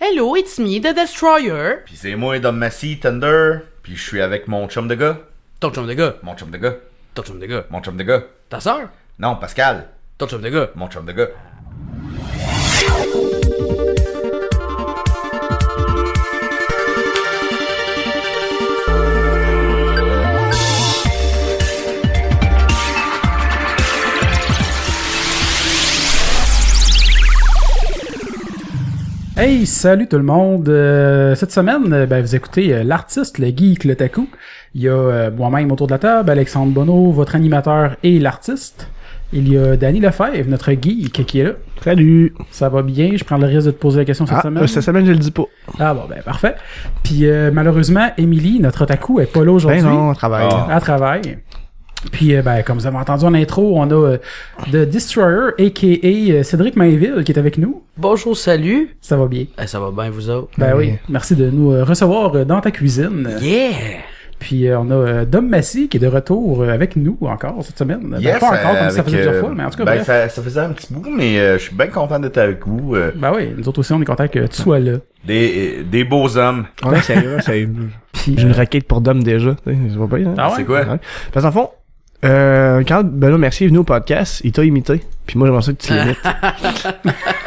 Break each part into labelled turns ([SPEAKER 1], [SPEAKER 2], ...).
[SPEAKER 1] Hello, it's me, the Destroyer.
[SPEAKER 2] Puis c'est moi, Dom Massy, Thunder. Puis je suis avec mon chum de gars.
[SPEAKER 1] Ton chum de gars.
[SPEAKER 2] Mon chum de gars.
[SPEAKER 1] Ton chum de gars.
[SPEAKER 2] Mon chum de gars.
[SPEAKER 1] Ta sœur.
[SPEAKER 2] Non, Pascal.
[SPEAKER 1] Ton chum de gars.
[SPEAKER 2] Mon chum de gars.
[SPEAKER 3] Hey, salut tout le monde. Euh, cette semaine, euh, ben, vous écoutez euh, l'artiste, le geek, le taku. Il y a euh, moi-même autour de la table, Alexandre Bonneau, votre animateur et l'artiste. Il y a Danny Lefebvre, notre geek, qui est là.
[SPEAKER 4] Salut.
[SPEAKER 3] Ça va bien? Je prends le risque de te poser la question cette
[SPEAKER 4] Ah,
[SPEAKER 3] semaine.
[SPEAKER 4] euh, cette semaine, je le dis pas.
[SPEAKER 3] Ah bon, ben parfait. Puis euh, malheureusement, Émilie, notre otaku, est pas là aujourd'hui.
[SPEAKER 4] Ben non, on travaille.
[SPEAKER 2] Ah.
[SPEAKER 3] à travail. Puis, euh, ben, comme vous avez entendu en intro, on a euh, The Destroyer, a.k.a. euh, Cédric Mainville, qui est avec nous.
[SPEAKER 1] Bonjour, salut.
[SPEAKER 3] Ça va bien.
[SPEAKER 1] Eh, ça va bien, vous autres?
[SPEAKER 3] Ben oui,
[SPEAKER 4] Oui.
[SPEAKER 3] merci de nous euh, recevoir euh, dans ta cuisine.
[SPEAKER 1] Yeah!
[SPEAKER 3] Puis, euh, on a euh, Dom Massy, qui est de retour euh, avec nous encore cette semaine. Ben,
[SPEAKER 2] Yes,
[SPEAKER 3] pas encore, comme ça
[SPEAKER 2] avec,
[SPEAKER 3] faisait plusieurs
[SPEAKER 2] euh,
[SPEAKER 3] fois, mais en tout cas,
[SPEAKER 2] ben,
[SPEAKER 3] bref.
[SPEAKER 2] ça, ça faisait un petit bout, mais euh, je suis bien content d'être avec vous. euh,
[SPEAKER 3] Ben oui, nous autres aussi, on est contents que tu sois là.
[SPEAKER 2] des, euh, des beaux hommes.
[SPEAKER 4] On est sérieux, sérieux.
[SPEAKER 3] Puis, euh,
[SPEAKER 4] J'ai une raquette pour Dom déjà. tu sais, Je vois pas bien.
[SPEAKER 3] Ah ouais?
[SPEAKER 2] C'est quoi?
[SPEAKER 4] Ouais. Parce qu'en fond, euh, quand Benoît Mercier est venu au podcast, il t'a imité. Puis moi, j'aimerais ça que tu l'imites.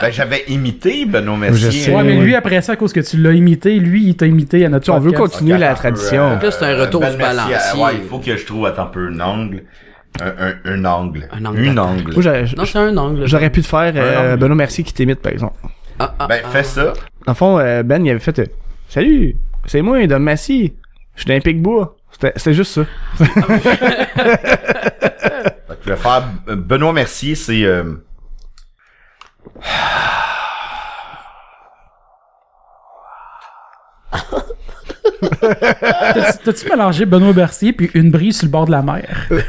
[SPEAKER 2] Ben, j'avais imité Benoît euh, Mercier.
[SPEAKER 4] Je sais.
[SPEAKER 3] ouais, mais
[SPEAKER 4] ouais.
[SPEAKER 3] lui, après ça, à cause que tu l'as imité, lui, il t'a imité à notre
[SPEAKER 4] Si on veut
[SPEAKER 3] Ah, podcast.
[SPEAKER 4] continuer
[SPEAKER 2] Ok,
[SPEAKER 4] la
[SPEAKER 2] attends un peu, euh,
[SPEAKER 4] tradition.
[SPEAKER 1] Là, c'est un retour
[SPEAKER 2] Ben
[SPEAKER 1] du
[SPEAKER 2] Mercier,
[SPEAKER 1] balancier.
[SPEAKER 2] Ouais, il faut que je trouve, attends un peu, un angle. Un, un, un angle.
[SPEAKER 1] Un angle
[SPEAKER 2] Une
[SPEAKER 1] d'attaque.
[SPEAKER 2] angle.
[SPEAKER 4] Moi, j'a-
[SPEAKER 1] Non, c'est un angle.
[SPEAKER 4] j'aurais pu te faire euh,
[SPEAKER 2] Ouais, non.
[SPEAKER 4] Benoît Mercier qui t'imite, par exemple.
[SPEAKER 1] Ah, ah,
[SPEAKER 2] Ben,
[SPEAKER 1] ah.
[SPEAKER 2] fais ça.
[SPEAKER 4] En fond, euh, Ben, il avait fait euh, Salut, c'est moi, Dom Massy. Je suis d'un pic-bois. C'était c'était juste ça.
[SPEAKER 2] Fait que je vais faire euh, Benoît Mercier, c'est. euh,
[SPEAKER 3] T'as-tu- T'as-tu mélangé Benoît Bercier puis une brise sur le bord de la mer?
[SPEAKER 1] Ben,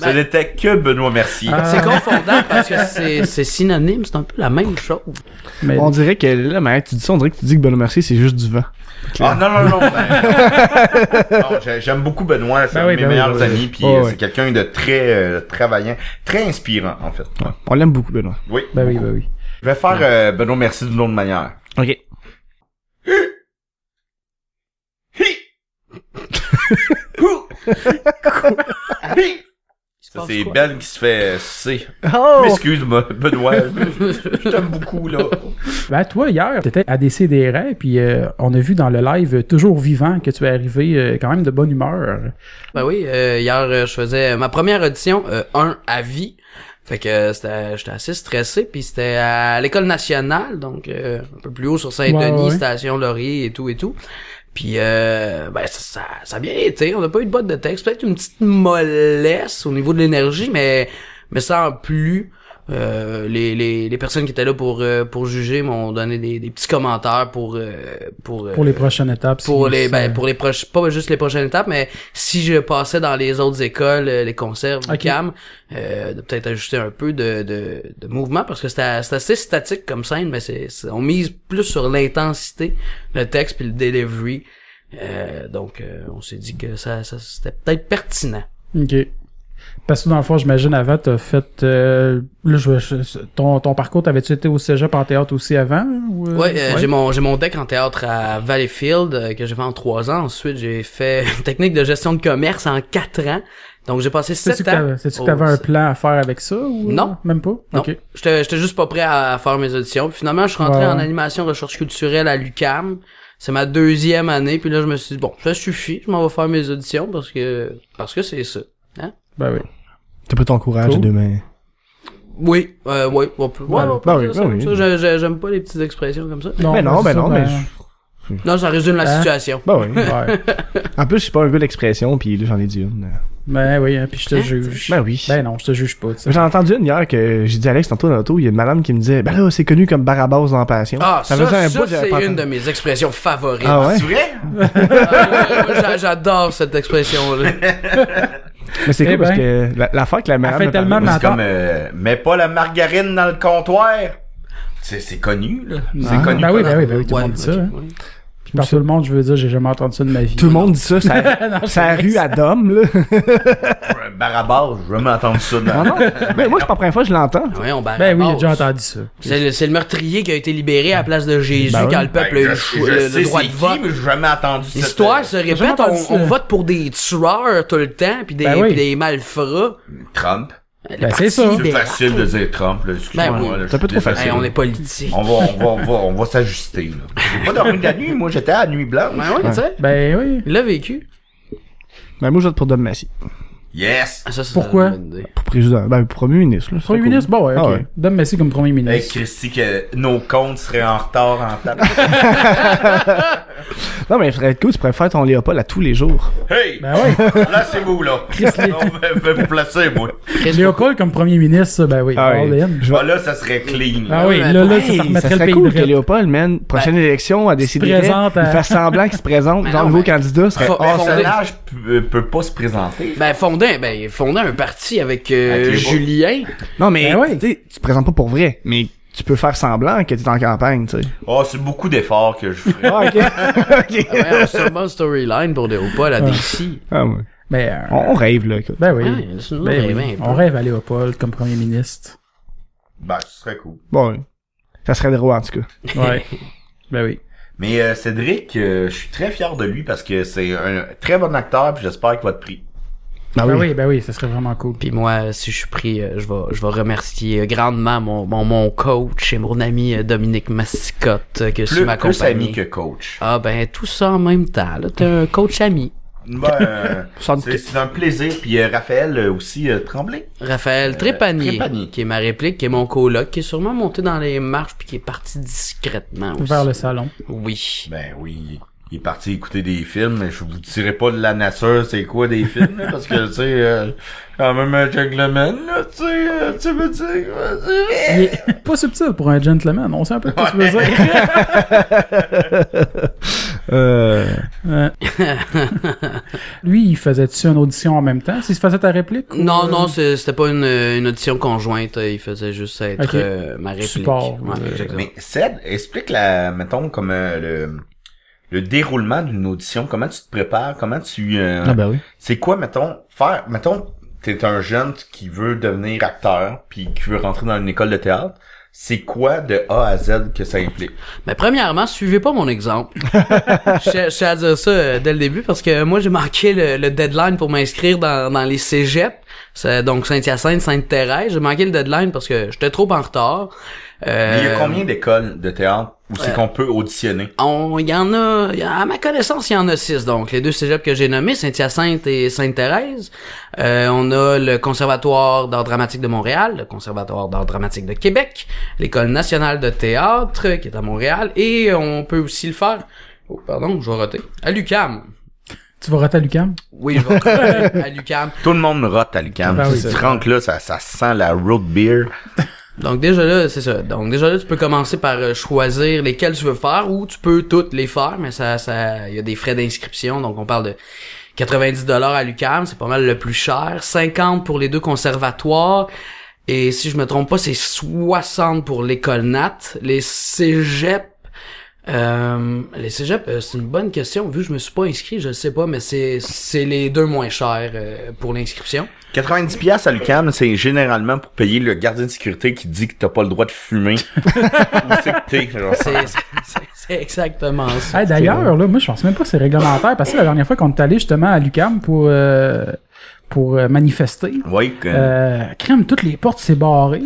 [SPEAKER 2] Ce n'était que Benoît Mercier.
[SPEAKER 3] Ah,
[SPEAKER 1] C'est confondant parce que c'est c'est synonyme, c'est un peu la même chose.
[SPEAKER 3] Mais-
[SPEAKER 4] On dirait que là, mais tu dis ça, on dirait que tu dis que Benoît Mercier, c'est juste du vent.
[SPEAKER 2] Ah non, non, non. ben, non, j'ai- J'aime beaucoup Benoît, c'est
[SPEAKER 3] Ben
[SPEAKER 2] un de
[SPEAKER 3] oui,
[SPEAKER 2] mes
[SPEAKER 3] ben oui,
[SPEAKER 2] meilleurs
[SPEAKER 3] oui.
[SPEAKER 2] amis, puis
[SPEAKER 4] Ouais,
[SPEAKER 2] euh,
[SPEAKER 4] ouais.
[SPEAKER 2] c'est quelqu'un de très euh, travaillant, très inspirant en fait.
[SPEAKER 4] Ouais. On l'aime beaucoup, Benoît.
[SPEAKER 2] Oui.
[SPEAKER 3] Ben oui, ben oui.
[SPEAKER 2] Je vais faire euh, Benoît Mercier d'une autre manière.
[SPEAKER 4] OK.
[SPEAKER 2] Hi! Hou! Hi! Ça, c'est Ben qui se fait euh, sucer.
[SPEAKER 4] Oh!
[SPEAKER 2] Excuse-moi, Benoît. Je t'aime beaucoup, là.
[SPEAKER 3] Ben toi, hier, t'étais à DCDR, puis euh, on a vu dans le live euh, Toujours Vivant que tu es arrivé euh, quand même de bonne humeur.
[SPEAKER 1] Ben oui, euh, hier euh, je faisais ma première audition, euh, un à vie. Fait que euh, c'était- j'étais assez stressé, puis c'était à l'école nationale, donc euh, un peu plus haut sur Saint-Denis,
[SPEAKER 3] Ouais, ouais.
[SPEAKER 1] station Laurier et tout et tout. Puis euh, ben ça, ça, ça a bien été, on n'a pas eu de botte de texte, peut-être une petite mollesse au niveau de l'énergie, mais mais sans plus. Euh, les, les, les personnes qui étaient là pour euh, pour juger m'ont donné des, des petits commentaires pour euh, pour
[SPEAKER 3] Pour les
[SPEAKER 1] euh,
[SPEAKER 3] prochaines étapes.
[SPEAKER 1] pour
[SPEAKER 3] si-
[SPEAKER 1] les
[SPEAKER 3] si-
[SPEAKER 1] ben, pour les proches pas juste les prochaines étapes mais si je passais dans les autres écoles euh, les conserves
[SPEAKER 3] Ok.
[SPEAKER 1] cam euh, de peut-être ajouter un peu de, de, de mouvement parce que c'était c'était assez statique comme scène mais c'est c'est- on mise plus sur l'intensité le texte puis le delivery Euh, donc euh, on s'est dit que ça, ça c'était peut-être pertinent
[SPEAKER 3] OK. Parce que dans le fond, j'imagine, avant, t'as fait... euh, là, je, je- ton, ton parcours, t'avais-tu été au cégep en théâtre aussi avant? ou, euh,
[SPEAKER 1] Ouais, euh, j'ai mon j'ai mon deck en théâtre à Valleyfield euh, que j'ai fait en trois ans. Ensuite, j'ai fait une technique de gestion de commerce en quatre ans. Donc j'ai passé
[SPEAKER 3] C'est-tu
[SPEAKER 1] sept
[SPEAKER 3] que
[SPEAKER 1] ans.
[SPEAKER 3] t'avais c'est-tu que
[SPEAKER 1] au-
[SPEAKER 3] t'avais un plan à faire avec ça? Ou... euh?
[SPEAKER 1] Non.
[SPEAKER 3] Même pas?
[SPEAKER 1] Non,
[SPEAKER 3] OK.
[SPEAKER 1] j'étais j'étais juste pas prêt à faire mes auditions. Puis finalement, je suis rentré
[SPEAKER 3] Ouais.
[SPEAKER 1] en animation recherche culturelle à l'UCAM. C'est ma deuxième année. Puis là, je me suis dit bon, ça suffit. Je m'en vais faire mes auditions parce que parce que c'est ça.
[SPEAKER 3] Ben oui.
[SPEAKER 4] T'as pris ton courage
[SPEAKER 3] Cool.
[SPEAKER 4] de demain.
[SPEAKER 1] oui, euh, oui, on peut. ouais,
[SPEAKER 4] Ben,
[SPEAKER 1] on peut
[SPEAKER 4] ben
[SPEAKER 1] dire
[SPEAKER 4] oui,
[SPEAKER 1] ça
[SPEAKER 4] ben
[SPEAKER 1] comme
[SPEAKER 4] oui.
[SPEAKER 1] ça. Je- je- J'aime pas les petites expressions comme ça.
[SPEAKER 4] Ben non,
[SPEAKER 3] c'est
[SPEAKER 4] ben
[SPEAKER 3] ça,
[SPEAKER 4] non, mais...
[SPEAKER 1] Non, ça résume la
[SPEAKER 3] Hein?
[SPEAKER 1] situation.
[SPEAKER 4] Bah oui.
[SPEAKER 3] Ouais.
[SPEAKER 4] En plus, je suis pas un gars d'expression, puis là, j'en ai dit une.
[SPEAKER 3] ben oui, hein, puis je te juge.
[SPEAKER 4] Ben oui.
[SPEAKER 3] Ben non, je te juge pas. tu sais.
[SPEAKER 4] J'en ai entendu une hier que j'ai dit à Alex tantôt dans l'auto, il y a une madame qui me disait, ben là, c'est connu comme Barabas dans Passion.
[SPEAKER 1] Ah, ça, ça,
[SPEAKER 4] bout que j'avais
[SPEAKER 1] c'est
[SPEAKER 4] pas
[SPEAKER 1] une de
[SPEAKER 4] entendu.
[SPEAKER 1] mes expressions favorites.
[SPEAKER 4] Ah ouais?
[SPEAKER 2] C'est vrai?
[SPEAKER 1] Euh, moi, j'a- J'adore cette expression-là.
[SPEAKER 4] Mais c'est
[SPEAKER 3] Eh
[SPEAKER 4] cool parce
[SPEAKER 3] ben.
[SPEAKER 4] que la- l'affaire que la madame.
[SPEAKER 3] fait
[SPEAKER 4] me parlait,
[SPEAKER 3] tellement
[SPEAKER 4] moi,
[SPEAKER 3] mal.
[SPEAKER 2] C'est
[SPEAKER 3] Attends.
[SPEAKER 2] comme, euh, mets pas la margarine dans le comptoir. C'est c'est connu, là. C'est
[SPEAKER 4] Ah.
[SPEAKER 2] connu.
[SPEAKER 3] Ben oui,
[SPEAKER 2] par-
[SPEAKER 3] ben oui, ben oui, tout le
[SPEAKER 1] Ouais,
[SPEAKER 3] monde dit ça.
[SPEAKER 1] ok,
[SPEAKER 3] hein.
[SPEAKER 1] ouais.
[SPEAKER 3] Puis par tout le monde, je veux dire, j'ai jamais entendu ça de ma vie.
[SPEAKER 4] Tout le monde dit ça, ça,
[SPEAKER 3] Non,
[SPEAKER 4] ça
[SPEAKER 3] c'est
[SPEAKER 4] rue à Dom, là.
[SPEAKER 2] Un Barabbas, je veux même entendre ça.
[SPEAKER 3] Ah
[SPEAKER 2] dans-
[SPEAKER 4] Ah non, non. Mais moi, c'est pas la première fois que je l'entends.
[SPEAKER 1] Ouais, on barre
[SPEAKER 3] Ben
[SPEAKER 1] la
[SPEAKER 3] oui, j'ai déjà
[SPEAKER 1] base.
[SPEAKER 3] entendu ça.
[SPEAKER 1] C'est le, c'est le meurtrier qui a été libéré à la place de Jésus
[SPEAKER 3] Ben oui.
[SPEAKER 1] quand le peuple
[SPEAKER 2] Ben,
[SPEAKER 1] a eu
[SPEAKER 2] je-
[SPEAKER 1] le,
[SPEAKER 2] je
[SPEAKER 1] choix- le- le
[SPEAKER 2] sais
[SPEAKER 1] droit
[SPEAKER 2] c'est
[SPEAKER 1] de vote.
[SPEAKER 2] qui, mais j'ai jamais entendu cette- euh,
[SPEAKER 1] L'histoire se
[SPEAKER 3] jamais
[SPEAKER 1] répète,
[SPEAKER 3] entendu ça.
[SPEAKER 1] on, on vote pour des tueurs tout le temps, puis des,
[SPEAKER 3] Ben oui.
[SPEAKER 1] puis des malfrats.
[SPEAKER 2] Trump.
[SPEAKER 1] Le
[SPEAKER 3] Ben, c'est
[SPEAKER 1] Parti
[SPEAKER 3] ça. C'est
[SPEAKER 2] C'est
[SPEAKER 1] libéral.
[SPEAKER 2] facile de dire Trump, là. Excuse-moi,
[SPEAKER 1] Ben oui.
[SPEAKER 2] là, je
[SPEAKER 4] C'est un peu
[SPEAKER 2] suis
[SPEAKER 4] trop
[SPEAKER 2] défacé.
[SPEAKER 1] Hey, on est politique.
[SPEAKER 2] On va, on va, on va, on va s'ajuster, là. J'ai pas dormi de la nuit, moi, j'étais à la nuit blanche.
[SPEAKER 1] Ben ouais, tu sais,
[SPEAKER 3] Ben oui.
[SPEAKER 1] il l'a vécu.
[SPEAKER 4] Ben, moi, je vote pour Dom Massy.
[SPEAKER 2] Yes!
[SPEAKER 1] Ah, ça, c'est
[SPEAKER 3] Pourquoi?
[SPEAKER 1] une bonne idée.
[SPEAKER 4] Pour président. Ben, pour premier ministre, là. ce serait
[SPEAKER 3] Premier
[SPEAKER 4] cool.
[SPEAKER 3] ministre, bon, ouais,
[SPEAKER 4] Ah
[SPEAKER 3] ok.
[SPEAKER 4] ouais.
[SPEAKER 3] Dom Messi comme premier
[SPEAKER 2] Hey,
[SPEAKER 3] ministre.
[SPEAKER 2] Christy, que nos comptes seraient en retard en temps.
[SPEAKER 4] Non, mais ça serait cool, tu pourrais faire ton Léopold à tous les jours.
[SPEAKER 2] Hey!
[SPEAKER 3] Ben ouais.
[SPEAKER 2] Placez-vous, là.
[SPEAKER 3] Christy.
[SPEAKER 2] Non, mais- mais vous placer, moi.
[SPEAKER 3] Léopold comme premier ministre, ça, ben oui.
[SPEAKER 4] Ah oui.
[SPEAKER 3] all in.
[SPEAKER 2] Ah, là, ça serait clean. là.
[SPEAKER 3] Ah oui,
[SPEAKER 1] Ouais,
[SPEAKER 3] là,
[SPEAKER 1] ben,
[SPEAKER 3] là, ça
[SPEAKER 4] Hey,
[SPEAKER 3] remettrait le
[SPEAKER 4] serait
[SPEAKER 3] pays
[SPEAKER 4] cool
[SPEAKER 3] de
[SPEAKER 4] que Léopold, man, prochaine élection, à décider.
[SPEAKER 3] présente à-
[SPEAKER 4] Il fait semblant qu'il se présente,
[SPEAKER 1] Ben
[SPEAKER 4] genre,
[SPEAKER 1] non,
[SPEAKER 4] nouveau
[SPEAKER 1] ben-
[SPEAKER 4] candidat serait.
[SPEAKER 1] Faut-
[SPEAKER 2] Or,
[SPEAKER 1] fondé-
[SPEAKER 2] Sonnage p- euh, peut pas se présenter.
[SPEAKER 1] Ben, fondé, ben, fondé un parti avec, euh,
[SPEAKER 2] Avec les
[SPEAKER 1] Julien.
[SPEAKER 4] Non, mais,
[SPEAKER 3] Ben ouais.
[SPEAKER 4] tu sais, tu te présentes pas pour vrai, mais tu peux faire semblant que t'es en campagne, tu sais.
[SPEAKER 2] Oh, c'est beaucoup d'efforts que je ferais.
[SPEAKER 4] Ah, ok. ok.
[SPEAKER 1] Ah Ouais, on se bonne storyline pour des Léopold à DC.
[SPEAKER 4] Ah, ouais.
[SPEAKER 3] Mais, euh,
[SPEAKER 4] on, on rêve, là, écoute.
[SPEAKER 3] ben oui.
[SPEAKER 1] Ouais, laisse-nous
[SPEAKER 3] Ben
[SPEAKER 1] rêver
[SPEAKER 3] oui.
[SPEAKER 1] un peu.
[SPEAKER 3] On rêve à Léopold comme premier ministre.
[SPEAKER 2] Ben, ce serait cool.
[SPEAKER 4] Bon, ouais. ça serait drôle, en tout cas.
[SPEAKER 3] Ouais. ben oui.
[SPEAKER 2] Mais euh, Cédric, euh, je suis très fier de lui parce que c'est un très bon acteur puis j'espère qu'il va te prix.
[SPEAKER 4] Ben
[SPEAKER 3] Ben oui, ben oui, ça serait vraiment cool.
[SPEAKER 1] Puis moi, si je suis pris, euh, je vais, je vais remercier euh, grandement mon, mon, mon coach et mon ami euh, Dominique Mascotte euh, que
[SPEAKER 2] Plus,
[SPEAKER 1] m'a
[SPEAKER 2] plus ami
[SPEAKER 1] accompagné.
[SPEAKER 2] que coach.
[SPEAKER 1] Ah ben, tout ça en même temps. Là, t'es un coach ami.
[SPEAKER 2] Ben, euh,
[SPEAKER 4] Sans doute
[SPEAKER 2] c'est
[SPEAKER 4] que-
[SPEAKER 2] c'est un plaisir. Puis euh, Raphaël euh, aussi euh, Tremblay.
[SPEAKER 1] Raphaël Trépanier,
[SPEAKER 2] Euh, Trépanier.
[SPEAKER 1] qui est ma réplique, qui est mon coloc, qui est sûrement monté dans les marches puis qui est parti discrètement aussi.
[SPEAKER 3] Vers le salon.
[SPEAKER 1] Oui.
[SPEAKER 2] Ben oui, il est parti écouter des films. mais Je vous dirai pas de la nature, c'est quoi des films là, parce que tu sais, euh, quand même un gentleman, là, tu sais, euh, tu veux dire. euh, tu-
[SPEAKER 3] Il est pas subtil pour un gentleman, on sait un peu ce que tu veux dire.
[SPEAKER 4] Euh,
[SPEAKER 3] Ouais. Lui, il faisait-tu une audition en même temps? S'il se faisait ta réplique? ou,
[SPEAKER 1] Non,
[SPEAKER 3] euh,
[SPEAKER 1] non, c'est- c'était pas une, une audition conjointe. euh, Il faisait juste être
[SPEAKER 3] Ok.
[SPEAKER 1] euh, ma réplique.
[SPEAKER 3] Support. euh,
[SPEAKER 1] Ouais, exactement.
[SPEAKER 2] Mais Ced, explique la, mettons comme euh, le le déroulement d'une audition. Comment tu te prépares Comment tu euh,
[SPEAKER 4] Ah, ben oui.
[SPEAKER 2] C'est quoi, mettons, faire, mettons, t'es un jeune qui veut devenir acteur, puis qui veut rentrer dans une école de théâtre. C'est quoi de A à Z que ça implique?
[SPEAKER 1] Mais premièrement, suivez pas mon exemple. je, tiens- je tiens à dire ça euh, dès le début parce que moi j'ai manqué le, le deadline pour m'inscrire dans, dans les cégeps, C'est donc Saint-Hyacinthe, Sainte-Thérèse. J'ai manqué le deadline parce que j'étais trop en retard. Euh,
[SPEAKER 2] Il y a combien d'écoles de théâtre où c'est qu'on peut auditionner?
[SPEAKER 1] On, il y en a, il y a- à ma connaissance, il y en a six. Donc, les deux cégeps que j'ai nommés, Saint-Hyacinthe et Sainte-Thérèse. Euh, on a le Conservatoire d'art dramatique de Montréal, le Conservatoire d'art dramatique de Québec, l'École nationale de théâtre euh, qui est à Montréal, et on peut aussi le faire. Oh, pardon, je vais roter. À l'UCAM.
[SPEAKER 3] euh, Tu vas rater à Lucam?
[SPEAKER 1] Oui, je vais roter à l'UCAM.
[SPEAKER 2] Tout le monde rote à l'UQAM.
[SPEAKER 3] Ben oui,
[SPEAKER 2] Si
[SPEAKER 3] c'est
[SPEAKER 2] tu rentres là, ça, ça sent la root beer.
[SPEAKER 1] Donc déjà là, c'est ça. Donc déjà là, tu peux commencer par euh, choisir lesquels tu veux faire ou tu peux toutes les faire, mais ça ça il y a des frais d'inscription. Donc on parle de 90 dollars à l'UCAM, c'est pas mal le plus cher, 50 pour les deux conservatoires et si je me trompe pas, c'est 60 pour l'école Nat, les cégeps euh, les cégeps, euh, c'est une bonne question. Vu que je me suis pas inscrit, je sais pas, mais c'est c'est les deux moins chers euh, pour l'inscription.
[SPEAKER 2] 90 pièces à l'UQAM, c'est généralement pour payer le gardien de sécurité qui dit que t'as pas le droit de fumer. Où c'est que t'es? genre.
[SPEAKER 1] C'est- c'est- c'est- c'est exactement ça.
[SPEAKER 3] Hey, D'ailleurs, là, moi, je pense même pas que c'est réglementaire parce que la dernière fois qu'on est allé justement à Lucam pour, euh, pour euh, manifester,
[SPEAKER 2] Oui, que-
[SPEAKER 3] euh, crème, toutes les portes s'est barré.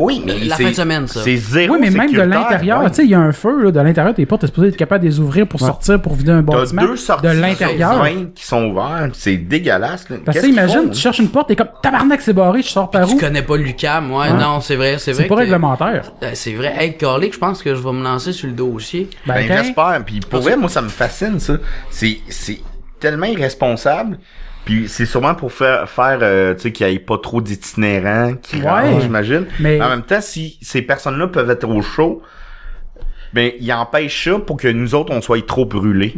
[SPEAKER 2] oui, mais
[SPEAKER 1] la
[SPEAKER 2] c'est-
[SPEAKER 1] fin de semaine, ça.
[SPEAKER 2] C'est zéro
[SPEAKER 3] Oui, mais même de
[SPEAKER 2] sécuritaire,
[SPEAKER 3] l'intérieur,
[SPEAKER 2] ouais.
[SPEAKER 3] tu sais, il y a un feu, là, de l'intérieur, tes portes, t'es supposé être capable de les ouvrir pour sortir, pour vider un
[SPEAKER 2] T'as
[SPEAKER 3] bâtiment.
[SPEAKER 2] deux sorties
[SPEAKER 3] de
[SPEAKER 2] sur
[SPEAKER 3] l'intérieur.
[SPEAKER 2] vingt qui sont ouvertes, c'est dégueulasse. Là.
[SPEAKER 3] Parce
[SPEAKER 2] Qu'est-ce qu'ils
[SPEAKER 3] que, imagine,
[SPEAKER 2] font,
[SPEAKER 3] tu cherches une porte, t'es comme tabarnak, c'est barré, je sors par
[SPEAKER 1] Tu
[SPEAKER 3] où?
[SPEAKER 1] connais pas Lucam, ouais, non, c'est vrai, c'est vrai.
[SPEAKER 3] C'est pas
[SPEAKER 1] que-
[SPEAKER 3] réglementaire.
[SPEAKER 1] Euh, C'est vrai. Hey, Carlick, je pense que je vais me lancer sur le dossier.
[SPEAKER 3] Ben,
[SPEAKER 2] Ben,
[SPEAKER 3] quand-
[SPEAKER 2] j'espère. Puis pour vrai, moi, ça me fascine, ça. C'est, c'est tellement irresponsable. Puis c'est sûrement pour faire, faire euh, tu sais, qu'il n'y ait pas trop d'itinérants qui
[SPEAKER 3] Ouais.
[SPEAKER 2] rentrent, j'imagine.
[SPEAKER 3] Mais-
[SPEAKER 2] Mais en même temps, si ces personnes-là peuvent être au show, ben, il empêche ça pour que nous autres, on soit trop brûlés.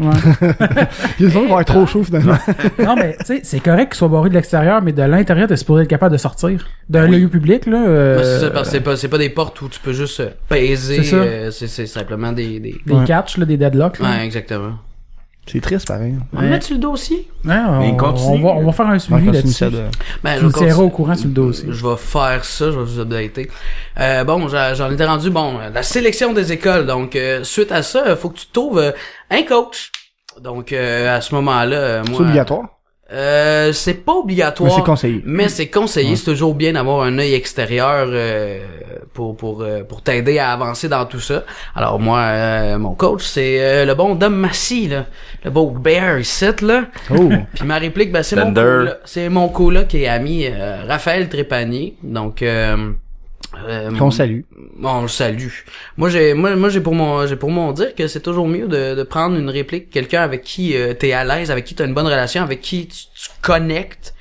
[SPEAKER 4] Ils vont avoir trop chaud finalement.
[SPEAKER 3] non, mais tu sais, c'est correct qu'il soit barré de l'extérieur, mais de l'intérieur, t'es supposé être capable de sortir. D'un lieu public, là. euh,
[SPEAKER 1] Bah, c'est ça, parce que c'est pas, c'est pas des portes où tu peux juste euh, baiser.
[SPEAKER 3] C'est ça.
[SPEAKER 1] euh, C'est c'est simplement des. des...
[SPEAKER 3] Des
[SPEAKER 4] Ouais.
[SPEAKER 3] catchs, là, des deadlocks. Là.
[SPEAKER 1] Ouais, exactement.
[SPEAKER 4] C'est triste pareil.
[SPEAKER 1] On met sur le dossier?
[SPEAKER 3] Ouais,
[SPEAKER 2] Mais
[SPEAKER 3] on,
[SPEAKER 2] continue.
[SPEAKER 3] on va, on va faire un
[SPEAKER 4] Ouais,
[SPEAKER 3] suivi
[SPEAKER 4] continue
[SPEAKER 3] là-dessus.
[SPEAKER 4] ça de-
[SPEAKER 1] Ben, je
[SPEAKER 3] Tu me
[SPEAKER 1] vais continuer.
[SPEAKER 3] tiendras au courant sur le dossier.
[SPEAKER 1] Je vais faire ça, je vais vous updater. Euh, bon, j'a- j'en étais rendu, bon, euh, la sélection des écoles. Donc, euh, suite à ça, il faut que tu trouves euh, un coach. Donc, euh, à ce moment-là, euh, moi...
[SPEAKER 4] C'est obligatoire.
[SPEAKER 1] Euh, c'est pas
[SPEAKER 4] Mais
[SPEAKER 1] obligatoire.
[SPEAKER 4] c'est conseillé.
[SPEAKER 1] Mais c'est conseillé, c'est toujours bien d'avoir un œil extérieur euh, pour pour euh, pour t'aider à avancer dans tout ça. Alors moi, euh, mon coach, c'est euh, le bon Dom Massy, là, le beau Bear ici, là.
[SPEAKER 4] Oh.
[SPEAKER 1] Puis ma réplique, ben, c'est mon
[SPEAKER 2] Thunder.
[SPEAKER 1] coloc, c'est mon coloc qui est ami euh, Raphaël Trépanier. Donc euh, euh,
[SPEAKER 4] Qu'on salue.
[SPEAKER 1] Bon, on le salue. Moi j'ai moi, moi j'ai pour mon j'ai pour mon dire que c'est toujours mieux de, de prendre une réplique quelqu'un avec qui euh, t'es à l'aise, avec qui t'as une bonne relation, avec qui tu, tu connectes.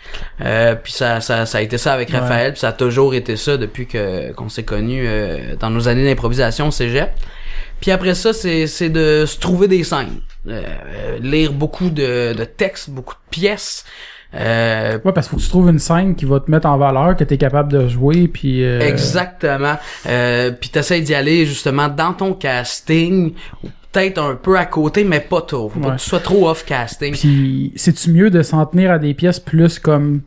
[SPEAKER 1] Euh, puis ça, ça ça a été ça avec Raphaël, puis ça a toujours été ça depuis que qu'on s'est connus euh, dans nos années d'improvisation au cégep. Puis après ça c'est c'est de se trouver des scènes, Euh, euh, lire beaucoup de, de textes, beaucoup de pièces. Euh,
[SPEAKER 3] Ouais, parce qu'il faut que tu trouves une scène qui va te mettre en valeur, que t'es capable de jouer, puis... euh,
[SPEAKER 1] Exactement. Euh, puis t'essayes d'y aller justement dans ton casting, ou peut-être un peu à côté, mais pas trop. Faut pas
[SPEAKER 3] Ouais.
[SPEAKER 1] que tu sois trop off casting.
[SPEAKER 3] Puis, c'est-tu mieux de s'en tenir à des pièces plus comme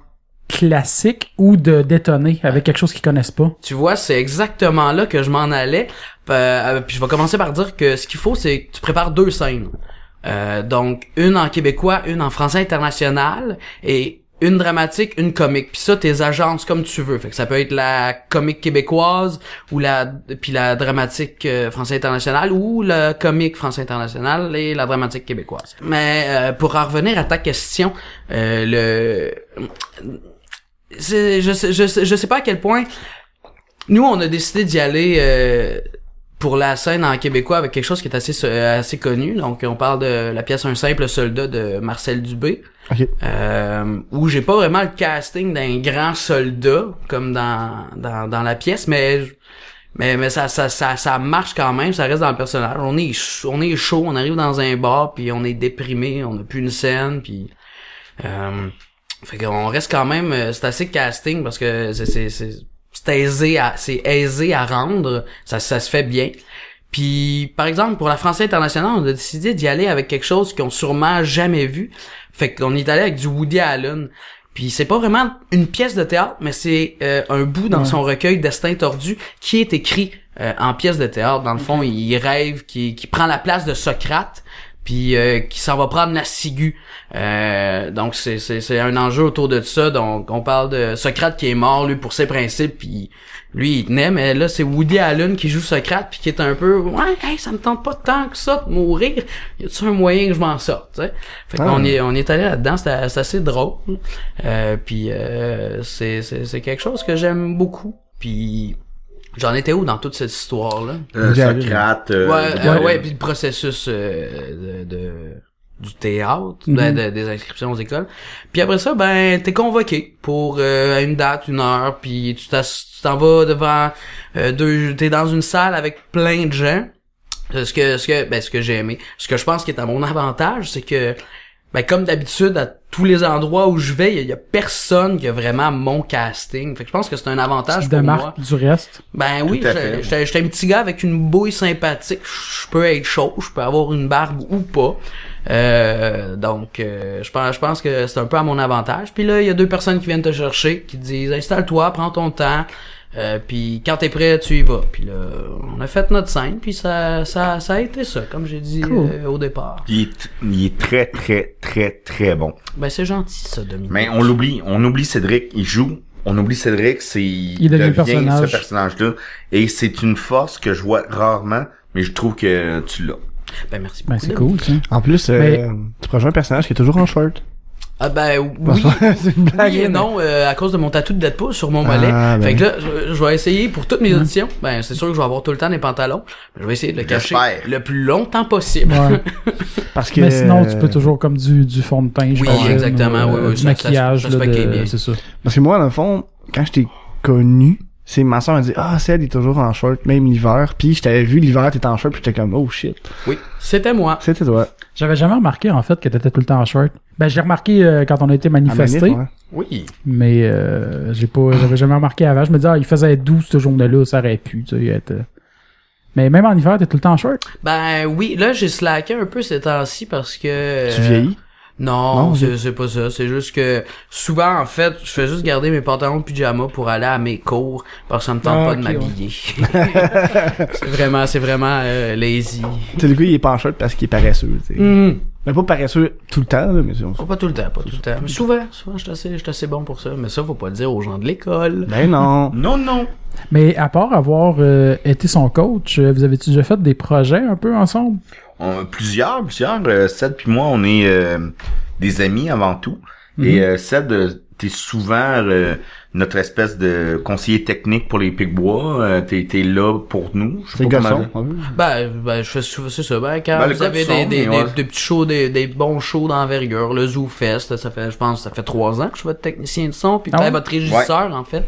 [SPEAKER 3] classiques ou de détonner avec quelque chose qu'ils connaissent pas?
[SPEAKER 1] Tu vois, c'est exactement là que je m'en allais. Euh, euh, puis je vais commencer par dire que ce qu'il faut, c'est que tu prépares deux scènes. Euh, donc une en québécois, une en français international et une dramatique, une comique. Puis ça, tes agences comme tu veux. Fait que ça peut être la comique québécoise ou la puis la dramatique euh, français international ou la comique français international et la dramatique québécoise. Mais euh, pour en revenir à ta question, euh, le c'est- je sais, je sais, je sais pas à quel point nous on a décidé d'y aller euh, pour la scène en québécois avec quelque chose qui est assez euh, assez connu. Donc on parle de la pièce Un simple soldat de Marcel Dubé.
[SPEAKER 4] Ok.
[SPEAKER 1] Euh, où j'ai pas vraiment le casting d'un grand soldat comme dans dans, dans la pièce mais je- mais mais ça ça ça ça marche quand même, ça reste dans le personnage. On est ch- on est chaud, on arrive dans un bar puis on est déprimé, on a plus une scène puis euh, fait qu'on reste quand même, euh, c'est assez casting parce que c'est c'est c'est c'est aisé à c'est aisé à rendre, ça ça se fait bien. Puis par exemple pour la française internationale, on a décidé d'y aller avec quelque chose qu'on sûrement jamais vu. Fait qu'on est allé avec du Woody Allen. Puis c'est pas vraiment une pièce de théâtre, mais c'est euh, un bout dans son recueil Destin tordu qui est écrit euh, en pièce de théâtre. Dans le fond, il rêve qui qui prend la place de Socrate puis euh, qui s'en va prendre la ciguë. Euh, donc c'est, c'est, c'est un enjeu autour de ça. Donc on parle de Socrate qui est mort lui pour ses principes puis lui il tenait mais là c'est Woody Allen qui joue Socrate puis qui est un peu ouais hey, ça me tente pas tant que ça de mourir. Y a-tu un moyen que je m'en sorte, tu sais? Fait
[SPEAKER 4] Ah.
[SPEAKER 1] qu'on est on est allé là-dedans, c'est, c'est assez drôle. Euh, puis euh, c'est, c'est c'est quelque chose que j'aime beaucoup. Puis j'en étais où dans toute cette histoire là
[SPEAKER 2] Euh,
[SPEAKER 4] Vous avez-
[SPEAKER 2] Socrate. euh,
[SPEAKER 1] ouais,
[SPEAKER 2] vous
[SPEAKER 1] euh,
[SPEAKER 2] avez-
[SPEAKER 1] ouais, puis le processus euh, de, de- du théâtre, de-
[SPEAKER 3] Mhm.
[SPEAKER 1] de- des inscriptions aux écoles. Puis après ça, ben t'es convoqué pour euh, à une date, une heure, puis tu t'ass- tu t'en vas devant euh, deux, t'es dans une salle avec plein de gens. Euh, Ce que ce que ben ce que j'ai aimé, ce que je pense qui est à mon avantage, c'est que ben comme d'habitude à tous les endroits où je vais, il y, a- il y a personne qui a vraiment mon casting. Fait que Ah, je pense que c'est un avantage
[SPEAKER 3] Tu
[SPEAKER 1] pour moi.
[SPEAKER 3] démarques du reste.
[SPEAKER 1] Ben oui,
[SPEAKER 2] Tout à fait.
[SPEAKER 1] j'étais- j'étais j'étais un petit gars avec une bouille sympathique. Je peux être chaud, je peux avoir une barbe ou pas. Euh, donc, euh, je pense, je pense que c'est un peu à mon avantage. Puis là, il y a deux personnes qui viennent te chercher, qui te disent installe-toi, prends ton temps. Euh, puis quand t'es prêt, tu y vas. Puis là, on a fait notre scène, puis ça, ça, ça a été ça, comme j'ai dit
[SPEAKER 3] Cool.
[SPEAKER 1] euh, au départ.
[SPEAKER 2] Il est, il est très, très, très, très bon.
[SPEAKER 1] Ben c'est gentil ça, Dominique.
[SPEAKER 2] Mais on l'oublie. On oublie Cédric. Il joue. On oublie Cédric. C'est, il,
[SPEAKER 3] devient le
[SPEAKER 2] devient
[SPEAKER 3] personnage.
[SPEAKER 2] ce personnage-là. Et c'est une force que je vois rarement, mais je trouve que tu l'as.
[SPEAKER 1] Ben merci beaucoup.
[SPEAKER 3] Ben, c'est
[SPEAKER 1] Dom.
[SPEAKER 3] cool, ça.
[SPEAKER 4] En plus, euh,
[SPEAKER 3] Mais-
[SPEAKER 4] tu prends un personnage qui est toujours en short.
[SPEAKER 1] Ah ben oui,
[SPEAKER 4] c'est une blague.
[SPEAKER 1] Oui et
[SPEAKER 4] mais-
[SPEAKER 1] non, euh, à cause de mon tatou de Deadpool sur mon mollet.
[SPEAKER 4] Ah, ben. Hum.
[SPEAKER 1] Fait que là, je, je vais essayer pour toutes mes auditions. Ben, c'est sûr que je vais avoir tout le temps des pantalons. mais Je vais essayer de le cacher
[SPEAKER 2] J'espère.
[SPEAKER 1] le plus longtemps possible.
[SPEAKER 3] Ouais.
[SPEAKER 4] Parce que.
[SPEAKER 3] Mais sinon, tu peux toujours comme du, du fond de teint, je
[SPEAKER 1] Oui,
[SPEAKER 3] pense,
[SPEAKER 1] exactement,
[SPEAKER 3] ou,
[SPEAKER 1] oui, oui,
[SPEAKER 3] du
[SPEAKER 1] ça- ça-
[SPEAKER 3] maquillage,
[SPEAKER 1] ça se
[SPEAKER 3] là,
[SPEAKER 1] fait qu'il est
[SPEAKER 3] de-
[SPEAKER 1] bien.
[SPEAKER 3] c'est ça.
[SPEAKER 4] Parce que moi, dans le fond, quand je t'ai connu, c'est ma soeur elle dit ah Ced est toujours en short même l'hiver puis je t'avais vu l'hiver t'étais en short puis j'étais comme oh shit
[SPEAKER 1] Oui, c'était moi.
[SPEAKER 4] c'était toi
[SPEAKER 3] J'avais jamais remarqué, en fait, que t'étais tout le temps en short. Ben, j'ai remarqué euh, quand on a été
[SPEAKER 4] À la
[SPEAKER 3] manifesté,
[SPEAKER 4] manif, ouais.
[SPEAKER 1] Oui.
[SPEAKER 3] mais euh, j'ai pas, j'avais jamais remarqué avant. Je me disais, ah, il faisait 12 ce journée-là, ça aurait pu, tu sais, être... euh. Mais même en hiver, t'es tout le temps en short.
[SPEAKER 1] Ben oui, là j'ai slacké un peu ces temps-ci parce que...
[SPEAKER 4] tu
[SPEAKER 2] Euh.
[SPEAKER 4] vieillis
[SPEAKER 1] Non,
[SPEAKER 4] Non,
[SPEAKER 1] c'est, c'est pas ça. C'est juste que souvent, en fait, je fais juste garder mes pantalons de pyjama pour aller à mes cours parce que ça me tente
[SPEAKER 3] Ah,
[SPEAKER 1] pas de
[SPEAKER 3] ok,
[SPEAKER 1] m'habiller. c'est vraiment, c'est vraiment euh, lazy.
[SPEAKER 4] tu sais le gars il est pas en short parce qu'il est paresseux tu sais
[SPEAKER 1] Hmm.
[SPEAKER 4] mais pas paresseux tout le temps là mais c'est- on
[SPEAKER 1] Oh, pas tout le temps, pas tout le temps. Mais souvent, souvent, je suis assez, je suis assez bon pour ça. Mais ça, faut pas le dire aux gens de l'école.
[SPEAKER 4] ben non
[SPEAKER 2] Non, non.
[SPEAKER 3] Mais à part avoir euh, été son coach, euh, vous avez-tu déjà fait des projets un peu ensemble?
[SPEAKER 2] On- plusieurs, plusieurs. Euh, Seth puis moi, on est euh, des amis avant tout. Et euh, Seth, euh, t'es souvent euh, notre espèce de conseiller technique pour les Picbois. Euh, t'es, t'es là pour nous. Je sais
[SPEAKER 4] c'est
[SPEAKER 2] pas comment
[SPEAKER 4] garçon
[SPEAKER 2] dire.
[SPEAKER 1] Ben, ben, je fais souvent, c'est ça. Ben, quand
[SPEAKER 2] Ben, le
[SPEAKER 1] vous
[SPEAKER 2] code
[SPEAKER 1] avez
[SPEAKER 2] son,
[SPEAKER 1] des, des,
[SPEAKER 2] mais
[SPEAKER 1] des-
[SPEAKER 2] ouais.
[SPEAKER 1] des petits shows, des, des bons shows d'envergure, le Zoo Fest, ça fait, je pense, ça fait trois ans que je suis votre technicien de son, puis
[SPEAKER 3] Ah ouais?
[SPEAKER 1] ben, votre régisseur, en fait,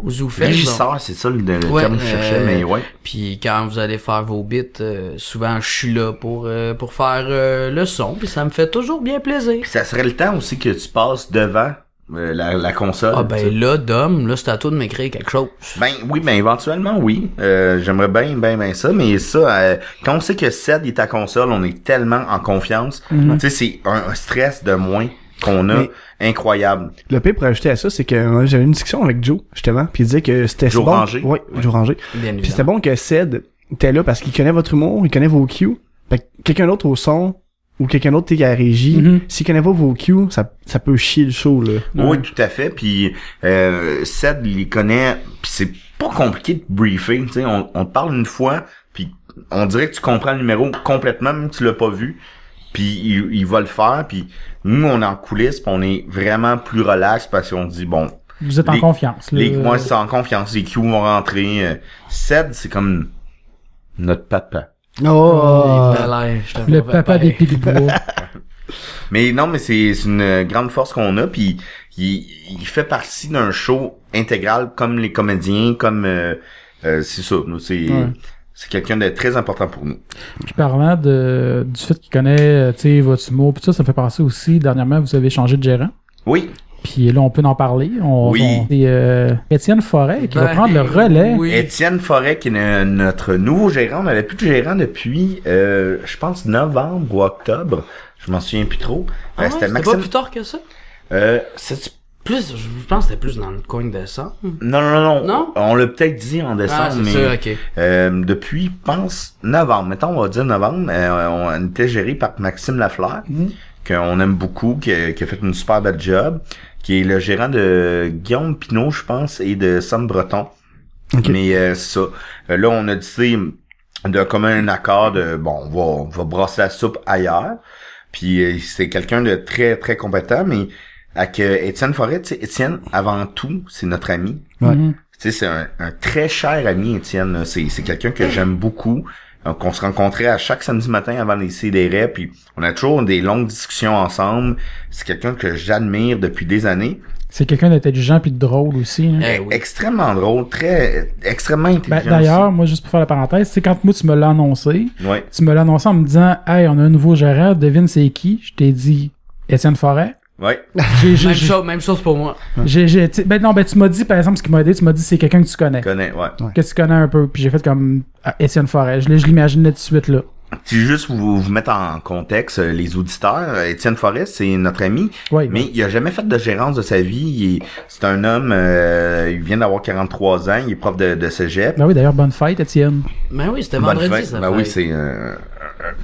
[SPEAKER 1] au Zoo Fest. donc.
[SPEAKER 2] Régisseur, c'est ça le, le
[SPEAKER 1] Ouais,
[SPEAKER 2] terme que je cherchais,
[SPEAKER 1] euh,
[SPEAKER 2] mais ouais.
[SPEAKER 1] Puis quand vous allez faire vos bits, euh, souvent je suis là pour euh, pour faire euh, le son, puis ça me fait toujours bien plaisir.
[SPEAKER 2] Puis ça serait le temps aussi que tu passes devant euh, la, la console.
[SPEAKER 1] Ah
[SPEAKER 2] tu sais.
[SPEAKER 1] ben là, Dom, là c'est à toi de m'écrire quelque chose.
[SPEAKER 2] Ben oui, ben éventuellement oui. Euh, J'aimerais bien, bien, bien ça, mais ça, euh, quand on sait que Seth est à console, on est tellement en confiance. Tu sais, c'est un, un stress de moins qu'on a incroyable.
[SPEAKER 4] Le pire pour ajouter à ça, c'est que euh, j'avais une discussion avec Joe, justement, puis il disait que c'était
[SPEAKER 2] Joe
[SPEAKER 4] bon.
[SPEAKER 2] Ranger.
[SPEAKER 4] Oui, Joe Ranger.
[SPEAKER 1] Bien
[SPEAKER 4] Puis c'était
[SPEAKER 1] évidemment.
[SPEAKER 4] bon que Ced était là parce qu'il connaît votre humour, il connaît vos cues. Fait que quelqu'un d'autre au son ou quelqu'un d'autre tu sais, qui est à la régie,
[SPEAKER 3] Mhm.
[SPEAKER 4] s'il connaît pas vos cues, ça, ça peut chier le show, là.
[SPEAKER 2] Oui, tout à fait. Puis euh, Seth les connaît. Puis c'est pas compliqué de briefer. Tu sais, on, on te parle une fois, puis on dirait que tu comprends le numéro complètement, même si tu l'as pas vu. Puis il, il va le faire. Puis nous, on est en coulisses, puis on est vraiment plus relax parce qu'on dit bon,
[SPEAKER 3] Vous êtes en
[SPEAKER 2] Les-
[SPEAKER 3] confiance. là.
[SPEAKER 2] Les,
[SPEAKER 1] Euh,
[SPEAKER 2] moi, c'est en confiance. Les Q vont rentrer. euh, Seb, c'est comme notre papa.
[SPEAKER 4] Oh!
[SPEAKER 1] Il est malin, je te
[SPEAKER 3] le
[SPEAKER 1] vois,
[SPEAKER 3] papa
[SPEAKER 1] ben.
[SPEAKER 3] des Pigbois.
[SPEAKER 2] Mais non, mais c'est c'est une euh, grande force qu'on a. Puis il, il fait partie d'un show intégral, comme les comédiens, comme euh, euh, c'est ça. nous, C'est
[SPEAKER 4] Ouais.
[SPEAKER 2] c'est quelqu'un de très important pour nous.
[SPEAKER 3] Puis parlant de, du fait qu'il connaît, euh, tu sais, votre humour, puis ça, ça me fait penser aussi, dernièrement, vous avez changé de gérant.
[SPEAKER 2] Oui.
[SPEAKER 3] Puis là, on peut en parler. On,
[SPEAKER 2] Oui.
[SPEAKER 3] on- c'est euh, Étienne Forêt qui va
[SPEAKER 1] Ben,
[SPEAKER 3] prendre le relais.
[SPEAKER 1] oui.
[SPEAKER 2] Étienne Forêt, qui est no- notre nouveau gérant. On n'avait plus de gérant depuis, euh, je pense, novembre ou octobre. Je m'en souviens plus trop.
[SPEAKER 1] Ah
[SPEAKER 2] Euh,
[SPEAKER 1] ouais,
[SPEAKER 2] C'était
[SPEAKER 1] c'était
[SPEAKER 2] Maxime.
[SPEAKER 1] pas plus tard que ça.
[SPEAKER 2] Euh, c'est-
[SPEAKER 1] Plus, je pense que c'était plus dans le coin de décembre.
[SPEAKER 2] non, non, non, non.
[SPEAKER 1] Non?
[SPEAKER 2] On l'a peut-être dit en décembre,
[SPEAKER 1] Ah, c'est
[SPEAKER 2] Ah, mais
[SPEAKER 1] ça, ok.
[SPEAKER 2] Euh, depuis, je pense, novembre, mettons, on va dire novembre, euh, on était géré par Maxime Lafleur, qu'on aime beaucoup, qui, a- qui a fait une super belle job, qui est le gérant de Guillaume Pinot, je pense, et de Sam Breton.
[SPEAKER 4] Ok.
[SPEAKER 2] Mais euh, c'est ça. Euh, là, on a décidé de commun accord de, bon, on va, on va brasser la soupe ailleurs. Puis euh, c'est quelqu'un de très, très compétent, mais avec euh, Étienne Forêt, tu sais, Étienne, avant tout, c'est notre ami.
[SPEAKER 4] Ouais.
[SPEAKER 3] Mhm.
[SPEAKER 2] Tu sais, c'est un, un très cher ami, Étienne. là. C'est, c'est quelqu'un que j'aime beaucoup. euh, qu'on se rencontrait à chaque samedi matin avant les CDR, puis on a toujours des longues discussions ensemble. C'est quelqu'un que j'admire depuis des années.
[SPEAKER 3] C'est quelqu'un d'intelligent puis de drôle aussi. hein.
[SPEAKER 1] Eh oui.
[SPEAKER 2] Extrêmement drôle, très, extrêmement
[SPEAKER 3] Ben,
[SPEAKER 2] intelligent.
[SPEAKER 3] D'ailleurs, moi, juste pour faire la parenthèse, c'est quand moi, tu me l'as annoncé,
[SPEAKER 2] aussi. ouais.
[SPEAKER 3] tu me l'as annoncé en me disant « Hey, on a un nouveau gérant, devine c'est qui? » Je t'ai dit « Étienne Forêt
[SPEAKER 2] Ouais. ».
[SPEAKER 3] J'ai- j'ai-
[SPEAKER 1] Même
[SPEAKER 3] j'ai-
[SPEAKER 1] chose, même chose pour moi.
[SPEAKER 3] j'ai- j'ai- tu- Ben non, ben tu m'as dit, par exemple, ce qui m'a aidé, tu m'as dit « C'est quelqu'un que tu connais,
[SPEAKER 2] Connais, ouais.
[SPEAKER 3] que tu connais un peu. » Puis j'ai fait comme Ah, Étienne Forêt ». Je l'ai- je l'imaginais tout de suite là.
[SPEAKER 2] Si juste vous, vous mettre en contexte euh, les auditeurs, euh, Étienne Forest, c'est notre ami,
[SPEAKER 3] Oui,
[SPEAKER 2] mais il a jamais fait de gérance de sa vie. Il est- c'est un homme, euh, il vient d'avoir 43 ans, il est prof de, de cégep.
[SPEAKER 3] Ben oui, d'ailleurs, bonne fête, Étienne.
[SPEAKER 1] Ben oui, c'était
[SPEAKER 2] Bonne
[SPEAKER 1] vendredi,
[SPEAKER 2] fête.
[SPEAKER 1] ça.
[SPEAKER 2] Ben oui,
[SPEAKER 1] fait.
[SPEAKER 2] c'est euh, euh,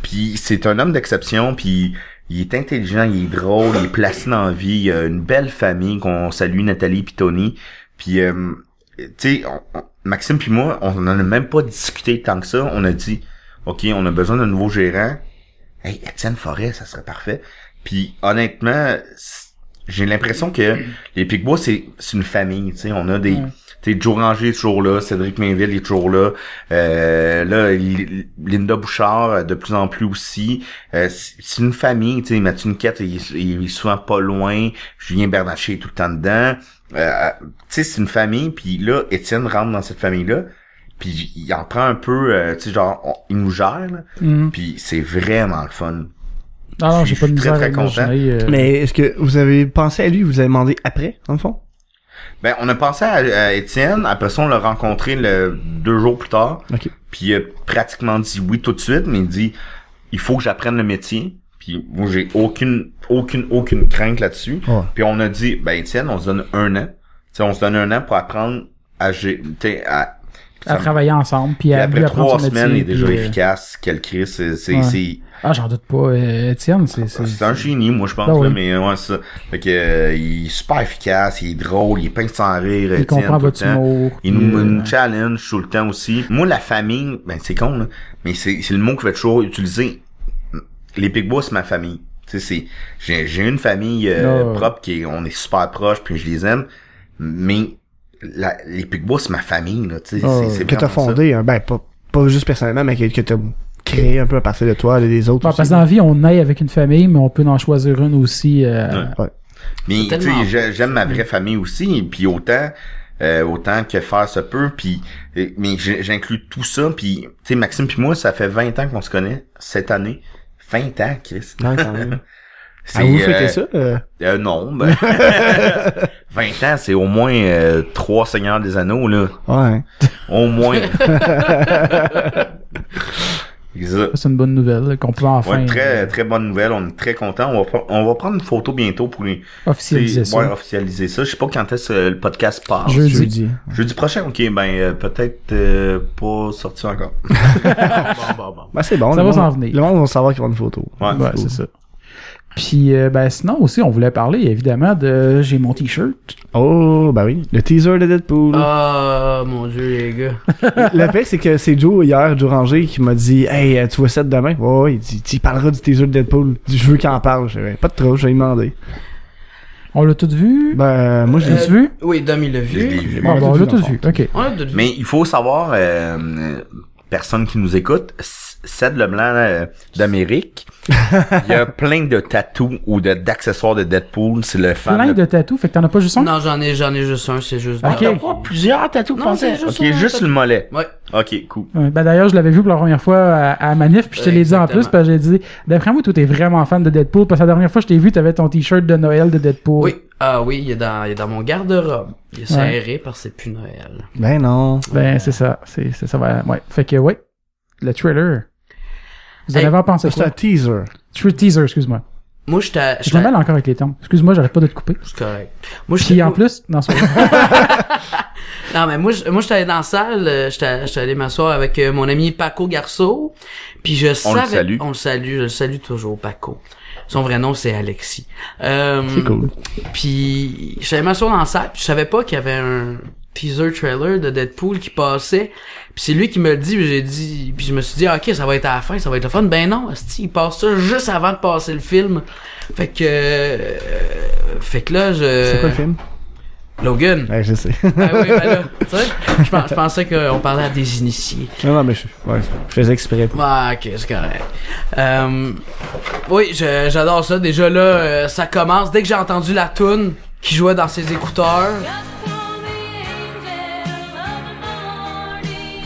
[SPEAKER 2] puis c'est un homme d'exception puis il est intelligent, il est drôle, il est placé dans la vie, il a une belle famille qu'on salue Nathalie puis Tony. Puis euh, tu sais on- on- Maxime puis moi, on n'en a même pas discuté tant que ça, on a dit OK, on a besoin d'un nouveau gérant. Hey, Étienne Forêt, ça serait parfait. Puis honnêtement, c- j'ai l'impression que les Picbois, c'est c'est une famille, tu sais, on a des
[SPEAKER 3] Ouais.
[SPEAKER 2] tu sais, Joe Ranger est toujours là, Cédric Mainville est toujours là, euh, là, Li- Linda Bouchard, euh, de plus en plus aussi. Euh, c'est c'est une famille, tu sais, Mathieu Niquette, il, il est souvent pas loin, Julien Bernachet est tout le temps dedans, euh, tu sais, c'est une famille, puis là, Étienne rentre dans cette famille-là, puis il en prend un peu, euh, tu sais, genre, on- il nous gère, là,
[SPEAKER 3] Mhm.
[SPEAKER 2] puis c'est vraiment le fun.
[SPEAKER 3] Ah non, j'ai
[SPEAKER 2] je
[SPEAKER 3] pas de
[SPEAKER 2] suis très,
[SPEAKER 3] misère
[SPEAKER 2] très
[SPEAKER 3] à imaginer, euh,
[SPEAKER 4] Mais est-ce que vous avez pensé à lui, vous avez demandé après, dans le fond?
[SPEAKER 2] Ben, on a pensé à, à Étienne, après ça, on l'a rencontré le, deux jours plus tard,
[SPEAKER 4] Ok.
[SPEAKER 2] puis il a pratiquement dit oui tout de suite, mais il dit, il faut que j'apprenne le métier, puis moi, j'ai aucune, aucune, aucune crainte là-dessus.
[SPEAKER 4] Ouais.
[SPEAKER 2] Puis on a dit, ben Étienne, on se donne un an. Tu sais, on se donne un an pour apprendre à... gé- tu sais, à
[SPEAKER 3] à travailler ensemble, puis
[SPEAKER 2] Puis
[SPEAKER 3] à
[SPEAKER 2] après
[SPEAKER 3] lui
[SPEAKER 2] trois
[SPEAKER 3] apprendre son
[SPEAKER 2] semaines, il
[SPEAKER 3] métier,
[SPEAKER 2] est déjà
[SPEAKER 3] puis, euh,
[SPEAKER 2] efficace. Quel Chris, c'est c'est
[SPEAKER 3] Ouais.
[SPEAKER 2] c'est-
[SPEAKER 3] Ah, j'en doute pas. euh, Étienne, c'est... c'est-
[SPEAKER 2] c'est un génie, moi je pense.
[SPEAKER 3] Ah oui.
[SPEAKER 2] là, mais euh, ouais, c'est ça. Fait que euh, il est super efficace, il est drôle, il est pince sans rire.
[SPEAKER 3] Il
[SPEAKER 2] Étienne,
[SPEAKER 3] comprend
[SPEAKER 2] tout le
[SPEAKER 3] votre
[SPEAKER 2] temps.
[SPEAKER 3] humour.
[SPEAKER 2] Il nous,
[SPEAKER 3] puis, euh,
[SPEAKER 2] nous challenge tout le temps aussi. Moi, la famille, ben c'est con, là, mais c'est c'est le mot que je vais toujours utiliser. Les Big Boys, c'est ma famille. Tu sais, c'est j'ai j'ai une famille euh,
[SPEAKER 3] Ah.
[SPEAKER 2] propre qui est, on est super proches, puis je les aime, mais la, les Big Boys, c'est ma famille, là. Tu sais,
[SPEAKER 4] Ah,
[SPEAKER 2] c'est- c'est
[SPEAKER 4] que t'as
[SPEAKER 2] vraiment ça.
[SPEAKER 4] fondé, hein, ben pas, pas juste personnellement, mais que, que t'as créé un peu à partir de toi et des autres.
[SPEAKER 3] Ouais,
[SPEAKER 4] aussi.
[SPEAKER 3] parce que dans la vie, on naît avec une famille, mais on peut en choisir une aussi. euh,
[SPEAKER 2] Mais
[SPEAKER 1] C'est
[SPEAKER 2] tu
[SPEAKER 1] tellement
[SPEAKER 2] sais, j'ai- j'aime ma vraie famille aussi, puis autant euh, autant que faire se peut, puis et- mais j'ai- j'inclus tout ça, puis tu sais Maxime puis moi, ça fait 20 ans qu'on se connaît cette année. 20 ans, Chris.
[SPEAKER 4] Non, quand même.
[SPEAKER 2] C'est,
[SPEAKER 4] Ah, vous
[SPEAKER 2] euh,
[SPEAKER 4] fêtez ça? euh,
[SPEAKER 2] euh, non, ben, 20 ans, c'est au moins euh, trois seigneurs des anneaux là,
[SPEAKER 4] Ouais.
[SPEAKER 2] au moins. Exact.
[SPEAKER 3] C'est une bonne nouvelle là, qu'on peut enfin
[SPEAKER 2] Ouais,
[SPEAKER 3] euh,
[SPEAKER 2] très très bonne nouvelle, on est très content. On va pre- on va prendre une photo bientôt pour les-
[SPEAKER 3] officialiser
[SPEAKER 2] ouais,
[SPEAKER 3] ça.
[SPEAKER 2] officialiser ça. Je sais pas quand est-ce que le podcast part.
[SPEAKER 3] Jeudi.
[SPEAKER 2] Jeudi prochain, ok, ben euh, peut-être euh, pas sorti encore.
[SPEAKER 1] bon, bon, bon.
[SPEAKER 4] Ben, c'est bon.
[SPEAKER 3] Ça
[SPEAKER 4] le
[SPEAKER 3] va
[SPEAKER 4] monde-
[SPEAKER 3] s'en venir.
[SPEAKER 4] Le monde va savoir qu'ils vont une photo.
[SPEAKER 2] Ouais.
[SPEAKER 3] Ouais, c'est ça. Puis, euh, ben, sinon aussi, on voulait parler évidemment de j'ai mon t-shirt.
[SPEAKER 4] Oh, bah oui. Le teaser de Deadpool.
[SPEAKER 1] Ah, mon dieu, les gars.
[SPEAKER 4] Le pire, c'est que c'est Joe hier, Joe Ranger, qui m'a dit Hey, euh, tu vois ça demain Ouais, ouais, il dit Tu parleras du teaser de Deadpool. Il dit, Je veux qu'il en parle. Je dis, Ben, Pas de trop, je vais lui demander.
[SPEAKER 3] On l'a tout vu.
[SPEAKER 4] Ben, moi, je l'ai
[SPEAKER 3] L'as-tu vu?
[SPEAKER 1] Oui, Dom, il l'a
[SPEAKER 2] Je l'ai
[SPEAKER 1] vu.
[SPEAKER 2] vu.
[SPEAKER 3] Bon,
[SPEAKER 4] on
[SPEAKER 3] ben,
[SPEAKER 4] l'a tout
[SPEAKER 3] on
[SPEAKER 4] vu,
[SPEAKER 3] l'a
[SPEAKER 4] dans
[SPEAKER 3] tout
[SPEAKER 4] le
[SPEAKER 3] vu. OK.
[SPEAKER 1] On l'a tout vu.
[SPEAKER 2] Mais il faut savoir, euh, euh, personne qui nous écoute, C- Ced Leblanc euh, d'Amérique, il y a plein de tatous ou de- d'accessoires de Deadpool. C'est le fan.
[SPEAKER 3] Plein de tatous, fait que t'en as pas juste un?
[SPEAKER 1] Non, j'en ai, j'en ai juste un, c'est juste.
[SPEAKER 3] Ok.
[SPEAKER 1] Dom.
[SPEAKER 2] Oh, plusieurs tatous.
[SPEAKER 1] Non,
[SPEAKER 2] pensez.
[SPEAKER 1] c'est juste
[SPEAKER 2] ok,
[SPEAKER 1] un
[SPEAKER 2] juste
[SPEAKER 1] tatou.
[SPEAKER 2] le mollet.
[SPEAKER 1] Ouais.
[SPEAKER 2] Ok, cool.
[SPEAKER 3] Ouais, Ben d'ailleurs, je l'avais vu pour la première fois à, à Manif, puis je te l'ai dit en plus,
[SPEAKER 1] Exactement.
[SPEAKER 3] parce que j'ai dit, d'après moi, toi, t'es vraiment fan de Deadpool, parce que la dernière fois que je t'ai vu, t'avais ton t-shirt de Noël de Deadpool.
[SPEAKER 1] Oui. Ah oui, il est dans, il est dans mon garde-robe. Il est
[SPEAKER 3] Ouais.
[SPEAKER 1] serré parce que c'est plus Noël.
[SPEAKER 4] Ben, non.
[SPEAKER 3] Ben, c'est ça. C'est, c'est ça. va- Ouais. Fait que, ouais. Le trailer. Vous en
[SPEAKER 1] Hey,
[SPEAKER 3] avez en pensé
[SPEAKER 4] C'est
[SPEAKER 3] quoi?
[SPEAKER 4] un teaser.
[SPEAKER 3] Tre- teaser, excuse-moi.
[SPEAKER 1] Moi, je t'ai.
[SPEAKER 3] Je me mal encore avec les termes. Excuse-moi, j'arrête pas de te couper.
[SPEAKER 1] C'est correct. Moi, je
[SPEAKER 3] Puis en plus, non, c'est pas vrai.
[SPEAKER 1] Non, mais moi, je- moi, j'étais allé dans la salle, euh, j'étais, j'étais allé m'asseoir avec euh, mon ami Paco Garceau, puis je
[SPEAKER 2] On le
[SPEAKER 1] savais...
[SPEAKER 2] salue.
[SPEAKER 1] On le salue, je le salue toujours, Paco. Son vrai nom, c'est Alexis. Euh,
[SPEAKER 4] C'est cool.
[SPEAKER 1] Puis, j'étais allé m'asseoir dans la salle, puis je savais pas qu'il y avait un teaser trailer de Deadpool qui passait, puis c'est lui qui me le dit, puis j'ai dit... Puis je me suis dit, ah, OK, ça va être à la fin, ça va être le fun. Ben non, asti, il passe ça juste avant de passer le film. Fait que... euh, fait que là, je...
[SPEAKER 4] C'est quoi le film
[SPEAKER 1] Logan.
[SPEAKER 4] Ouais, je sais.
[SPEAKER 1] Ah oui, ben là, tu sais, je, pens- je pensais qu'on parlait à des initiés.
[SPEAKER 4] non, non, mais je, ouais, je faisais exprès.
[SPEAKER 1] Ah, ok, c'est correct. Euh, oui, je- j'adore ça. Déjà là, euh, ça commence. Dès que j'ai entendu la toune qui jouait dans ses écouteurs,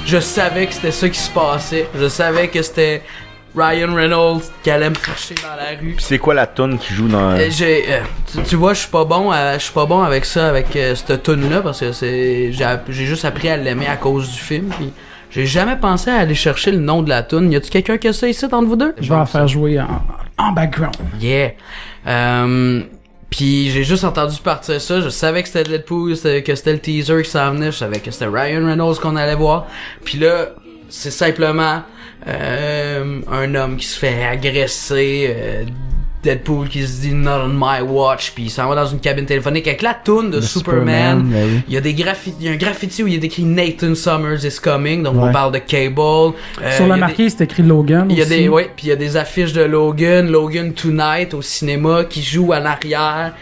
[SPEAKER 1] je savais que c'était ça qui se passait. Je savais que c'était Ryan Reynolds qui allait me chercher dans la rue.
[SPEAKER 2] Puis c'est quoi la tonne qui joue dans
[SPEAKER 1] Euh, j'ai, euh, tu, tu vois, je suis pas bon, à- je suis pas bon avec ça, avec euh, cette tune là, parce que c'est, j'ai, app- j'ai juste appris à l'aimer à cause du film. Puis j'ai jamais pensé à aller chercher le nom de la tune. Y a-tu quelqu'un qui a ça ici entre vous deux
[SPEAKER 3] je vais en faire jouer en, en background.
[SPEAKER 1] Yeah. Euh, puis j'ai juste entendu partir ça. Je savais que c'était Deadpool, c'était- que c'était le teaser qui s'en venait. Je savais que c'était Ryan Reynolds qu'on allait voir. Puis là, c'est simplement euh, un homme qui se fait agresser. euh, Deadpool qui se dit not on my watch puis il s'en va dans une cabine téléphonique avec la toune de Superman.
[SPEAKER 4] Superman, ben oui.
[SPEAKER 1] Il y a des graffitis, il y a un graffiti où il est écrit Nathan Summers is coming donc
[SPEAKER 4] Ouais.
[SPEAKER 1] on parle de Cable. Euh, il
[SPEAKER 3] Sur
[SPEAKER 1] y
[SPEAKER 3] la
[SPEAKER 1] a des-
[SPEAKER 3] marquise, c'est écrit Logan.
[SPEAKER 1] il y a
[SPEAKER 3] aussi.
[SPEAKER 1] des ouais, puis il y a des affiches de Logan, Logan Tonight au cinéma qui joue à l'arrière.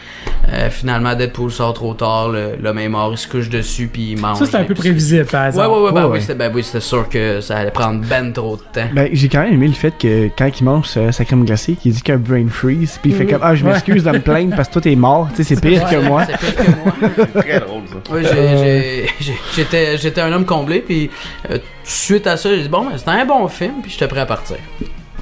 [SPEAKER 1] Euh, finalement, Deadpool sort trop tard, le, l'homme est mort, il se couche dessus, puis il mange.
[SPEAKER 3] Ça, c'était un peu
[SPEAKER 1] Puis c'est-
[SPEAKER 3] prévisible, par
[SPEAKER 1] Ouais,
[SPEAKER 3] exemple.
[SPEAKER 1] ouais, ouais, ben,
[SPEAKER 4] Ouais, ouais.
[SPEAKER 1] Oui, c'était, ben oui, c'était sûr que ça allait prendre ben trop de temps.
[SPEAKER 4] Ben, j'ai quand même aimé le fait que quand il mange sa, sa crème glacée, qu'il dit qu'il y a un brain freeze, puis il fait comme Ah, je
[SPEAKER 3] Ouais.
[SPEAKER 4] m'excuse de me plaindre parce que toi t'es mort, tu sais, c'est pire que
[SPEAKER 1] Ouais,
[SPEAKER 4] moi. Euh.
[SPEAKER 1] C'est pire que moi.
[SPEAKER 2] Très drôle, ça.
[SPEAKER 1] Oui, j'ai- j'ai- j'ai- j'étais, j'étais un homme comblé, puis euh, suite à ça, j'ai dit bon, ben, c'était un bon film, puis j'étais prêt à partir.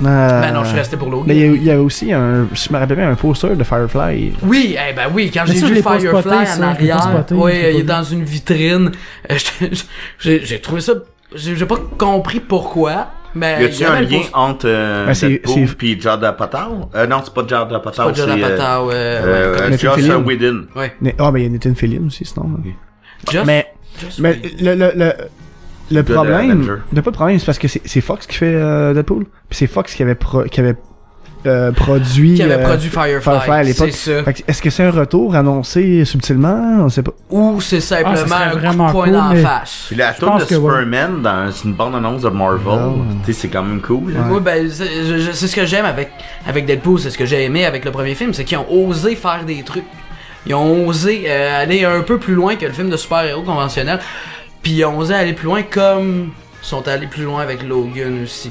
[SPEAKER 4] Euh,
[SPEAKER 1] Ben non, je suis resté pour l'autre.
[SPEAKER 4] Mais il y a- il y avait aussi un, je me rappelle bien, un poster de Firefly.
[SPEAKER 1] Oui, eh ben oui, quand
[SPEAKER 3] Mais
[SPEAKER 1] j'ai
[SPEAKER 3] ça, je
[SPEAKER 1] vu
[SPEAKER 3] l'ai pas
[SPEAKER 1] Firefly
[SPEAKER 3] spoté, ça, je
[SPEAKER 1] en
[SPEAKER 3] l'ai pas
[SPEAKER 1] arrière,
[SPEAKER 3] spoté,
[SPEAKER 1] oui,
[SPEAKER 3] j'ai pas
[SPEAKER 1] il est
[SPEAKER 3] vu.
[SPEAKER 1] dans une vitrine, euh, j'étais- j'ai, j'ai trouvé ça, j'ai, j'ai pas compris pourquoi, mais
[SPEAKER 2] Y a-tu
[SPEAKER 1] il y avait
[SPEAKER 2] un
[SPEAKER 1] le
[SPEAKER 2] lien
[SPEAKER 1] poster-
[SPEAKER 2] entre euh,
[SPEAKER 4] Ben, c'est-
[SPEAKER 2] Deadpool
[SPEAKER 4] c'est-
[SPEAKER 2] puis Jada Patow? Euh, non, c'est pas Jada Patow,
[SPEAKER 1] Pas
[SPEAKER 2] c'est...
[SPEAKER 1] Jonathan
[SPEAKER 2] euh,
[SPEAKER 1] Tao, ouais, ouais,
[SPEAKER 2] euh,
[SPEAKER 1] comme-
[SPEAKER 4] Nathan
[SPEAKER 2] Joss
[SPEAKER 4] Fillion.
[SPEAKER 2] Whedon.
[SPEAKER 1] ouais.
[SPEAKER 4] Mais- Ah, ben il y a Nathan Fillion aussi, sinon. hein.
[SPEAKER 1] Just-
[SPEAKER 4] Mais,
[SPEAKER 1] just-
[SPEAKER 4] mais le, le, le, le
[SPEAKER 2] de Avenger.
[SPEAKER 4] problème. Le pas de problème, c'est parce que c'est c'est Fox qui fait euh, Deadpool. Puis c'est Fox qui avait, pro- qui avait euh, produit.
[SPEAKER 1] qui avait
[SPEAKER 4] euh,
[SPEAKER 1] produit Firefly,
[SPEAKER 4] Firefly à l'époque.
[SPEAKER 1] c'est ça.
[SPEAKER 4] Fait que Est-ce que c'est un retour annoncé subtilement On sait pas.
[SPEAKER 1] Ou c'est
[SPEAKER 3] Ah,
[SPEAKER 1] simplement
[SPEAKER 3] ça serait
[SPEAKER 1] un coup
[SPEAKER 3] vraiment
[SPEAKER 1] de poing
[SPEAKER 3] cool,
[SPEAKER 1] dans
[SPEAKER 3] mais-
[SPEAKER 1] la face.
[SPEAKER 2] Puis la
[SPEAKER 3] Je
[SPEAKER 2] tour
[SPEAKER 3] pense
[SPEAKER 2] de
[SPEAKER 3] que ouais.
[SPEAKER 2] Superman dans une bande annonce de Marvel,
[SPEAKER 4] Ah,
[SPEAKER 2] tu sais, c'est quand même cool. là.
[SPEAKER 1] Oui, ben, c'est je- je- c'est ce que j'aime avec, avec Deadpool, c'est ce que j'ai aimé avec le premier film, c'est qu'ils ont osé faire des trucs. Ils ont osé euh, aller un peu plus loin que le film de super-héros conventionnel, puis ils ont osé aller plus loin comme ils sont allés plus loin avec Logan aussi,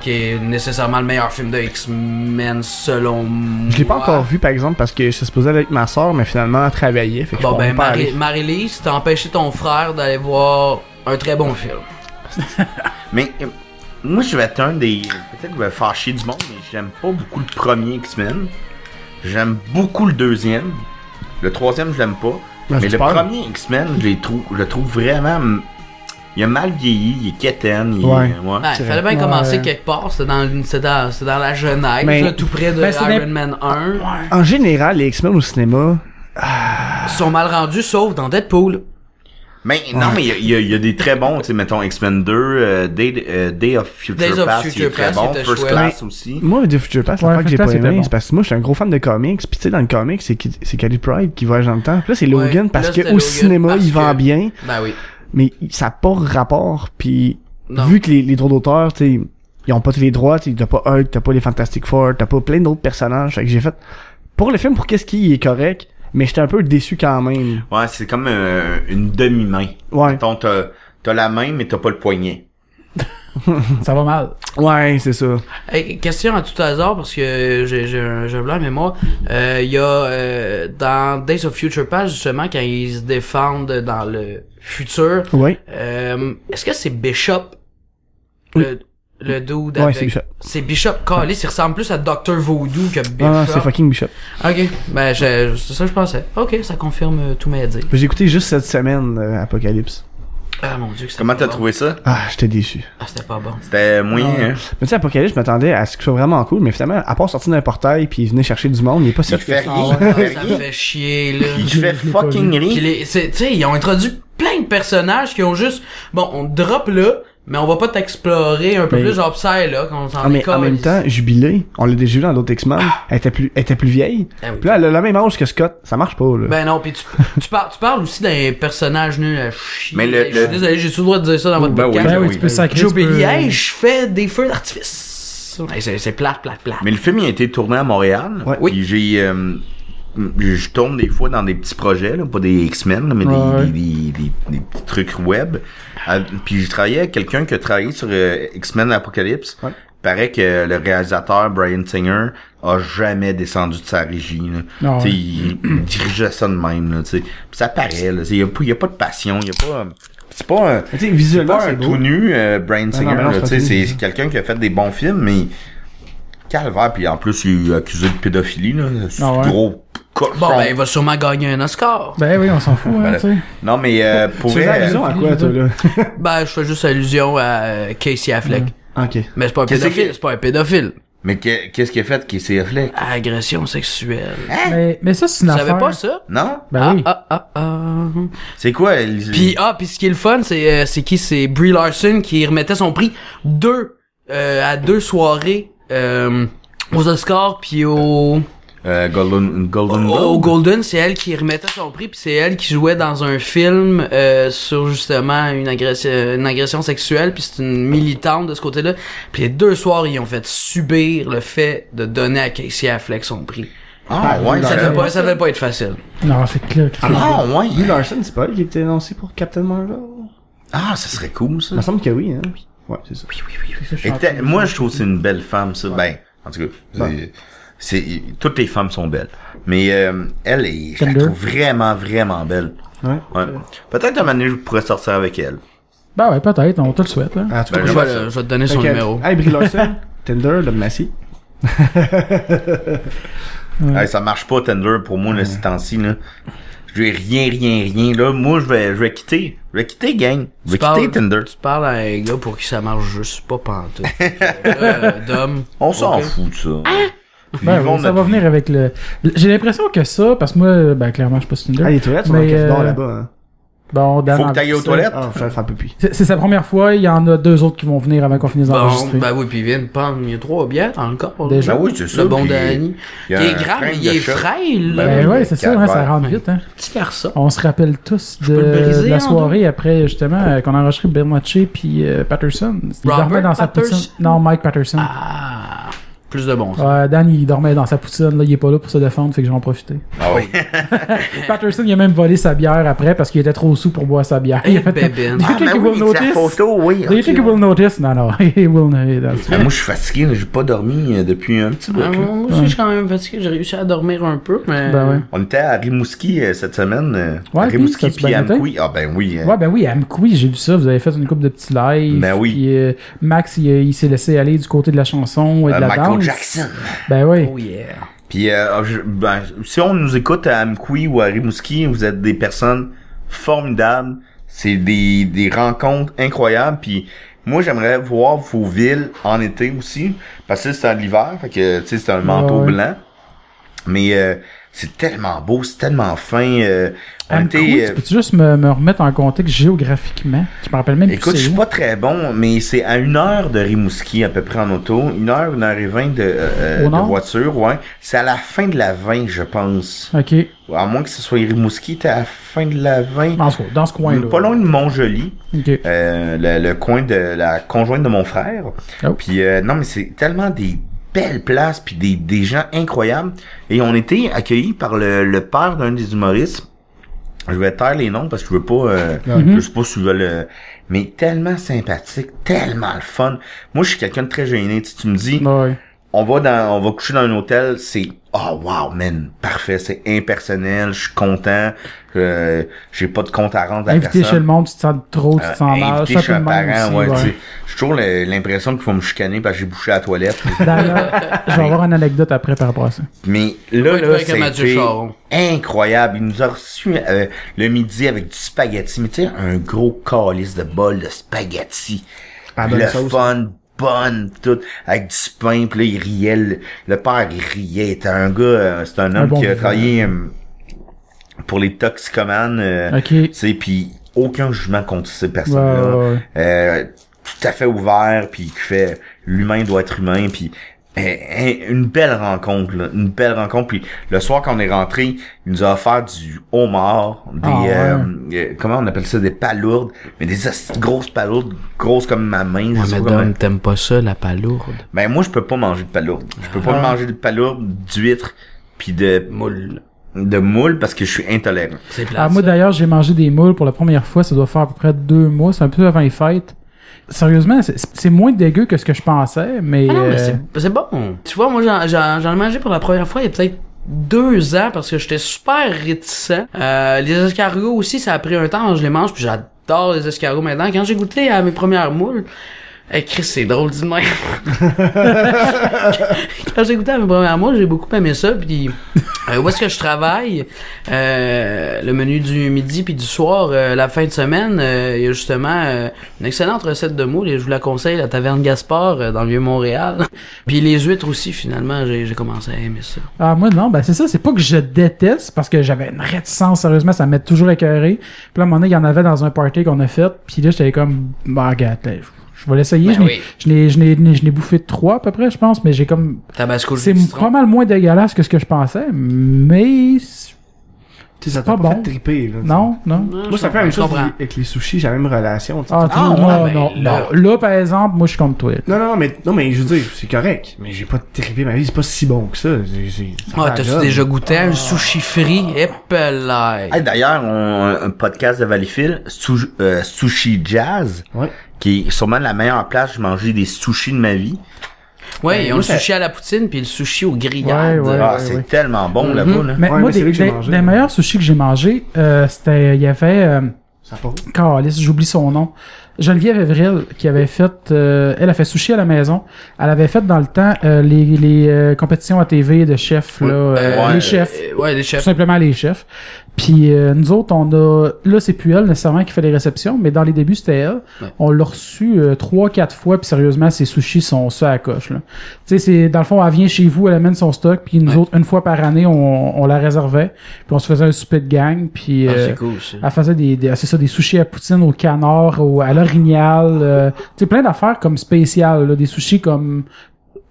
[SPEAKER 1] qui est nécessairement le meilleur film de X-Men selon moi.
[SPEAKER 4] Je l'ai pas encore vu par exemple parce que je suis supposé aller avec ma soeur, mais finalement elle travaillait. Fait que
[SPEAKER 1] Bon,
[SPEAKER 4] je
[SPEAKER 1] ben,
[SPEAKER 4] ben, pas aller.
[SPEAKER 1] Marie- Marie-Lise, t'as empêché ton frère d'aller voir un très bon film.
[SPEAKER 2] Mais euh, moi, je vais être un des. Peut-être que je vais fâcher du monde, mais j'aime pas beaucoup le premier X-Men. J'aime beaucoup le deuxième. Le troisième, je l'aime pas.
[SPEAKER 4] Ben,
[SPEAKER 2] mais le
[SPEAKER 4] j'espère.
[SPEAKER 2] premier X-men, je, les trouve, je le trouve vraiment. mm, Il a mal vieilli, il est quétaine. Il est-
[SPEAKER 4] Ouais.
[SPEAKER 1] Ouais, il
[SPEAKER 4] C'est
[SPEAKER 1] fallait bien
[SPEAKER 4] vrai.
[SPEAKER 1] commencer
[SPEAKER 3] Ouais.
[SPEAKER 1] quelque part, c'était dans, le- c'était dans, c'était dans la Genève,
[SPEAKER 4] Mais-
[SPEAKER 1] là, tout près de
[SPEAKER 3] Ben, c'est
[SPEAKER 1] Iron
[SPEAKER 3] des-
[SPEAKER 1] Man 1.
[SPEAKER 4] En général, les X-Men au cinéma,
[SPEAKER 1] Ils sont mal rendus, sauf dans Deadpool.
[SPEAKER 2] Mais non, mais il y a- il y, a- il y a des très bons, tu sais, mettons X-Men 2, euh, Day, euh, Day of Future
[SPEAKER 1] Days of
[SPEAKER 2] Past, il est
[SPEAKER 1] Future
[SPEAKER 2] très
[SPEAKER 1] Past,
[SPEAKER 2] bon.
[SPEAKER 1] il était
[SPEAKER 2] First
[SPEAKER 1] chouette.
[SPEAKER 2] Class aussi.
[SPEAKER 4] moi, The Future Past, la
[SPEAKER 3] Ouais,
[SPEAKER 4] fois que j'ai
[SPEAKER 3] First
[SPEAKER 4] pas
[SPEAKER 3] Class,
[SPEAKER 4] aimé,
[SPEAKER 3] c'était
[SPEAKER 4] c'est parce que moi, je suis un gros fan de comics. Puis tu sais, dans le comics, c'est qui- c'est Kelly Pride qui voyage dans le temps. Puis là, c'est
[SPEAKER 1] Ouais,
[SPEAKER 4] Logan
[SPEAKER 1] là,
[SPEAKER 4] parce que
[SPEAKER 1] c'était
[SPEAKER 4] au
[SPEAKER 1] Logan
[SPEAKER 4] cinéma,
[SPEAKER 1] parce
[SPEAKER 4] il vend
[SPEAKER 1] que-
[SPEAKER 4] bien,
[SPEAKER 1] Ben oui.
[SPEAKER 4] mais il- ça n'a pas rapport. Puis
[SPEAKER 1] Non.
[SPEAKER 4] vu que les, les droits d'auteur, tu sais, ils ont pas tous les droits, tu sais, t'as pas Hulk, t'as pas les Fantastic Four, t'as pas plein d'autres personnages. Fait que j'ai fait pour le film, pour qu'est-ce qui est correct, mais j'étais un peu déçu quand même.
[SPEAKER 2] Ouais, c'est comme euh, une demi-main.
[SPEAKER 4] Ouais,
[SPEAKER 2] Mettons, t'as t'as la main, mais t'as pas le poignet.
[SPEAKER 3] Ça va mal.
[SPEAKER 4] ouais, c'est ça.
[SPEAKER 1] Hey, question à tout hasard, parce que j'ai j'ai un j'ai un blanc, mais moi, euh, il y a euh, dans Days of Future Past, justement, quand ils se défendent dans le futur,
[SPEAKER 4] Ouais,
[SPEAKER 1] euh, est-ce que c'est Bishop, le, le dude
[SPEAKER 4] ouais,
[SPEAKER 1] avec-
[SPEAKER 4] c'est Bishop.
[SPEAKER 1] C'est Bishop Callis, il ressemble plus à Dr. Voodoo que Bishop.
[SPEAKER 4] Non, non, Ah, c'est fucking Bishop.
[SPEAKER 1] Ok, ben je- c'est ça que je pensais. Ok, ça confirme euh, tout mes dires.
[SPEAKER 4] J'ai écouté juste cette semaine euh, Apocalypse.
[SPEAKER 1] Ah mon dieu, que c'était
[SPEAKER 2] Comment
[SPEAKER 1] pas
[SPEAKER 2] t'as
[SPEAKER 1] bon.
[SPEAKER 2] trouvé ça?
[SPEAKER 4] Ah, j'étais déçu.
[SPEAKER 1] Ah, c'était pas bon.
[SPEAKER 2] C'était moyen, hein?
[SPEAKER 4] Mais tu sais, Apocalypse, je m'attendais à ce que ce soit vraiment cool, mais finalement, à part sortir d'un portail puis il venait chercher du monde, il est pas
[SPEAKER 2] Il
[SPEAKER 4] sorti.
[SPEAKER 2] fait rien,
[SPEAKER 1] Ah,
[SPEAKER 2] il fait
[SPEAKER 1] ça me
[SPEAKER 2] rien.
[SPEAKER 1] fait chier, là.
[SPEAKER 2] Il fait
[SPEAKER 3] Je l'ai pas
[SPEAKER 2] fucking
[SPEAKER 1] Puis
[SPEAKER 2] rien.
[SPEAKER 1] les- c'est- tu sais, ils ont introduit plein de personnages qui ont juste, bon, on te drop là, mais on va pas t'explorer un peu
[SPEAKER 4] Mais-
[SPEAKER 1] plus genre Psy, là, qu'on s'en
[SPEAKER 4] Ah, mais en
[SPEAKER 1] décolle.
[SPEAKER 4] même temps, Jubilé, on l'a déjà vu dans d'autres X-Men, elle était plus, elle était plus vieille.
[SPEAKER 1] Ah oui.
[SPEAKER 4] Puis là, elle a le même âge que Scott, ça marche pas, là.
[SPEAKER 1] Ben non, pis tu, tu, parles, tu parles aussi d'un personnage nul à chier.
[SPEAKER 2] Mais le-
[SPEAKER 1] Je suis
[SPEAKER 2] le-
[SPEAKER 1] désolé, j'ai tout le droit de dire ça dans votre
[SPEAKER 2] Ben
[SPEAKER 1] podcast.
[SPEAKER 3] Ben oui,
[SPEAKER 2] oui.
[SPEAKER 3] tu peux sacrer.
[SPEAKER 1] Joe
[SPEAKER 3] tu peux-
[SPEAKER 1] Bellier, hey, je fais des feux d'artifice. Hey, c'est c'est plate, plate, plate.
[SPEAKER 2] Mais le film il a été tourné à Montréal.
[SPEAKER 4] Ouais.
[SPEAKER 1] Oui.
[SPEAKER 2] Puis j'ai euh, je tourne des fois dans des petits projets, là, pas des X-Men, là, mais des,
[SPEAKER 3] Ouais.
[SPEAKER 2] des, des- des- des petits trucs web. Ah, puis j'ai travaillé avec quelqu'un qui a travaillé sur euh, X-Men Apocalypse.
[SPEAKER 4] Ouais.
[SPEAKER 2] Paraît que le réalisateur Brian Singer a jamais descendu de sa régie. là.
[SPEAKER 3] Ah ouais.
[SPEAKER 2] T'sais, il, il dirigeait ça de même. Là, t'sais. Puis ça paraît. Là, T'sais, il n'y a, pas- il y a pas de passion. Il y a pas... C'est pas un...
[SPEAKER 4] Mais tu sais, visuellement,
[SPEAKER 2] pas un
[SPEAKER 4] c'est beau.
[SPEAKER 2] tout nu, euh, Brian Singer.
[SPEAKER 4] non, mais non,
[SPEAKER 2] là,
[SPEAKER 4] c'est pas
[SPEAKER 2] tu sais,
[SPEAKER 4] tout nu.
[SPEAKER 2] c'est quelqu'un qui a fait des bons films, mais calvaire, puis en plus, il est accusé de pédophilie, là. C'est
[SPEAKER 3] Ah ouais.
[SPEAKER 2] gros cochon.
[SPEAKER 1] Bon, ben, il va sûrement gagner un Oscar.
[SPEAKER 3] Ben oui, on s'en fout, hein,
[SPEAKER 2] Voilà.
[SPEAKER 3] tu sais.
[SPEAKER 2] Non, mais euh,
[SPEAKER 4] Tu
[SPEAKER 2] pour
[SPEAKER 4] faisais
[SPEAKER 2] vrai,
[SPEAKER 4] allusion à quoi, toi, là?
[SPEAKER 1] Ben, je fais juste allusion à euh, Casey
[SPEAKER 4] Mm.
[SPEAKER 1] Affleck.
[SPEAKER 4] ok.
[SPEAKER 1] Mais c'est pas un
[SPEAKER 2] Qu'est-ce
[SPEAKER 1] pédophile,
[SPEAKER 2] que-
[SPEAKER 1] c'est pas un pédophile.
[SPEAKER 2] mais que- qu'est-ce qu'il a fait, qui s'est Affleck?
[SPEAKER 1] Agression sexuelle.
[SPEAKER 3] Mais, mais ça,
[SPEAKER 1] Tu
[SPEAKER 3] c'est une
[SPEAKER 1] savais
[SPEAKER 3] affaire.
[SPEAKER 1] pas ça?
[SPEAKER 2] Non?
[SPEAKER 3] Ben oui.
[SPEAKER 1] Ah, ah, ah, ah.
[SPEAKER 2] C'est quoi? euh, il-
[SPEAKER 1] Puis, ah, puis ce qui est le fun, c'est, euh, c'est qui? C'est Brie Larson qui remettait son prix deux, euh, à deux soirées, euh, aux Oscars puis au,
[SPEAKER 2] Euh, Golden, Golden
[SPEAKER 1] au- au
[SPEAKER 2] Globe?
[SPEAKER 1] Oh, Golden, c'est elle qui remettait son prix puis c'est elle qui jouait dans un film euh, sur justement une agression, une agression sexuelle puis c'est une militante de ce côté-là. Puis les deux soirs ils ont fait subir le fait de donner à Casey Affleck son prix.
[SPEAKER 2] Ah,
[SPEAKER 4] Par-
[SPEAKER 2] ouais,
[SPEAKER 1] Ça
[SPEAKER 2] Euh,
[SPEAKER 1] devait pas, ça devait pas être facile.
[SPEAKER 3] Non, c'est clair. que-
[SPEAKER 2] Ah, ouais.
[SPEAKER 4] Hugh Larson, c'est pas lui qui était annoncé pour Captain Marvel?
[SPEAKER 2] Ah, ça serait cool, ça.
[SPEAKER 4] Il me semble que oui, hein. Ouais, c'est ça.
[SPEAKER 3] c'est ça, je suis
[SPEAKER 2] Et
[SPEAKER 3] en
[SPEAKER 2] t'as-
[SPEAKER 3] train de-
[SPEAKER 2] moi, je trouve que c'est une belle femme, ça. Ben, en tout cas, c'est-
[SPEAKER 4] Ouais.
[SPEAKER 2] c'est, toutes les femmes sont belles. Mais euh, elle, est, je la
[SPEAKER 3] Tender.
[SPEAKER 2] trouve vraiment, vraiment belle.
[SPEAKER 4] Ouais.
[SPEAKER 2] Ouais. Peut-être un moment donné, je pourrais sortir avec elle.
[SPEAKER 3] Ben ouais, peut-être, on te le souhaite. Là.
[SPEAKER 4] En tout
[SPEAKER 2] Ben,
[SPEAKER 1] Je
[SPEAKER 2] j'aime
[SPEAKER 1] vais, le- je vais te donner son
[SPEAKER 4] Fait que,
[SPEAKER 1] numéro.
[SPEAKER 4] Hey, Brie Larson, Tinder, le Massy.
[SPEAKER 2] Hey, ça marche pas, Tinder, pour moi, là, ces temps-ci, là. Je vais rien, rien, rien, là. Moi, je vais, je vais quitter. Je vais quitter, gang. Je vais quitter Tinder.
[SPEAKER 1] tu parles à un gars pour qui ça marche juste pas pantoute. euh, Dom.
[SPEAKER 2] On s'en
[SPEAKER 1] ok.
[SPEAKER 2] fout de ça.
[SPEAKER 3] Ben
[SPEAKER 2] Vivons
[SPEAKER 3] oui, ça
[SPEAKER 2] notre
[SPEAKER 3] va
[SPEAKER 2] vie.
[SPEAKER 3] venir avec le. J'ai l'impression que ça, parce que moi, ben clairement, je suis pas sur Tinder.
[SPEAKER 4] Ah, les toilettes sont dans le
[SPEAKER 3] Mais,
[SPEAKER 4] corridor
[SPEAKER 3] euh,
[SPEAKER 4] là-bas. hein.
[SPEAKER 3] Bon, Dan
[SPEAKER 2] Faut que
[SPEAKER 3] en-
[SPEAKER 2] t'ailles aux
[SPEAKER 3] c'est-
[SPEAKER 2] toilettes.
[SPEAKER 4] Ah, je vais faire pipi.
[SPEAKER 3] C'est c'est sa première fois, il y en a deux autres qui vont venir avant qu'on finisse
[SPEAKER 1] Bon,
[SPEAKER 3] d'enregistrer.
[SPEAKER 1] ben oui, puis viens de prendre, il y a trois bières encore.
[SPEAKER 3] Déjà.
[SPEAKER 2] Ben oui, c'est ça.
[SPEAKER 1] Le bon
[SPEAKER 2] puis
[SPEAKER 1] Danny. Il
[SPEAKER 2] il y a
[SPEAKER 1] est
[SPEAKER 2] un
[SPEAKER 1] grave,
[SPEAKER 2] frein
[SPEAKER 1] il
[SPEAKER 2] de
[SPEAKER 1] est
[SPEAKER 2] choc.
[SPEAKER 1] frêle, là.
[SPEAKER 3] Ben
[SPEAKER 2] oui,
[SPEAKER 3] ouais, c'est ça, hein, ça
[SPEAKER 2] calvaire.
[SPEAKER 3] rentre vite. Hein.
[SPEAKER 1] Petit garçon.
[SPEAKER 3] On se rappelle tous de,
[SPEAKER 1] peux le briser
[SPEAKER 3] de la
[SPEAKER 1] en
[SPEAKER 3] soirée après, justement, euh, qu'on a enregistré Bill Maché puis euh, Patterson. Il
[SPEAKER 1] Robert
[SPEAKER 3] dormait dans sa
[SPEAKER 1] Patterson?
[SPEAKER 3] poutine. Non, Mike Patterson.
[SPEAKER 1] Ah, plus de bon. sens.
[SPEAKER 3] Ouais, Dan, il dormait dans sa poutine, là, il est pas là pour se défendre, fait que j'en profiter.
[SPEAKER 2] Ah oui.
[SPEAKER 3] Patterson, il a même volé sa bière après parce qu'il était trop sous pour boire sa bière. Il a fait
[SPEAKER 1] Hey,
[SPEAKER 3] comme-
[SPEAKER 1] bébine.
[SPEAKER 3] Do you
[SPEAKER 2] Ah,
[SPEAKER 3] think
[SPEAKER 2] ben
[SPEAKER 3] you
[SPEAKER 2] oui,
[SPEAKER 3] will
[SPEAKER 2] c'est la
[SPEAKER 3] notice?
[SPEAKER 2] photo, oui.
[SPEAKER 3] Do you
[SPEAKER 2] ok,
[SPEAKER 3] think you will notice? Non, non, he will notice. that's
[SPEAKER 2] Ben, moi, je suis fatigué, là, j'ai pas dormi euh, depuis un petit bout.
[SPEAKER 1] Ah,
[SPEAKER 2] là.
[SPEAKER 1] moi aussi, je suis quand même fatigué. J'ai réussi à dormir un peu, mais.
[SPEAKER 3] Ben ouais.
[SPEAKER 2] On était à Rimouski euh, cette semaine. euh,
[SPEAKER 3] Ouais,
[SPEAKER 2] à
[SPEAKER 3] puis,
[SPEAKER 2] Rimouski
[SPEAKER 3] ça s'est
[SPEAKER 2] puis
[SPEAKER 3] bien
[SPEAKER 2] à
[SPEAKER 3] été?
[SPEAKER 2] Amqui. Ah ben oui. hein.
[SPEAKER 3] Ouais, ben oui, à Amkoui, j'ai vu ça. Vous avez fait une couple de petits lives.
[SPEAKER 2] Ben oui.
[SPEAKER 3] Puis, euh, Max, il, il s'est laissé aller du côté de la chanson et de
[SPEAKER 2] Euh,
[SPEAKER 3] la
[SPEAKER 2] Michael
[SPEAKER 3] danse.
[SPEAKER 2] Jackson.
[SPEAKER 3] Ben oui.
[SPEAKER 1] Oh yeah.
[SPEAKER 2] Puis euh, je- ben, si on nous écoute à Amqui ou à Rimouski, vous êtes des personnes formidables. C'est des, des rencontres incroyables. Puis moi, j'aimerais voir vos villes en été aussi. Parce que c'est en l'hiver, fait que tu sais, c'est un manteau
[SPEAKER 3] Ah ouais.
[SPEAKER 2] blanc. Mais euh, c'est tellement beau, c'est tellement fin. euh, on
[SPEAKER 3] Amkoui,
[SPEAKER 2] était,
[SPEAKER 3] tu
[SPEAKER 2] euh,
[SPEAKER 3] peux-tu juste me, me remettre en contexte géographiquement? Je me rappelle même
[SPEAKER 2] Écoute,
[SPEAKER 3] plus
[SPEAKER 2] je
[SPEAKER 3] c'est
[SPEAKER 2] suis
[SPEAKER 3] où.
[SPEAKER 2] pas très bon, mais c'est à une heure de Rimouski à peu près en auto, une heure, une heure et vingt de, euh, euh,
[SPEAKER 3] Au
[SPEAKER 2] de
[SPEAKER 3] nord?
[SPEAKER 2] voiture, ouais. C'est à la fin de la 20, je pense.
[SPEAKER 3] Ok.
[SPEAKER 2] À moins que ce soit Rimouski, t'es à la fin de la 20.
[SPEAKER 3] En tout cas, dans ce coin-là.
[SPEAKER 2] Pas loin de Montjoli,
[SPEAKER 3] Ok.
[SPEAKER 2] euh, le, le coin de la conjointe de mon frère.
[SPEAKER 3] Oh.
[SPEAKER 2] Puis euh, non, mais c'est tellement des belles places, puis des, des gens incroyables. Et on était accueillis par le, le père d'un des humoristes. Je vais taire les noms parce que je veux pas. euh,
[SPEAKER 3] Mm-hmm.
[SPEAKER 2] Je sais pas si veulent. euh, mais tellement sympathique, tellement le fun. Moi, je suis quelqu'un de très gêné. Tu, tu me dis,
[SPEAKER 3] Ouais.
[SPEAKER 2] on va dans, on va coucher dans un hôtel, c'est oh wow man, parfait, c'est impersonnel, je suis content, euh, j'ai pas de compte à rendre à
[SPEAKER 3] Invité
[SPEAKER 2] personne.
[SPEAKER 3] chez le monde, tu te sens trop, tu
[SPEAKER 2] Euh,
[SPEAKER 3] te sens mal.
[SPEAKER 2] invité
[SPEAKER 3] Ça,
[SPEAKER 2] chez
[SPEAKER 3] tout le
[SPEAKER 2] un
[SPEAKER 3] monde
[SPEAKER 2] parent,
[SPEAKER 3] aussi,
[SPEAKER 2] ouais,
[SPEAKER 3] ouais.
[SPEAKER 2] tu sais. J'ai toujours le- l'impression qu'il faut me chicaner parce que j'ai bouché la toilette.
[SPEAKER 3] D'ailleurs, je vais avoir une anecdote après par rapport à ça.
[SPEAKER 2] Mais là,
[SPEAKER 1] Ouais,
[SPEAKER 2] là,
[SPEAKER 1] avec Mathieu
[SPEAKER 2] c'était
[SPEAKER 1] Charon.
[SPEAKER 2] incroyable. Il nous a reçu euh, le midi avec du spaghetti. Mais tu sais, un gros calice de bol de spaghetti.
[SPEAKER 4] Ah, bonne
[SPEAKER 2] le
[SPEAKER 4] sauce.
[SPEAKER 2] fun, bonne, tout. Avec du pain, puis là, il riait. Le, le père, il riait. C'était un gars, euh, c'est un homme
[SPEAKER 3] bon
[SPEAKER 2] qui a
[SPEAKER 3] vivant.
[SPEAKER 2] travaillé euh, pour les toxicomanes. euh,
[SPEAKER 3] Ok.
[SPEAKER 2] Tu sais, puis aucun jugement contre ces personnes-là
[SPEAKER 3] Ouais, ouais, ouais.
[SPEAKER 2] euh, tout à fait ouvert, puis qui fait l'humain doit être humain, puis euh, euh, une belle rencontre, là, une belle rencontre. Puis le soir quand on est rentré, il nous a offert du homard, des
[SPEAKER 3] Ah, ouais.
[SPEAKER 2] euh, euh, comment on appelle ça, des palourdes, mais des asti- grosses palourdes, grosses comme ma main. je
[SPEAKER 1] Ouais,
[SPEAKER 2] sais
[SPEAKER 1] Ah, mais
[SPEAKER 2] pas comment-
[SPEAKER 1] Dom, t'aimes pas ça, la palourde?
[SPEAKER 2] Ben moi je peux pas manger de palourdes, je peux pas manger de palourdes, d'huîtres, puis de
[SPEAKER 1] Moule.
[SPEAKER 2] de moules parce que je suis intolérant.
[SPEAKER 1] C'est plat.
[SPEAKER 3] Ah, moi d'ailleurs, j'ai mangé des moules pour la première fois, ça doit faire à peu près deux mois, c'est un peu avant les fêtes. Sérieusement, c'est- c'est moins dégueu que ce que je pensais, mais.
[SPEAKER 1] Ah non, mais
[SPEAKER 3] euh,
[SPEAKER 1] c'est- c'est bon. Tu vois, moi, j'en- j'en j'en ai mangé pour la première fois il y a peut-être deux ans parce que j'étais super réticent. Euh, les escargots aussi, ça a pris un temps. Je les mange puis j'adore les escargots maintenant. Quand j'ai goûté à mes premières moules, eh, Chris, c'est drôle, dis moi Quand j'ai goûté à mes premières moules, j'ai beaucoup aimé ça. Puis euh, où est-ce que je travaille Euh, Le menu du midi puis du soir, euh, la fin de semaine, euh, il y a justement euh, une excellente recette de moules et je vous la conseille, la taverne Gaspard euh, dans le vieux Montréal. puis les huîtres aussi, finalement, j'ai j'ai commencé à aimer ça.
[SPEAKER 3] Ah, moi, non, ben, c'est ça, c'est pas que je déteste, parce que j'avais une réticence, sérieusement, ça m'a toujours écœuré. Puis là, à un moment donné, il y en avait dans un party qu'on a fait, puis là, j'étais comme, bah, regarde, là, je je vais l'essayer.
[SPEAKER 1] Ben
[SPEAKER 3] je n'ai-
[SPEAKER 1] oui.
[SPEAKER 3] je n'ai- je n'ai je n'ai bouffé trois, à peu près, je pense, mais j'ai comme.
[SPEAKER 1] Tabasco, jus
[SPEAKER 3] C'est
[SPEAKER 1] de citron.
[SPEAKER 3] pas mal moins dégueulasse que ce que je pensais, mais.
[SPEAKER 4] Tu sais, ça
[SPEAKER 3] pas
[SPEAKER 4] t'a pas,
[SPEAKER 3] bon.
[SPEAKER 4] fait triper, là. tu
[SPEAKER 3] Non, non.
[SPEAKER 1] Non,
[SPEAKER 4] Moi,
[SPEAKER 1] je
[SPEAKER 4] c'est un peu la même
[SPEAKER 1] comprends,
[SPEAKER 4] chose
[SPEAKER 1] je comprends.
[SPEAKER 4] avec les sushis, j'ai la même relation. tu sais.
[SPEAKER 3] Ah, tout-
[SPEAKER 1] Ah, ouais,
[SPEAKER 3] non,
[SPEAKER 1] ben,
[SPEAKER 3] non,
[SPEAKER 1] là-
[SPEAKER 3] non. Là, par exemple, moi, je suis comme toi.
[SPEAKER 4] Non, non, non, mais, non, mais je veux dire, c'est correct. Mais j'ai pas trippé ma vie, c'est pas si bon que ça. C'est- c'est- ça
[SPEAKER 1] Ah,
[SPEAKER 4] va
[SPEAKER 1] t'as-tu
[SPEAKER 4] là.
[SPEAKER 1] déjà goûté à un sushi frit? Épelay.
[SPEAKER 2] Hey, D'ailleurs, on- un podcast de Valleyfield, Su- euh, Sushi Jazz,
[SPEAKER 4] Ouais.
[SPEAKER 2] qui est sûrement la meilleure place où j'ai mangé des sushis de ma vie.
[SPEAKER 1] Ouais, ils ont
[SPEAKER 4] moi,
[SPEAKER 1] le
[SPEAKER 4] ça-
[SPEAKER 1] sushi à la poutine puis le sushi aux grillades.
[SPEAKER 3] Ouais, ouais.
[SPEAKER 2] ah, c'est tellement bon là-bas. Là.
[SPEAKER 3] Mais
[SPEAKER 4] Ouais,
[SPEAKER 3] moi,
[SPEAKER 4] mais c'est
[SPEAKER 3] des,
[SPEAKER 4] lui que j'ai
[SPEAKER 3] des,
[SPEAKER 4] mangé,
[SPEAKER 3] des
[SPEAKER 4] ouais.
[SPEAKER 3] meilleurs sushis que j'ai mangés, euh, c'était, il y avait, euh,
[SPEAKER 4] Ça part.
[SPEAKER 3] Calice, j'oublie son nom. Geneviève Evril, qui avait fait, euh, elle a fait sushi à la maison. Elle avait fait dans le temps euh, les, les euh, compétitions à TV de chefs, là, euh,
[SPEAKER 2] ouais,
[SPEAKER 3] les chefs.
[SPEAKER 1] Euh, ouais, les
[SPEAKER 3] tout
[SPEAKER 1] chefs.
[SPEAKER 3] simplement les chefs. Puis euh, nous autres, on a... Là, c'est plus elle nécessairement qui fait les réceptions, mais dans les débuts, c'était elle. On l'a reçue euh, trois, quatre fois, puis sérieusement, ses sushis sont ça à la coche. là. Tu sais, c'est dans le fond, elle vient chez vous, elle amène son stock, puis nous autres, une fois par année, on, on la réservait, puis on se faisait un souper de gang, puis...
[SPEAKER 1] Ah,
[SPEAKER 3] euh,
[SPEAKER 1] c'est cool, ça.
[SPEAKER 3] elle faisait des, des- c'est ça, des sushis à poutine au canard, au, à l'orignal, euh, tu sais, plein d'affaires comme spéciales, là, des sushis comme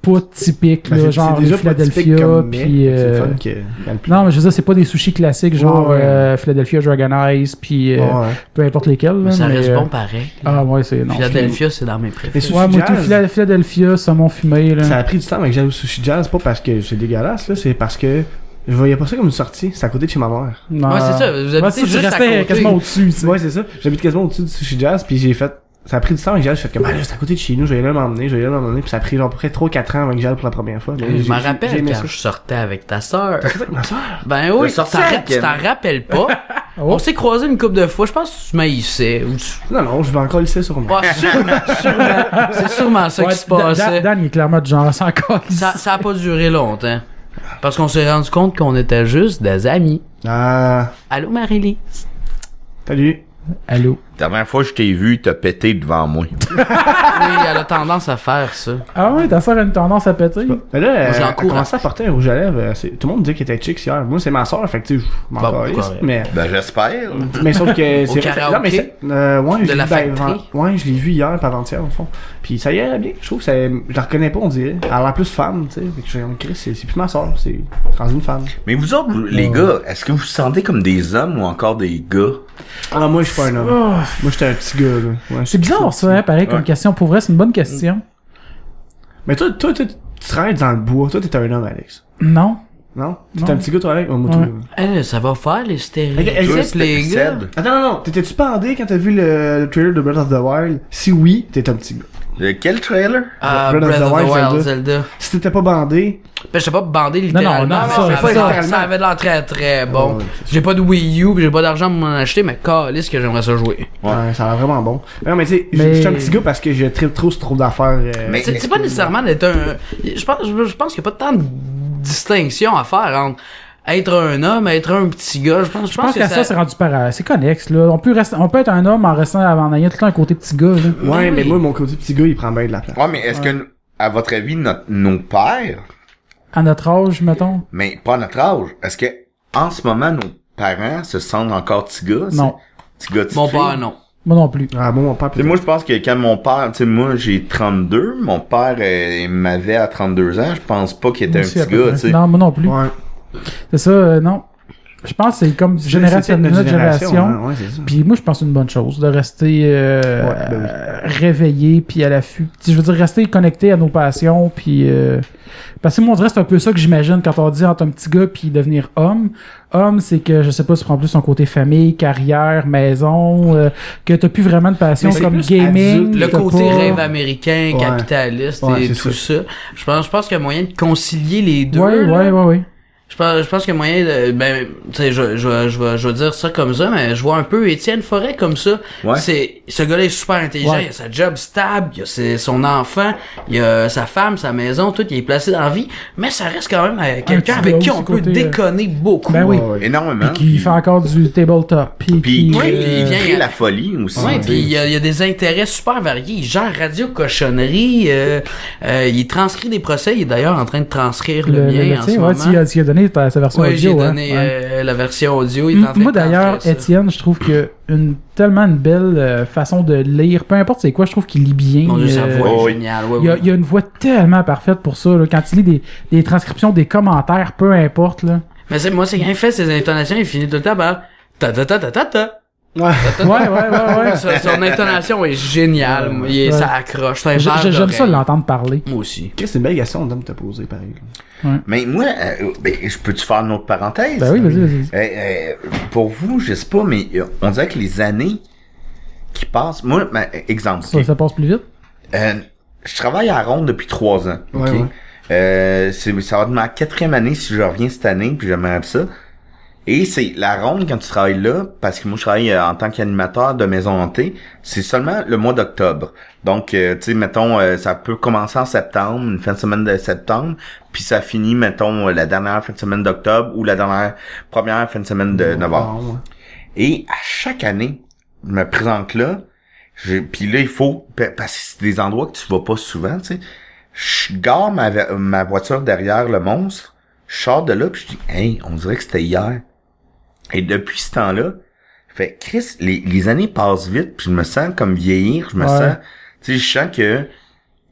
[SPEAKER 3] pas typiques,
[SPEAKER 4] Ben,
[SPEAKER 3] là,
[SPEAKER 4] c'est-
[SPEAKER 3] genre
[SPEAKER 4] c'est
[SPEAKER 3] le
[SPEAKER 4] déjà pas typique
[SPEAKER 3] Philadelphia,
[SPEAKER 4] comme mets,
[SPEAKER 3] puis
[SPEAKER 4] C'est le
[SPEAKER 3] euh,
[SPEAKER 4] fun que. dans le plat.
[SPEAKER 3] non, mais je veux dire, c'est pas des sushis classiques, genre
[SPEAKER 4] Ouais, ouais.
[SPEAKER 3] euh, Philadelphia Dragon Ice, puis euh,
[SPEAKER 4] Ouais, ouais.
[SPEAKER 3] peu importe lesquels. là,
[SPEAKER 1] Ça
[SPEAKER 3] mais,
[SPEAKER 1] reste
[SPEAKER 3] euh,
[SPEAKER 1] bon pareil.
[SPEAKER 3] Ah ouais, c'est... Non,
[SPEAKER 1] Philadelphia, c'est dans mes
[SPEAKER 4] Les
[SPEAKER 1] préférés.
[SPEAKER 4] sushis
[SPEAKER 3] Ouais, moi, tout
[SPEAKER 4] jazz,
[SPEAKER 3] Phila- Philadelphia, saumon fumé, là.
[SPEAKER 4] ça a pris du temps avec j'allais au sushi jazz, pas parce que c'est dégueulasse, là, c'est parce que je voyais pas ça comme une sortie, c'est à côté de chez ma mère.
[SPEAKER 3] Non.
[SPEAKER 1] Ouais, c'est ça, vous habitez
[SPEAKER 3] Ouais, c'est ça,
[SPEAKER 1] juste
[SPEAKER 3] tu
[SPEAKER 1] à
[SPEAKER 3] restais
[SPEAKER 1] côté.
[SPEAKER 3] quasiment au-dessus, tu sais.
[SPEAKER 4] Ouais, c'est ça. J'habite quasiment au-dessus du sushi jazz, puis j'ai fait. Ça a pris du temps avec j'allais, j'ai fait comme, ah là, c'est à côté de chez nous, je vais là m'emmener, je vais là m'emmener, puis ça a pris genre à peu près 3-4 ans avant que j'aille pour la première fois. Mais
[SPEAKER 1] Je
[SPEAKER 4] j'ai-
[SPEAKER 1] m'en
[SPEAKER 4] j'ai-
[SPEAKER 1] rappelle
[SPEAKER 4] j'ai aimé
[SPEAKER 1] quand
[SPEAKER 4] ça.
[SPEAKER 1] je sortais avec ta sœur.
[SPEAKER 4] C'est ça que ma soeur.
[SPEAKER 1] Ben oui,
[SPEAKER 2] Le
[SPEAKER 1] tu t'en
[SPEAKER 2] sorcier,
[SPEAKER 1] ra- tu
[SPEAKER 2] Ken.
[SPEAKER 1] t'en rappelles pas.
[SPEAKER 3] Oh.
[SPEAKER 1] On s'est croisés une couple de fois. Je pense que tu maïssais. Ou tu...
[SPEAKER 4] Non, non, je vais encore laisser sur moi.
[SPEAKER 1] Ah, sûrement, sûrement. C'est sûrement ça
[SPEAKER 3] Ouais,
[SPEAKER 1] qui se
[SPEAKER 3] Dan- Dan,
[SPEAKER 1] passait.
[SPEAKER 3] Dan, il est clairement du genre, c'est encore...
[SPEAKER 1] Ça, ça a pas duré longtemps. Parce qu'on s'est rendu compte qu'on était juste des amis.
[SPEAKER 4] Ah,
[SPEAKER 1] Allô, Marie-Lise?
[SPEAKER 4] salut.
[SPEAKER 3] Allô?
[SPEAKER 2] La dernière fois que je t'ai vu, t'as pété devant moi.
[SPEAKER 1] Oui, elle a tendance à faire ça.
[SPEAKER 3] Ah ouais, ta soeur a une tendance à péter?
[SPEAKER 4] Mais Ben là,
[SPEAKER 1] je
[SPEAKER 4] elle a
[SPEAKER 1] l'encourage.
[SPEAKER 4] commencé à porter un rouge à lèvres. euh, c'est- Tout le monde disait qu'elle était chicks hier. Moi, c'est ma soeur, fait que tu sais, je m'en
[SPEAKER 1] Bah,
[SPEAKER 4] calisse,
[SPEAKER 1] correct.
[SPEAKER 4] mais
[SPEAKER 2] Ben, j'espère.
[SPEAKER 4] Mais sauf que
[SPEAKER 1] Au
[SPEAKER 4] c'est vrai,
[SPEAKER 1] karaoké?
[SPEAKER 4] non, mais c'est- euh, ouais,
[SPEAKER 1] De
[SPEAKER 4] je
[SPEAKER 1] la
[SPEAKER 4] l'ai- ben,
[SPEAKER 1] factory?
[SPEAKER 4] ven- ouais, je l'ai vu hier, pas avant-hier, au fond. Puis ça y est, bien. Je trouve que ça, je la reconnais pas, on dirait. Elle a l'air plus femme, tu sais. Fait que je suis comme, Chris, c'est c'est plus ma soeur, c'est c'est rendu une femme.
[SPEAKER 2] Mais vous autres, vous- les gars, est-ce que vous vous sentez comme des hommes ou encore des gars?
[SPEAKER 4] Ah, moi, je suis pas un homme.
[SPEAKER 3] Oh,
[SPEAKER 4] Moi, j'étais un petit gars, là. Ouais,
[SPEAKER 3] c'est bizarre, ça, hein, pareil, comme
[SPEAKER 2] Ouais.
[SPEAKER 3] question. Pour vrai, c'est une bonne question.
[SPEAKER 4] Mais toi, toi, toi, tu travailles dans le bois. Toi, t'es un homme, Alex.
[SPEAKER 3] Non?
[SPEAKER 4] Non?
[SPEAKER 3] Non.
[SPEAKER 4] T'es un petit gars, toi, Alex? Ouais, moi,
[SPEAKER 3] Ouais.
[SPEAKER 4] tout.
[SPEAKER 1] Elle, ça va faire les
[SPEAKER 4] Elle- elle-
[SPEAKER 1] stéréotypes,
[SPEAKER 2] Toi,
[SPEAKER 1] les
[SPEAKER 2] c'est-
[SPEAKER 1] gars.
[SPEAKER 2] Ced.
[SPEAKER 4] Attends, non, non. T'étais-tu pendé quand t'as vu le, le trailer de Breath of the Wild? Si oui, t'es un petit gars.
[SPEAKER 2] Euh, Quel trailer?
[SPEAKER 1] Ah,
[SPEAKER 4] Breath of
[SPEAKER 1] Breath
[SPEAKER 4] the
[SPEAKER 1] of the
[SPEAKER 4] Wild,
[SPEAKER 1] Wild,
[SPEAKER 4] Zelda.
[SPEAKER 1] Zelda.
[SPEAKER 4] Si t'étais pas bandé,
[SPEAKER 1] Ben, j'étais pas bandé littéralement.
[SPEAKER 3] non,
[SPEAKER 1] mais ça,
[SPEAKER 3] ça, ça,
[SPEAKER 1] avait
[SPEAKER 4] ça.
[SPEAKER 1] l'air- ça avait de l'air très très bon.
[SPEAKER 4] Ah Ouais, c'est
[SPEAKER 1] j'ai pas de Wii U, pis j'ai pas d'argent pour m'en acheter, mais calisse que j'aimerais ça jouer.
[SPEAKER 4] ouais. euh, ça a l'air vraiment bon. Mais non, mais tu sais,
[SPEAKER 3] Mais-
[SPEAKER 4] je suis un petit gars parce que je tripe trop sur trop d'affaires. euh,
[SPEAKER 2] Mais-
[SPEAKER 1] C'est c'est pas nécessairement d'être un. Je pense, je je pense qu'il y a pas tant de distinction à faire entre être un homme, être un petit gars. Je pense, je
[SPEAKER 3] Je pense
[SPEAKER 1] pense que
[SPEAKER 3] qu'à ça,
[SPEAKER 1] ça.
[SPEAKER 3] c'est rendu par... euh, C'est connexe, là. On peut, rester... on peut être un homme en restant en ayant tout le temps un côté petit gars, là.
[SPEAKER 4] Ouais,
[SPEAKER 1] Ben
[SPEAKER 4] mais
[SPEAKER 1] oui.
[SPEAKER 4] moi, mon côté petit gars, il prend bien de la place.
[SPEAKER 2] Ouais, mais est-ce que, à votre avis, notre, nos pères,
[SPEAKER 3] À notre âge, mettons.
[SPEAKER 2] mais pas à notre âge, est-ce que, en ce moment, nos parents se sentent encore petits gars?
[SPEAKER 3] Non.
[SPEAKER 2] c'est- Petits gars, petites
[SPEAKER 1] Mon
[SPEAKER 2] filles?
[SPEAKER 1] père, non.
[SPEAKER 3] Moi non plus.
[SPEAKER 4] Ah, bon, mon père,
[SPEAKER 2] Tu sais, moi, je pense que quand mon père, tu sais, moi, j'ai 32, mon père euh, il m'avait à 32 ans, je pense pas qu'il était un
[SPEAKER 3] Moi aussi, à
[SPEAKER 2] petit
[SPEAKER 3] peu
[SPEAKER 2] gars,
[SPEAKER 3] près.
[SPEAKER 2] tu sais.
[SPEAKER 3] Non, moi non plus.
[SPEAKER 4] Ouais.
[SPEAKER 3] C'est ça, euh, non. Je pense que c'est comme
[SPEAKER 4] C'est-
[SPEAKER 3] génération,
[SPEAKER 4] c'était
[SPEAKER 3] notre génération.
[SPEAKER 4] hein, Ouais, c'est ça.
[SPEAKER 3] Puis moi, je pense que c'est une bonne chose de rester euh,
[SPEAKER 4] Ouais, ben oui.
[SPEAKER 3] euh, réveillé puis à l'affût. Tu sais, Je veux dire, rester connecté à nos passions. Puis, euh, Parce que moi, on dirait que c'est un peu ça que j'imagine quand on dit entre un petit gars puis devenir homme. Homme, c'est que, je sais pas, tu prends plus son côté famille, carrière, maison, euh, que t'as plus vraiment de passion
[SPEAKER 4] Mais c'est
[SPEAKER 3] comme
[SPEAKER 4] plus
[SPEAKER 3] gaming.
[SPEAKER 4] adulte,
[SPEAKER 1] Le
[SPEAKER 3] t'as
[SPEAKER 1] côté
[SPEAKER 3] pas-
[SPEAKER 1] rêve américain,
[SPEAKER 4] Ouais.
[SPEAKER 1] capitaliste
[SPEAKER 4] Ouais,
[SPEAKER 1] et
[SPEAKER 4] c'est
[SPEAKER 1] tout ça. Je pense, je pense qu'il y a moyen de concilier les deux.
[SPEAKER 3] Ouais,
[SPEAKER 1] là.
[SPEAKER 3] ouais, ouais, ouais.
[SPEAKER 1] Je pense, je pense qu'il y a moyen de, ben, tu sais, je, je, je, vais- je vais dire ça comme ça, mais je vois un peu Étienne Forêt comme ça.
[SPEAKER 2] Ouais.
[SPEAKER 1] C'est, ce gars-là est super intelligent,
[SPEAKER 3] Ouais.
[SPEAKER 1] il a sa job stable, il a ses- son enfant, il a sa femme, sa maison, tout, il est placé dans la vie, mais ça reste quand même euh, quelqu'un
[SPEAKER 3] petit
[SPEAKER 1] avec
[SPEAKER 3] gars
[SPEAKER 1] qui
[SPEAKER 3] aussi
[SPEAKER 1] on peut
[SPEAKER 3] côté, euh,
[SPEAKER 1] déconner beaucoup.
[SPEAKER 3] Ben oui.
[SPEAKER 4] Ouais, ouais.
[SPEAKER 2] Énormément.
[SPEAKER 3] Puis qui fait encore du tabletop. Puis,
[SPEAKER 2] Hein? Puis il
[SPEAKER 3] qui,
[SPEAKER 2] crée,
[SPEAKER 1] euh,
[SPEAKER 2] il crée
[SPEAKER 1] vient-
[SPEAKER 2] la folie aussi.
[SPEAKER 1] Ouais,
[SPEAKER 2] tu
[SPEAKER 1] puis euh,
[SPEAKER 2] sais.
[SPEAKER 1] il y, a, il y a des intérêts super variés. Genre radio cochonnerie, euh, euh, il transcrit des procès. Il est d'ailleurs en train de transcrire le, mien en
[SPEAKER 3] tien,
[SPEAKER 1] ce
[SPEAKER 3] ouais,
[SPEAKER 1] moment.
[SPEAKER 3] tu y as- tu y as donné ta, sa version
[SPEAKER 1] Ouais, j'ai
[SPEAKER 3] audio. hein.
[SPEAKER 1] donné
[SPEAKER 3] Ouais.
[SPEAKER 1] euh, la version audio. Il est en
[SPEAKER 3] M-
[SPEAKER 1] train
[SPEAKER 3] Moi
[SPEAKER 1] de transcrire
[SPEAKER 3] d'ailleurs,
[SPEAKER 1] ça.
[SPEAKER 3] Étienne, je trouve que une tellement une belle euh, façon de lire, peu importe c'est quoi, je trouve qu'il lit bien.
[SPEAKER 1] Mon Dieu, sa
[SPEAKER 3] euh,
[SPEAKER 1] voix est
[SPEAKER 2] oh oui.
[SPEAKER 1] géniale. Ouais,
[SPEAKER 3] il, y a,
[SPEAKER 1] ouais.
[SPEAKER 3] il y a une voix tellement parfaite pour ça. là. Quand il lit des, des transcriptions, des commentaires, peu importe là.
[SPEAKER 1] Mais c'est, moi, c'est quand il fait ses intonations, il finit tout le temps par ta ta ta ta ta ta.
[SPEAKER 4] Ouais.
[SPEAKER 1] Ta-ta-ta.
[SPEAKER 3] Ouais, ouais, ouais, ouais.
[SPEAKER 1] Son, son intonation est géniale. moi. Il est-
[SPEAKER 3] Ouais.
[SPEAKER 1] Ça accroche. C'est un
[SPEAKER 3] J-
[SPEAKER 1] verre
[SPEAKER 3] j- J'aime
[SPEAKER 1] d'oreille.
[SPEAKER 3] ça l'entendre parler.
[SPEAKER 1] Moi aussi.
[SPEAKER 4] Chris, c'est une belle question d'homme te poser, pareil.
[SPEAKER 2] Mais moi, euh, ben, je peux-tu faire une autre parenthèse?
[SPEAKER 3] Ben oui, vas-y, vas-y.
[SPEAKER 2] Euh, euh, pour vous, je sais pas, mais euh, on dirait que les années qui passent... Moi, ben, exemple,
[SPEAKER 3] Ça,
[SPEAKER 2] ok.
[SPEAKER 3] ça passe plus vite.
[SPEAKER 2] Euh, je travaille à Ronde depuis trois ans. ok?
[SPEAKER 4] Ouais, ouais.
[SPEAKER 2] Euh, c'est- ça va être ma quatrième année si je reviens cette année, puis j'aimerais ça. Et c'est la Ronde quand tu travailles là, parce que moi je travaille euh, en tant qu'animateur de maison hantée, c'est seulement le mois d'octobre. Donc, euh, tu sais, mettons, euh, ça peut commencer en septembre, une fin de semaine de septembre, puis ça finit, mettons, euh, la dernière fin de semaine d'octobre ou la dernière première fin de semaine de novembre.
[SPEAKER 4] Bon, ouais.
[SPEAKER 2] Et à chaque année, je me présente là. j'ai- Puis là, il faut... pa- Parce que c'est des endroits que tu vas pas souvent, tu sais. Je gare ma, ve- ma voiture derrière le monstre. Je sors de là, puis je dis « Hey, on dirait que c'était hier. » Et depuis ce temps-là, fait Chris, les, les années passent vite, puis je me sens comme vieillir. Je me
[SPEAKER 3] Ouais.
[SPEAKER 2] sens... Tu sais, je sens que...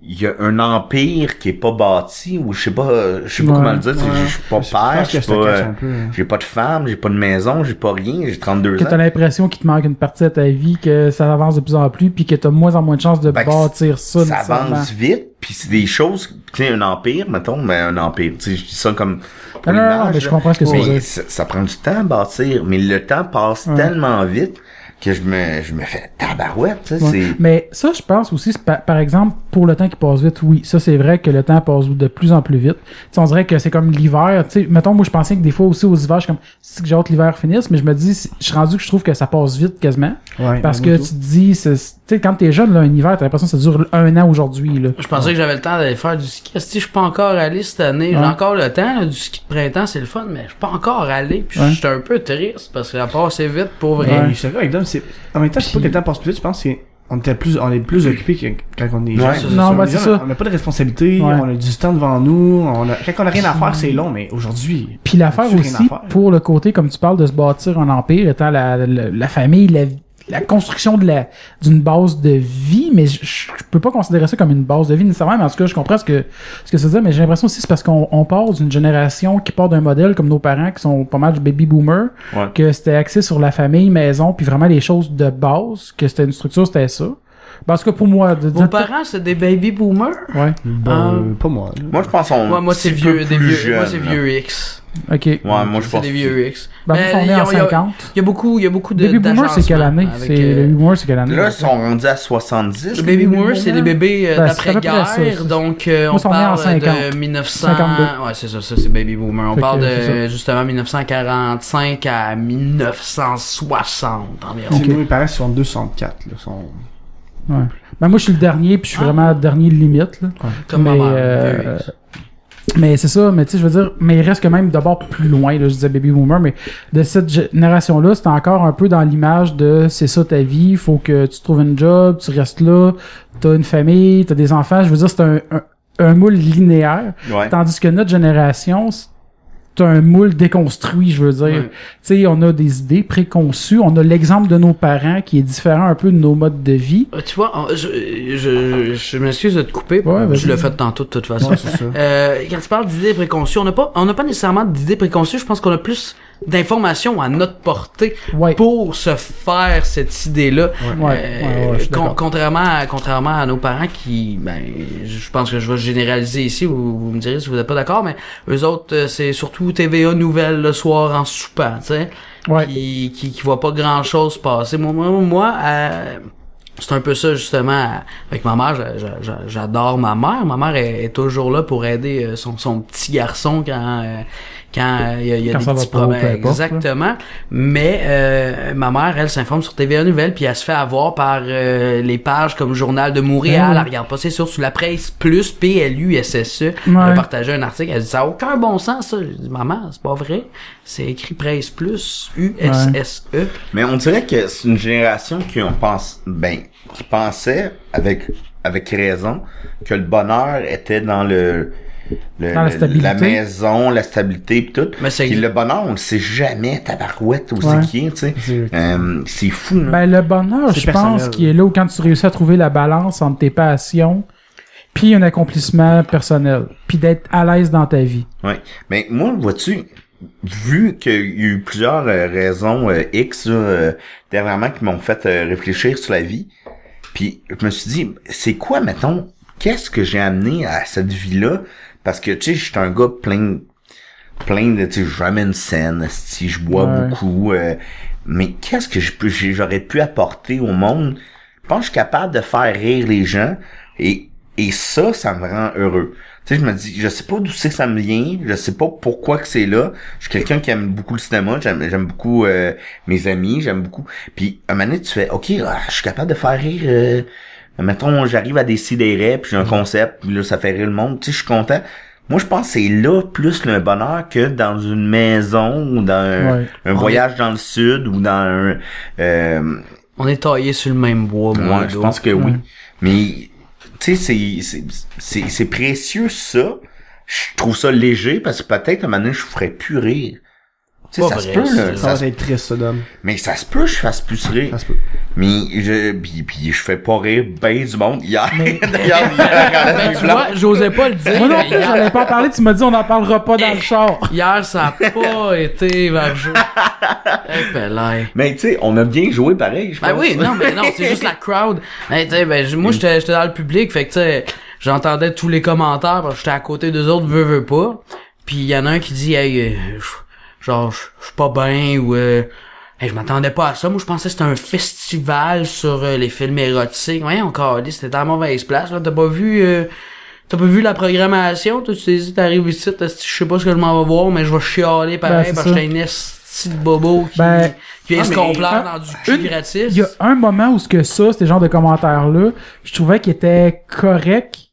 [SPEAKER 2] Il y a un empire qui est pas bâti, ou je sais pas, euh, je sais pas
[SPEAKER 3] Ouais.
[SPEAKER 2] comment le dire, tu sais, je je suis pas
[SPEAKER 4] Je pense
[SPEAKER 2] père, je
[SPEAKER 4] que
[SPEAKER 2] suis
[SPEAKER 4] je te
[SPEAKER 2] pas,
[SPEAKER 4] cache
[SPEAKER 2] euh,
[SPEAKER 4] un peu, hein.
[SPEAKER 2] j'ai pas de femme, j'ai pas de maison, j'ai pas rien, j'ai 32
[SPEAKER 3] Que
[SPEAKER 2] ans.
[SPEAKER 3] t'as l'impression qu'il te manque une partie de ta vie, que ça avance de plus en plus, puis que t'as de moins en moins de chances de
[SPEAKER 2] Ben, que
[SPEAKER 3] bâtir ça.
[SPEAKER 2] ça
[SPEAKER 3] nécessairement.
[SPEAKER 2] avance vite, puis c'est des choses, tu sais, un empire, mettons, mais un empire, tu sais, je dis ça comme pour
[SPEAKER 3] Non, non, non,
[SPEAKER 2] l'image,
[SPEAKER 3] mais je
[SPEAKER 2] là.
[SPEAKER 3] comprends ce que tu veux
[SPEAKER 2] Mais
[SPEAKER 3] dire.
[SPEAKER 2] ça, ça prend du temps à bâtir, mais le temps passe tellement vite que je me, je me fais tabarouette, tu sais,
[SPEAKER 3] Ouais.
[SPEAKER 2] c'est...
[SPEAKER 3] Mais ça, je pense aussi, c'est par, par exemple, pour le temps qui passe vite, oui, ça c'est vrai que le temps passe de plus en plus vite. Tu sais, on dirait que c'est comme l'hiver. Tu sais, mettons, moi je pensais que des fois aussi aux hivers, je suis comme, c'est que j'ai hâte que l'hiver finisse, mais je me dis, c'est- je suis rendu que je trouve que ça passe vite quasiment.
[SPEAKER 4] Ouais,
[SPEAKER 3] parce
[SPEAKER 4] ben,
[SPEAKER 3] que
[SPEAKER 4] moi,
[SPEAKER 3] tu te dis, c'est- tu sais, quand t'es jeune, là, un hiver, t'as l'impression que ça dure un an aujourd'hui. là.
[SPEAKER 1] Je pensais que j'avais le temps d'aller faire du ski. Esti, Je suis pas encore allé cette année. J'ai
[SPEAKER 3] Ouais.
[SPEAKER 1] encore le temps. là, du ski de printemps, c'est le fun, mais je suis pas encore allé. Puis
[SPEAKER 3] Ouais.
[SPEAKER 1] j'étais un peu triste parce que ça passait vite pour vrai.
[SPEAKER 4] Mais je suis d'accord avec Dom, c'est. En même temps, je sais pas que le temps passe plus vite, je pense que on était plus, on est plus occupé que quand on est jeune.
[SPEAKER 2] Ouais.
[SPEAKER 4] C'est
[SPEAKER 3] Non,
[SPEAKER 4] sûr.
[SPEAKER 3] bah,
[SPEAKER 4] Les
[SPEAKER 3] c'est
[SPEAKER 4] jeunes,
[SPEAKER 3] ça.
[SPEAKER 4] On n'a pas de responsabilité,
[SPEAKER 3] Ouais.
[SPEAKER 4] on a du temps devant nous, on a... quand on a rien à faire, c'est long, mais aujourd'hui.
[SPEAKER 3] Puis l'affaire
[SPEAKER 4] on a plus rien
[SPEAKER 3] aussi,
[SPEAKER 4] à faire.
[SPEAKER 3] pour le côté, comme tu parles, de se bâtir un empire, étant la, la, la famille, la, la construction de la d'une base de vie, mais je, je peux pas considérer ça comme une base de vie nécessairement, mais en tout cas, je comprends ce que, ce que ça veut dire, mais j'ai l'impression aussi que c'est parce qu'on on part d'une génération qui part d'un modèle comme nos parents, qui sont pas mal du baby boomer,
[SPEAKER 2] Ouais.
[SPEAKER 3] que c'était axé sur la famille, maison, puis vraiment les choses de base, que c'était une structure, c'était ça. Ben, Parce que pour moi, de, de-
[SPEAKER 1] Vos parents, c'est des baby boomers?
[SPEAKER 3] Ouais,
[SPEAKER 4] Ben, pas moi. là.
[SPEAKER 2] Moi, je pense qu'on...
[SPEAKER 1] Moi, moi c'est
[SPEAKER 2] petit
[SPEAKER 1] vieux,
[SPEAKER 2] peu
[SPEAKER 1] des
[SPEAKER 2] plus
[SPEAKER 1] vieux,
[SPEAKER 2] jeune,
[SPEAKER 1] moi, c'est
[SPEAKER 2] là.
[SPEAKER 1] vieux X.
[SPEAKER 3] ok.
[SPEAKER 2] Ouais, moi, je
[SPEAKER 1] C'est
[SPEAKER 2] pense...
[SPEAKER 1] des vieux X.
[SPEAKER 3] Ben, nous, on
[SPEAKER 1] ils
[SPEAKER 3] est en
[SPEAKER 1] ont- ils ont-
[SPEAKER 3] 50.
[SPEAKER 1] Il y a beaucoup, il y a beaucoup de.
[SPEAKER 3] Baby boomer, c'est quelle année?
[SPEAKER 1] d'agencement avec,
[SPEAKER 3] C'est,
[SPEAKER 1] euh,
[SPEAKER 3] Le baby boomer, c'est quelle année?
[SPEAKER 2] Là, ils sont rendus à 70.
[SPEAKER 1] Le baby
[SPEAKER 3] Baby
[SPEAKER 1] boomer, c'est les
[SPEAKER 3] boomer.
[SPEAKER 1] bébés euh,
[SPEAKER 3] Ben, c'est à peu près ça,
[SPEAKER 1] d'après-guerre,
[SPEAKER 3] ça.
[SPEAKER 1] donc euh,
[SPEAKER 3] Moi,
[SPEAKER 1] on
[SPEAKER 3] ils sont nés en
[SPEAKER 1] parle
[SPEAKER 3] 50.
[SPEAKER 1] de 1900.
[SPEAKER 3] 52.
[SPEAKER 1] Ouais, c'est ça, ça c'est baby boomer. On
[SPEAKER 3] Fait
[SPEAKER 1] parle
[SPEAKER 3] que,
[SPEAKER 1] de
[SPEAKER 3] c'est
[SPEAKER 1] justement 1945 à 1960 environ.
[SPEAKER 4] Tu sais, Moi, mes parents sont 204, là. Sont...
[SPEAKER 3] Ouais. Ben moi, je suis le dernier, puis je suis vraiment dernier limite. Là.
[SPEAKER 1] Comme ma
[SPEAKER 3] mais,
[SPEAKER 1] mère, vieux
[SPEAKER 3] euh,
[SPEAKER 1] X.
[SPEAKER 3] Mais c'est ça, mais tu sais, je veux dire, mais il reste que même d'abord plus loin, là, je disais baby boomer, mais de cette génération-là, c'est encore un peu dans l'image de c'est ça ta vie, faut que tu trouves une job, tu restes là, t'as une famille, t'as des enfants, je veux dire, c'est un, un, un moule linéaire,
[SPEAKER 2] Ouais.
[SPEAKER 3] tandis que notre génération, c'est un moule déconstruit, je veux dire.
[SPEAKER 1] Ouais.
[SPEAKER 3] Tu sais, on a des idées préconçues, on a l'exemple de nos parents qui est différent un peu de nos modes de vie.
[SPEAKER 1] Euh, Tu vois, on- je, je, je, je m'excuse de te couper.
[SPEAKER 3] Ouais, vas-y.
[SPEAKER 1] je le fais tantôt de toute façon.
[SPEAKER 4] Ouais, c'est ça.
[SPEAKER 1] Euh, quand tu parles d'idées préconçues, on n'a pas, on n'a pas nécessairement d'idées préconçues. Je pense qu'on a plus d'informations à notre portée
[SPEAKER 3] Ouais.
[SPEAKER 1] pour se faire cette idée-là. Euh,
[SPEAKER 3] Ouais, ouais, ouais, je suis
[SPEAKER 1] con-
[SPEAKER 3] d'accord.
[SPEAKER 1] contrairement, à, contrairement à nos parents qui, ben, je pense que je vais généraliser ici. Vous, vous me direz si vous n'êtes pas d'accord, mais eux autres, euh, c'est surtout TVA nouvelles le soir en soupant, tu sais
[SPEAKER 3] Ouais.
[SPEAKER 1] qui, qui, qui voit pas grand chose passer. Moi, moi, moi, euh, c'est un peu ça justement euh, avec ma mère. j'a- j'a- j'a- J'adore ma mère. Ma mère est, est toujours là pour aider euh, son, son petit garçon quand euh, quand euh, il y a, il y a
[SPEAKER 3] Quand
[SPEAKER 1] des
[SPEAKER 3] ça va
[SPEAKER 1] petits
[SPEAKER 3] pas, peu
[SPEAKER 1] problèmes.
[SPEAKER 3] importe, là.
[SPEAKER 1] Exactement. Mais euh, ma mère, elle s'informe sur TVA Nouvelle puis elle se fait avoir par euh, les pages comme Journal de Montréal.
[SPEAKER 3] Ouais, ouais.
[SPEAKER 1] Elle regarde pas c'est sûr sur la presse plus PLU SSE. E. Elle a
[SPEAKER 3] Ouais.
[SPEAKER 1] partagé un article. Elle dit ça a aucun bon sens ça. J'ai dit maman c'est pas vrai. C'est écrit presse plus U E. SSE.
[SPEAKER 2] Mais on dirait que c'est une génération qui on pense ben qui pensait avec avec raison que le bonheur était dans le, le-
[SPEAKER 3] Dans la
[SPEAKER 2] le-
[SPEAKER 3] stabilité. Ben,
[SPEAKER 2] maison, la stabilité pis tout.
[SPEAKER 1] Mais c'est-
[SPEAKER 2] Puis le bonheur, on le sait jamais tabarouette ou
[SPEAKER 3] Ouais.
[SPEAKER 2] c'est qui, tu sais.
[SPEAKER 4] C'est-
[SPEAKER 2] Euh, c'est fou, là.
[SPEAKER 3] Ben, le bonheur,
[SPEAKER 4] Mm. C'est
[SPEAKER 3] je
[SPEAKER 4] personnel.
[SPEAKER 3] pense, qui est là où quand tu réussis à trouver la balance entre tes passions puis un accomplissement personnel, puis d'être à l'aise dans ta vie.
[SPEAKER 2] Ouais. Mais moi, vois-tu, vu qu'il y a eu plusieurs euh, raisons euh, X là, euh, dernièrement qui m'ont fait euh, réfléchir sur la vie, puis je me suis dit, c'est quoi, mettons, qu'est-ce que j'ai amené à cette vie-là? Parce que, tu sais, je suis un gars plein, plein de, tu sais, je ramène scène, si je bois
[SPEAKER 3] Ouais.
[SPEAKER 2] beaucoup, euh, mais qu'est-ce que j'ai pu- j'ai- j'aurais pu apporter au monde? Je pense que je suis capable de faire rire les gens, et, et ça, ça me rend heureux. Tu sais, je me dis, je sais pas d'où c'est que ça me vient, je sais pas pourquoi que c'est là. Je suis quelqu'un qui aime beaucoup le cinéma, j'aime j'aime beaucoup euh, mes amis, j'aime beaucoup. Puis à un moment donné, tu fais, ok, ah, je suis capable de faire rire. euh, mettons, j'arrive à décider, puis j'ai un concept, puis là, ça fait rire le monde. Tu sais, je suis content. Moi, je pense que c'est là plus le bonheur que dans une maison ou dans un,
[SPEAKER 3] Ouais.
[SPEAKER 2] un voyage dans le sud ou dans un. euh,
[SPEAKER 1] On est taillé sur le même bois, moi.
[SPEAKER 2] moi, je pense que oui. Mais, tu sais, c'est- c'est- c'est c'est précieux, ça. Je trouve ça léger parce que peut-être, à un moment donné, je ferais plus rire. Tu sais,
[SPEAKER 1] Pas
[SPEAKER 2] ça se
[SPEAKER 1] vrai,
[SPEAKER 2] peut, là.
[SPEAKER 1] c'est-
[SPEAKER 4] Ça
[SPEAKER 2] Ça se-
[SPEAKER 4] va être triste, ça, Dom.
[SPEAKER 2] mais ça se peut que je fasse plus rire.
[SPEAKER 4] Ça se peut.
[SPEAKER 2] Mais je, pis, pis je fais pas rire ben du monde hier. D'ailleurs, hier, quand la nuit
[SPEAKER 1] Tu
[SPEAKER 2] blanche.
[SPEAKER 1] vois, j'osais pas le dire.
[SPEAKER 3] Moi non
[SPEAKER 1] mais
[SPEAKER 3] plus,
[SPEAKER 1] hier,
[SPEAKER 3] j'allais pas en parler, tu m'as dit on n'en parlera pas dans le char.
[SPEAKER 1] hier, ça a pas été vergeux. Eh, pelaille.
[SPEAKER 2] Mais tu sais, on a bien joué pareil, je pense.
[SPEAKER 1] Ben oui, non, mais non, c'est juste la crowd. Ben, tu sais, ben, j- moi, j'étais j'étais dans le public, fait que, tu sais, j'entendais tous les commentaires, parce que j'étais à côté d'eux autres, veux, veux pas. Puis il y en a un qui dit, hey, euh, je- genre, je je suis pas bien, ou, euh, hey, je m'attendais pas à ça. Moi, je pensais que c'était un festival sur euh, les films érotiques. Ouais, encore, c'était dans la mauvaise place, là. T'as pas vu, euh, T'as pas vu la programmation, toi, tu t'es dit, t'arrives ici, t'as- je sais pas ce que je m'en vais voir, mais je vais chialer pareil,
[SPEAKER 3] c'est
[SPEAKER 1] parce que
[SPEAKER 3] ça.
[SPEAKER 1] j'étais un esti de bobo qui,
[SPEAKER 3] Ben,
[SPEAKER 1] qui vient
[SPEAKER 2] ah,
[SPEAKER 1] se
[SPEAKER 2] mais-
[SPEAKER 1] complaire
[SPEAKER 3] ah,
[SPEAKER 1] dans du cul
[SPEAKER 3] une-
[SPEAKER 1] gratis.
[SPEAKER 3] Il y a un moment où ce que ça, ces genres de commentaires-là, je trouvais qu'ils étaient corrects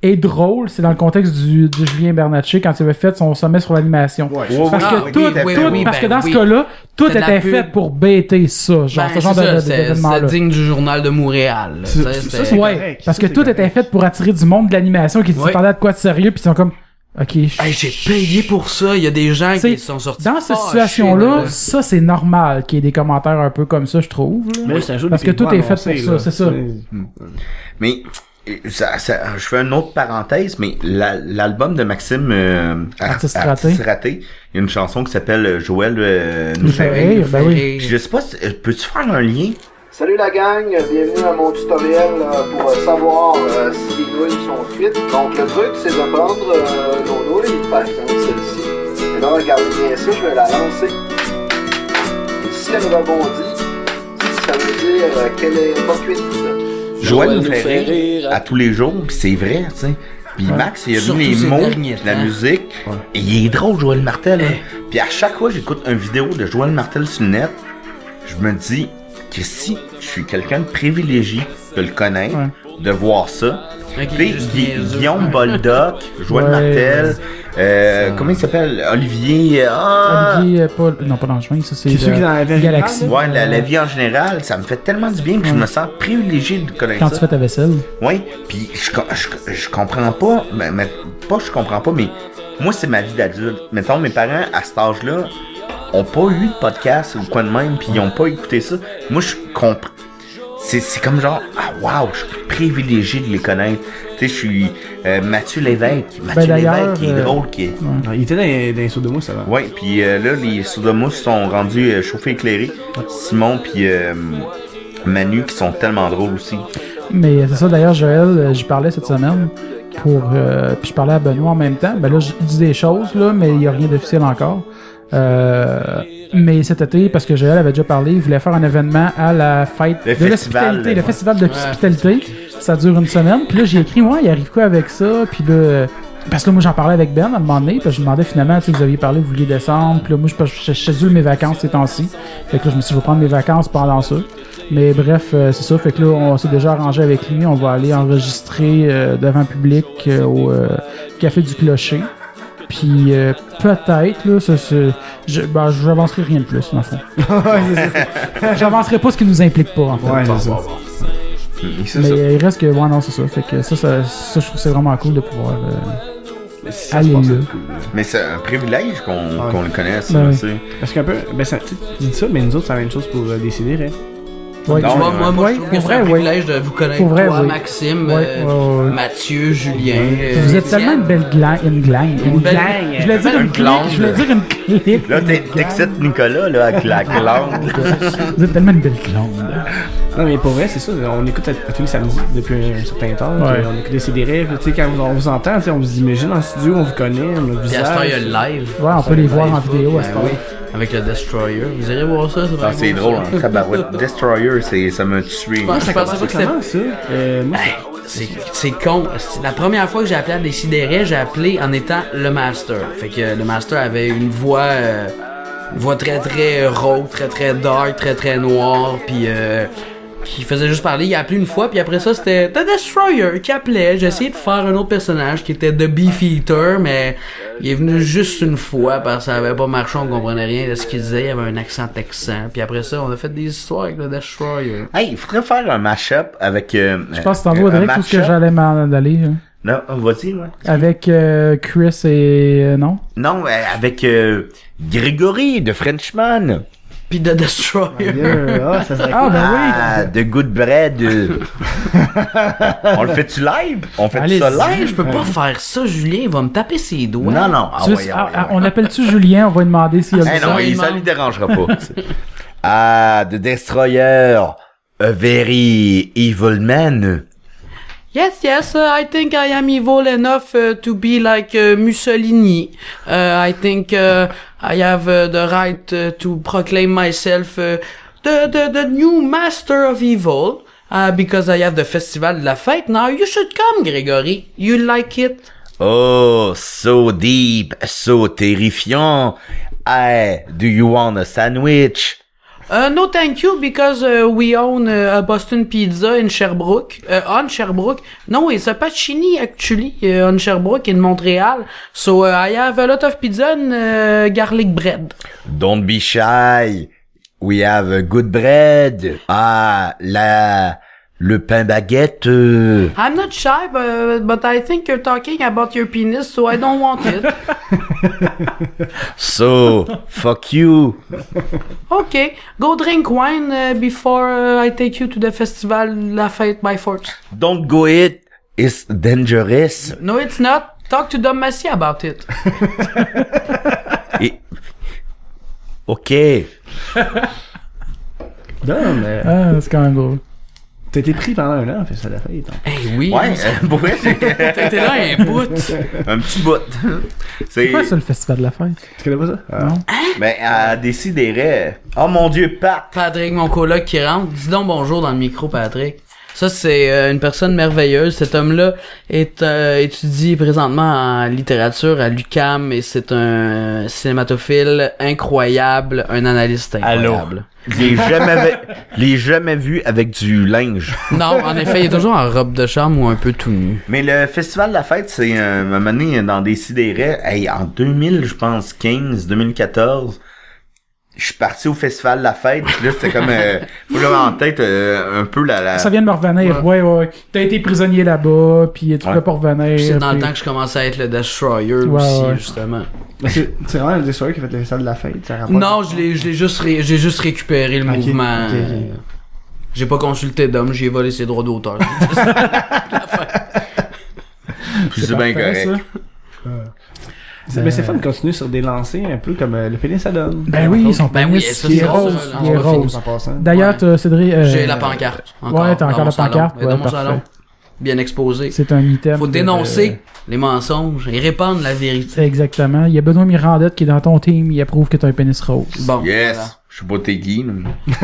[SPEAKER 3] et drôles. C'est dans le contexte du, du Julien Bernatchez quand il avait fait son sommet sur l'animation.
[SPEAKER 2] Ouais,
[SPEAKER 3] Parce
[SPEAKER 1] Ah,
[SPEAKER 3] que
[SPEAKER 1] oui,
[SPEAKER 3] tout,
[SPEAKER 1] oui,
[SPEAKER 3] tout-
[SPEAKER 1] oui,
[SPEAKER 3] parce
[SPEAKER 1] ben
[SPEAKER 3] que dans
[SPEAKER 1] oui.
[SPEAKER 3] ce cas-là, tout
[SPEAKER 1] C'est de la
[SPEAKER 3] était
[SPEAKER 1] pub.
[SPEAKER 3] fait pour bêter ça, genre,
[SPEAKER 1] Ben,
[SPEAKER 3] ce genre
[SPEAKER 1] c'est ça,
[SPEAKER 3] de- de-
[SPEAKER 1] c'est-
[SPEAKER 3] d'événement-là.
[SPEAKER 1] C'était digne du journal de Montréal.
[SPEAKER 4] C'est-
[SPEAKER 1] Ça,
[SPEAKER 4] c'est- ça,
[SPEAKER 1] c'était-
[SPEAKER 4] c'est-
[SPEAKER 3] Ouais,
[SPEAKER 4] correct.
[SPEAKER 3] parce
[SPEAKER 4] Ça,
[SPEAKER 3] que
[SPEAKER 4] c'est
[SPEAKER 3] tout
[SPEAKER 4] correct.
[SPEAKER 3] était fait pour attirer du monde de l'animation qui
[SPEAKER 1] Ouais.
[SPEAKER 3] s'attendait à de quoi de sérieux, puis ils sont comme, ok, je
[SPEAKER 1] Hey, j'ai payé pour ça. Il y a des gens
[SPEAKER 3] T'sais,
[SPEAKER 1] qui sont sortis.
[SPEAKER 3] dans cette
[SPEAKER 1] fâchés
[SPEAKER 3] situation-là,
[SPEAKER 1] de-
[SPEAKER 3] ça c'est normal qu'il y ait des commentaires un peu comme ça, je trouve. là.
[SPEAKER 4] Mais là, ça joue
[SPEAKER 3] Parce
[SPEAKER 4] des
[SPEAKER 3] que tout
[SPEAKER 4] pieds
[SPEAKER 3] est fait
[SPEAKER 4] avancés,
[SPEAKER 3] pour
[SPEAKER 4] là.
[SPEAKER 3] ça, c'est ça.
[SPEAKER 2] Mais euh, ça, ça- je fais une autre parenthèse, mais la- l'album de Maxime euh, Ar-
[SPEAKER 3] Artiste raté.
[SPEAKER 2] Artiste raté, il y a une chanson qui s'appelle euh, Joël euh, nous
[SPEAKER 3] Nous fait
[SPEAKER 2] fait-
[SPEAKER 3] rire, ben oui.
[SPEAKER 2] Puis Je sais pas, si- euh, peux-tu faire un lien?
[SPEAKER 5] Salut la gang, bienvenue à mon tutoriel euh, pour euh, savoir euh, si les nouilles sont cuites. Donc le truc c'est de prendre euh, nos nouilles, par exemple celle-ci. Et là regardez bien ça, je vais la lancer. Et si elle rebondit, ça veut dire euh, qu'elle est pas cuite.
[SPEAKER 2] Joël nous fait rire à tous les jours, pis c'est vrai, tu sais. Puis Max, il a
[SPEAKER 1] Surtout
[SPEAKER 2] mis les
[SPEAKER 1] ces
[SPEAKER 2] mots,
[SPEAKER 1] derniers
[SPEAKER 2] la
[SPEAKER 1] temps. Eh.
[SPEAKER 2] musique, et il est drôle, Joël Martel. hein. Puis à chaque fois, j'écoute une vidéo de Joël Martel sur le net, je me dis que si je suis quelqu'un de privilégié de le connaître, de voir ça.
[SPEAKER 1] Ok,
[SPEAKER 2] Puis
[SPEAKER 1] juste
[SPEAKER 2] Gui-
[SPEAKER 1] niaiseux.
[SPEAKER 2] Guillaume Boldoc, Joël
[SPEAKER 3] Ouais.
[SPEAKER 2] Martel, euh, comment il s'appelle? Olivier... euh, ah!
[SPEAKER 3] Olivier, euh, Paul, non pas dans le chemin, ça c'est
[SPEAKER 4] C'est ceux qui dans la vie
[SPEAKER 3] Galaxy.
[SPEAKER 4] générale,
[SPEAKER 2] Ouais, la, la vie en général, ça me fait tellement du bien, puis je me sens privilégié de connaître
[SPEAKER 3] quand
[SPEAKER 2] ça.
[SPEAKER 3] tu fais ta vaisselle.
[SPEAKER 2] Oui, puis je, com- je, je comprends pas, mais, mais- pas je comprends pas, mais moi c'est ma vie d'adulte. Mettons, mes parents à cet âge-là ont pas eu de podcast ou quoi de même, puis ils ont pas écouté ça. Moi je comprends. C'est, c'est comme genre, ah wow, je suis privilégié de les connaître. Tu sais, je suis euh, Mathieu Lévesque. Mathieu
[SPEAKER 3] Ben, d'ailleurs,
[SPEAKER 2] Lévesque qui est
[SPEAKER 3] euh,
[SPEAKER 2] drôle, qui est.
[SPEAKER 4] Non, Il était dans les, dans les sauts de mousse avant.
[SPEAKER 2] Ouais, puis euh, là, les sodomous sont rendus euh, chauffés éclairés. Simon, puis euh, Manu qui sont tellement drôles aussi.
[SPEAKER 3] Mais c'est ça d'ailleurs Joël, euh, j'y parlais cette semaine pour euh, puis je parlais à Benoît en même temps. Ben là je dis des choses là, mais il y a rien d'officiel encore. Euh, mais cet été, parce que Joël avait déjà parlé, il voulait faire un événement à la fête
[SPEAKER 2] Le
[SPEAKER 3] de
[SPEAKER 2] festival,
[SPEAKER 3] l'hospitalité, le
[SPEAKER 2] ouais.
[SPEAKER 3] festival de l'hospitalité. Ça dure une semaine. Puis là, j'ai écrit, ouais, il arrive quoi avec ça? Puis là, euh, parce que là, moi, j'en parlais avec Ben à un moment donné. Puis je lui demandais finalement, tu sais, vous aviez parlé, vous vouliez descendre. Puis là, moi, je je- je schedule mes vacances ces temps-ci. Fait que là, je me suis dit, je vais prendre mes vacances pendant ça. Mais bref, euh, c'est ça. Fait que là, on s'est déjà arrangé avec lui. On va aller enregistrer euh, devant public euh, au euh, Café du Clocher. Puis euh, peut-être, là, ça, c'est- je, ben, j'avancerai rien de plus, en fait.
[SPEAKER 4] Ouais, c'est ça.
[SPEAKER 3] J'avancerai pas ce qui nous implique pas, en fait.
[SPEAKER 4] Ouais, c'est ça.
[SPEAKER 2] Et c'est
[SPEAKER 3] Mais
[SPEAKER 2] ça.
[SPEAKER 3] euh, il reste que, ouais, non, c'est ça. Fait que ça, ça, ça, je trouve que c'est vraiment cool de pouvoir. euh,
[SPEAKER 4] Mais si ça se
[SPEAKER 3] Allez,
[SPEAKER 4] passe,
[SPEAKER 3] là.
[SPEAKER 4] c'est cool, là.
[SPEAKER 2] Mais c'est un privilège qu'on
[SPEAKER 4] Ouais.
[SPEAKER 2] qu'on le connaisse,
[SPEAKER 3] Ah. Ben
[SPEAKER 2] tu
[SPEAKER 3] oui.
[SPEAKER 2] sais.
[SPEAKER 4] Parce qu'un peu, ben ça, tu tu dis ça, mais nous autres, c'est la même chose pour euh, décider, hein.
[SPEAKER 3] Ouais.
[SPEAKER 1] Tu vois,
[SPEAKER 2] ouais,
[SPEAKER 1] moi, moi,
[SPEAKER 3] ouais.
[SPEAKER 1] je trouve que
[SPEAKER 3] Pour
[SPEAKER 1] c'est un
[SPEAKER 3] vrai, ouais.
[SPEAKER 1] privilège de vous connaître,
[SPEAKER 3] Pour vrai,
[SPEAKER 1] toi,
[SPEAKER 3] oui.
[SPEAKER 1] Maxime,
[SPEAKER 3] Ouais,
[SPEAKER 1] euh,
[SPEAKER 3] ouais, ouais.
[SPEAKER 1] Mathieu, Julien.
[SPEAKER 3] Vous
[SPEAKER 1] euh,
[SPEAKER 3] êtes tellement
[SPEAKER 1] Étienne.
[SPEAKER 3] une belle glang, une glang, une
[SPEAKER 1] belle-
[SPEAKER 3] glang. Je voulais dire
[SPEAKER 2] Une
[SPEAKER 3] une
[SPEAKER 2] glange,
[SPEAKER 3] clique, je voulais
[SPEAKER 2] là.
[SPEAKER 3] dire une clique.
[SPEAKER 2] Là, t'es- t'excites Nicolas, là, avec la glande.
[SPEAKER 3] Vous êtes tellement une belle glange.
[SPEAKER 4] Non, mais pour vrai, c'est ça. On écoute à, à tous les samedis depuis un certain temps.
[SPEAKER 3] Ouais.
[SPEAKER 4] puis On écoute des rêves. Tu sais, quand on vous entend, tu sais, on vous imagine en studio, on vous connaît, on a le
[SPEAKER 1] Puis à ce temps, il y a
[SPEAKER 4] visage.
[SPEAKER 1] le live.
[SPEAKER 3] Ouais, on peut les voir en vidéo à ce
[SPEAKER 1] Ben
[SPEAKER 3] temps.
[SPEAKER 1] oui, Avec le Destroyer. Vous irez voir ça,
[SPEAKER 2] Ah, c'est
[SPEAKER 1] vraiment
[SPEAKER 2] drôle,
[SPEAKER 1] cool, ça.
[SPEAKER 2] hein. Tabarouette. Destroyer, c'est, ça m'a tué.
[SPEAKER 1] Je pensais pas que c'était
[SPEAKER 4] Comment ça? Euh, moi,
[SPEAKER 1] Hey, C'est c'est con. C'est La première fois que j'ai appelé à Décideret, j'ai appelé en étant le master. Fait que le master avait une voix, euh, une voix très très rauque, très très dark, très très noire, puis euh, qui faisait juste parler. Il a appelé une fois, puis après ça c'était The Destroyer qui appelait. J'ai essayé de faire un autre personnage qui était The Beefeater, mais il est venu juste une fois parce que ça avait pas marché, on comprenait rien de ce qu'il disait. Il avait un accent texan. Puis après ça, on a fait des histoires avec le Destroyer.
[SPEAKER 2] Hey, il faudrait faire un mash-up avec. euh,
[SPEAKER 3] Je pense que t'en
[SPEAKER 2] euh,
[SPEAKER 3] vas
[SPEAKER 2] un
[SPEAKER 3] direct tout ce que
[SPEAKER 2] mash-up.
[SPEAKER 3] j'allais m'en aller. hein.
[SPEAKER 2] Non, oh, vas-y, ouais.
[SPEAKER 3] Avec euh, Chris et... euh, non?
[SPEAKER 2] Non, euh, avec euh, Grégory de Frenchman.
[SPEAKER 1] Puis The Destroyer.
[SPEAKER 4] euh, ah, ça serait
[SPEAKER 3] Ah,
[SPEAKER 4] cool.
[SPEAKER 3] ben oui!
[SPEAKER 2] Ah, de Good Bread. euh. on le fait-tu live? On fait
[SPEAKER 3] Allez-y.
[SPEAKER 2] ça live?
[SPEAKER 1] Je peux pas faire ça, Julien. Il va me taper ses doigts.
[SPEAKER 2] Non, non. Ah,
[SPEAKER 3] Tu veux-
[SPEAKER 2] ouais,
[SPEAKER 3] ah,
[SPEAKER 2] ouais,
[SPEAKER 3] ah,
[SPEAKER 2] ouais.
[SPEAKER 3] on appelle-tu Julien? On va lui demander s'il y a
[SPEAKER 2] Eh
[SPEAKER 3] besoin.
[SPEAKER 2] non, il, ça lui dérangera pas. ah, The Destroyer. A very evil man.
[SPEAKER 1] Yes, yes, uh, I think I am evil enough uh, to be like uh, Mussolini. Uh, I think uh, I have uh, the right uh, to proclaim myself uh, the, the, the new master of evil. Uh, because I have the festival de la fête. Now you should come, Grégory. You like it?
[SPEAKER 2] Oh, so deep, so terrifiant. Hey, do you want a sandwich?
[SPEAKER 1] Uh, no, thank you, because uh, we own uh, a Boston Pizza in Sherbrooke, uh, on Sherbrooke. No, it's a Pacini actually uh, on Sherbrooke in Montreal. So uh, I have a lot of pizza and uh, garlic bread.
[SPEAKER 2] Don't be shy. We have a good bread. Ah, la, le pain baguette. euh.
[SPEAKER 1] I'm not shy, but, but I think you're talking about your penis, so I don't want it.
[SPEAKER 2] So, fuck you.
[SPEAKER 1] okay, go drink wine uh, before uh, I take you to the festival La Fête by force.
[SPEAKER 2] Don't go it. It's dangerous.
[SPEAKER 1] No, it's not. Talk to Dom Massy about it.
[SPEAKER 2] Et- Ok.
[SPEAKER 4] Non, mais
[SPEAKER 3] Ah, c'est quand même drôle.
[SPEAKER 4] euh, t'as été pris pendant un an, fait ça l'a hein. fait. donc.
[SPEAKER 1] Eh oui,
[SPEAKER 2] Ouais, euh, pour vrai, c'est
[SPEAKER 1] t'étais là un bout.
[SPEAKER 2] un petit bout. C'est,
[SPEAKER 3] C'est quoi ça, le festival de la fête?
[SPEAKER 4] Tu connais pas ça? Ah.
[SPEAKER 3] Non?
[SPEAKER 2] ben, à décider. Oh mon dieu, Pat.
[SPEAKER 1] Patrick, mon coloc qui rentre. Dis donc bonjour dans le micro, Patrick. Ça, c'est euh, une personne merveilleuse. Cet homme-là est euh, étudie présentement en littérature à l'UCAM et c'est un euh, cinématophile incroyable, un analyste incroyable.
[SPEAKER 2] Je l'ai jamais, ve- je l'ai jamais vu avec du linge.
[SPEAKER 1] Non, en effet, il est toujours en robe de chambre ou un peu tout nu.
[SPEAKER 2] Mais le festival de la fête, c'est euh, à un moment donné dans des sidérés. Hey, en 2000, je pense, 15, 2014, je suis parti au festival de la fête. Puis là, c'était comme, euh, vous l'avez en tête euh, un peu la. la...
[SPEAKER 3] Ça vient de me revenir. Ouais, ouais. ouais. T'as été prisonnier là-bas, puis tu
[SPEAKER 2] Ouais.
[SPEAKER 3] peux pas revenir.
[SPEAKER 1] Puis C'est dans le
[SPEAKER 3] puis-
[SPEAKER 1] temps que je commençais à être le Destroyer
[SPEAKER 3] Ouais,
[SPEAKER 1] aussi,
[SPEAKER 3] ouais.
[SPEAKER 1] justement.
[SPEAKER 4] Mais c'est c'est vraiment le destroyer qui a fait le salle de la fête. Ça rapporte-
[SPEAKER 1] Non, je l'ai je l'ai juste, ré- j'ai juste récupéré le
[SPEAKER 4] Ok,
[SPEAKER 1] mouvement.
[SPEAKER 4] ok, ok.
[SPEAKER 1] J'ai pas consulté Dom, j'ai volé ses droits d'auteur.
[SPEAKER 2] Puis c'est bien
[SPEAKER 3] parfait,
[SPEAKER 2] correct.
[SPEAKER 3] ça.
[SPEAKER 4] C'est- Mais c'est fun de continuer sur des lancers un peu comme euh, le pénis à donne.
[SPEAKER 3] Ben oui, ils sont
[SPEAKER 1] Ben
[SPEAKER 3] pas
[SPEAKER 1] oui,
[SPEAKER 3] mis.
[SPEAKER 1] ça,
[SPEAKER 3] Il
[SPEAKER 1] c'est
[SPEAKER 3] est
[SPEAKER 1] ça,
[SPEAKER 3] rose,
[SPEAKER 1] là,
[SPEAKER 3] il est
[SPEAKER 1] on va
[SPEAKER 3] rose.
[SPEAKER 4] En passant.
[SPEAKER 3] D'ailleurs, t'as- Cédric... euh,
[SPEAKER 1] J'ai la pancarte. Encore,
[SPEAKER 3] ouais,
[SPEAKER 1] dans
[SPEAKER 3] t'as encore
[SPEAKER 1] mon
[SPEAKER 3] la
[SPEAKER 1] salon.
[SPEAKER 3] pancarte,
[SPEAKER 1] Et dans
[SPEAKER 3] ouais,
[SPEAKER 1] mon
[SPEAKER 3] parfait.
[SPEAKER 1] salon. Bien exposé.
[SPEAKER 3] C'est un item.
[SPEAKER 1] Faut
[SPEAKER 3] de-
[SPEAKER 1] dénoncer les mensonges et répandre la vérité.
[SPEAKER 3] C'est Exactement. Il y a Benoît Mirandette qui est dans ton team, il approuve que t'as un pénis rose.
[SPEAKER 1] Bon. voilà.
[SPEAKER 2] Yes. Je suis pas tes guides.
[SPEAKER 1] mais,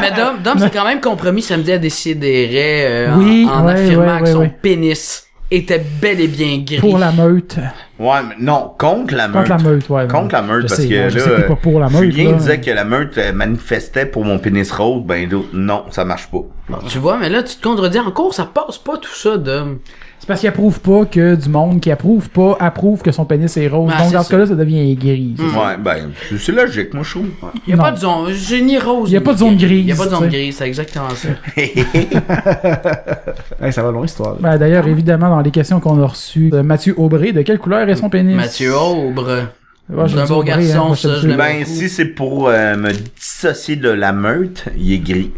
[SPEAKER 1] mais Dom, Dom c'est quand même compromis samedi à décider euh,
[SPEAKER 3] Oui,
[SPEAKER 1] en, en
[SPEAKER 3] ouais,
[SPEAKER 1] affirmant
[SPEAKER 3] ouais,
[SPEAKER 1] que
[SPEAKER 3] ouais,
[SPEAKER 1] son
[SPEAKER 3] ouais.
[SPEAKER 1] pénis était bel et bien gris.
[SPEAKER 3] Pour la meute.
[SPEAKER 2] Ouais, mais non, contre la meute.
[SPEAKER 3] Contre la meute, ouais.
[SPEAKER 2] Contre la meute,
[SPEAKER 3] Je
[SPEAKER 2] parce
[SPEAKER 3] sais,
[SPEAKER 2] que
[SPEAKER 3] ouais,
[SPEAKER 2] là,
[SPEAKER 3] je sais que t'es pas pour la
[SPEAKER 2] euh,
[SPEAKER 3] meute,
[SPEAKER 2] Julien
[SPEAKER 3] là.
[SPEAKER 2] disait que la meute euh, manifestait pour mon pénis rose, ben d'autres, non, ça marche pas.
[SPEAKER 1] Bon, tu vois, mais là, tu te contredis encore, ça passe pas tout ça, Dom.
[SPEAKER 3] C'est parce qu'il approuve pas que du monde qui approuve pas approuve que son pénis est rose.
[SPEAKER 1] Ouais,
[SPEAKER 3] Donc
[SPEAKER 1] c'est
[SPEAKER 3] dans ce
[SPEAKER 1] ça. Mm.
[SPEAKER 3] cas-là, ça devient gris. c'est ça.
[SPEAKER 2] Ouais, ben, c'est- c'est logique, moi, je trouve.
[SPEAKER 1] Il y a
[SPEAKER 3] Non.
[SPEAKER 1] pas de zone, j'ai ni rose.
[SPEAKER 3] Y a
[SPEAKER 1] ni
[SPEAKER 3] pas de zone
[SPEAKER 1] gris.
[SPEAKER 3] grise,
[SPEAKER 1] Y a pas de zone
[SPEAKER 3] tu sais.
[SPEAKER 1] grise, c'est exactement ça.
[SPEAKER 4] Hey, ça va loin, cette histoire.
[SPEAKER 3] Ben, D'ailleurs, évidemment, dans les questions qu'on a reçues, euh, Mathieu Aubry, de quelle couleur est son pénis
[SPEAKER 1] Mathieu Aubre.
[SPEAKER 3] Ouais, je
[SPEAKER 1] c'est
[SPEAKER 3] hein,
[SPEAKER 1] un
[SPEAKER 3] dis
[SPEAKER 1] bon
[SPEAKER 3] Aubry,
[SPEAKER 1] garçon,
[SPEAKER 3] moi,
[SPEAKER 1] ça,
[SPEAKER 3] te le
[SPEAKER 1] je
[SPEAKER 3] dis.
[SPEAKER 1] l'aime.
[SPEAKER 2] Ben, si c'est pour euh, me dissocier de la meute, il est gris.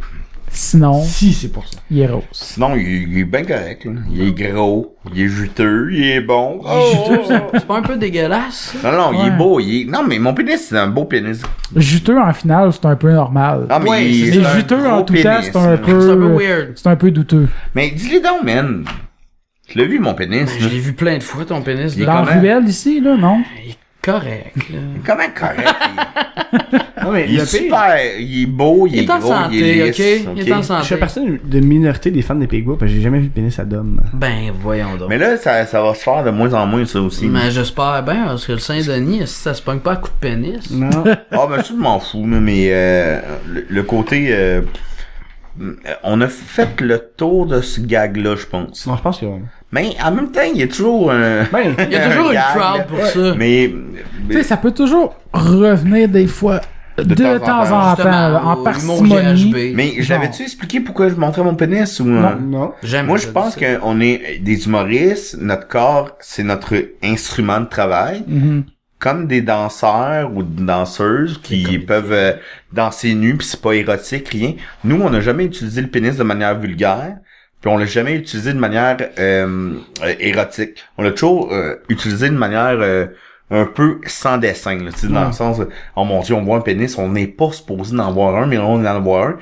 [SPEAKER 3] Sinon,
[SPEAKER 4] Si, c'est pour ça.
[SPEAKER 3] il est rose.
[SPEAKER 2] Sinon, il, il est bien correct. là. Il est gros, il est juteux, il est bon.
[SPEAKER 1] Oh, C'est pas un peu dégueulasse?
[SPEAKER 2] Non, non, il est
[SPEAKER 3] Ouais.
[SPEAKER 2] beau. Il est... Non, mais mon pénis, c'est un beau pénis.
[SPEAKER 3] Juteux en finale, c'est un peu normal.
[SPEAKER 2] Non, mais
[SPEAKER 1] Ouais,
[SPEAKER 2] il-
[SPEAKER 1] c'est
[SPEAKER 3] mais
[SPEAKER 2] un
[SPEAKER 3] juteux en
[SPEAKER 2] gros
[SPEAKER 3] tout temps,
[SPEAKER 2] pénis,
[SPEAKER 3] c'est un
[SPEAKER 2] là.
[SPEAKER 3] peu.
[SPEAKER 1] C'est un peu weird.
[SPEAKER 3] C'est un peu douteux.
[SPEAKER 2] Mais dis-le donc, man. Tu l'as vu, mon pénis?
[SPEAKER 1] Je
[SPEAKER 2] là?
[SPEAKER 1] l'ai vu plein de fois, ton pénis.
[SPEAKER 2] Il est
[SPEAKER 1] là.
[SPEAKER 3] Dans
[SPEAKER 2] comment?
[SPEAKER 3] Ruelle ici, là, non?
[SPEAKER 1] Il est correct. là.
[SPEAKER 2] Comment correct?
[SPEAKER 4] Non, mais
[SPEAKER 2] il, il est
[SPEAKER 4] le pire,
[SPEAKER 2] super. Il est beau, il,
[SPEAKER 1] Il est en
[SPEAKER 2] gros,
[SPEAKER 1] santé,
[SPEAKER 2] il est lisse.
[SPEAKER 1] ok? Il est en
[SPEAKER 2] ok?
[SPEAKER 4] Je suis
[SPEAKER 1] santé.
[SPEAKER 4] la personne de minorité des fans des Pigbois parce que j'ai jamais vu de pénis à d'homme.
[SPEAKER 1] Ben, voyons donc.
[SPEAKER 2] Mais là, ça, ça va se faire de moins en moins, ça aussi.
[SPEAKER 1] Mais j'espère bien, parce que le Saint-Denis, si ça se pogne pas à coup de pénis.
[SPEAKER 4] Non.
[SPEAKER 2] Ah, ben, ça, je m'en fous, là, mais euh, le, le côté. euh, euh, on a fait le tour de ce gag-là, je pense.
[SPEAKER 4] non, je pense que.
[SPEAKER 2] Mais en même temps, il y a toujours un.
[SPEAKER 4] Ben,
[SPEAKER 1] Il y a toujours
[SPEAKER 2] un
[SPEAKER 1] une
[SPEAKER 2] gag,
[SPEAKER 1] crowd
[SPEAKER 2] là.
[SPEAKER 1] pour ça.
[SPEAKER 2] Mais.
[SPEAKER 3] Tu sais, ça peut toujours revenir des fois, de, temps, en, temps, là, en
[SPEAKER 1] Justement, au humour
[SPEAKER 3] parcimonie.
[SPEAKER 1] GHB.
[SPEAKER 2] Mais j'avais-tu expliqué pourquoi je montrais mon pénis ou. euh,
[SPEAKER 4] non, non.
[SPEAKER 1] J'aime
[SPEAKER 2] Moi,
[SPEAKER 1] que
[SPEAKER 2] je
[SPEAKER 1] ça
[SPEAKER 2] pense
[SPEAKER 1] dise ça.
[SPEAKER 2] qu'on est des humoristes, notre corps, c'est notre instrument de travail.
[SPEAKER 3] Mhm.
[SPEAKER 2] Comme des danseurs ou des danseuses qui peuvent euh, danser nus, puis c'est pas érotique, rien. Nous, on n'a jamais utilisé le pénis de manière vulgaire, puis on l'a jamais utilisé de manière euh, euh, érotique. On l'a toujours euh, utilisé de manière euh, un peu sans dessin, là, tu sais, dans
[SPEAKER 1] Hmm.
[SPEAKER 2] le sens, euh, oh mon dieu, on voit un pénis, on n'est pas supposé d'en voir un, mais on en voit un.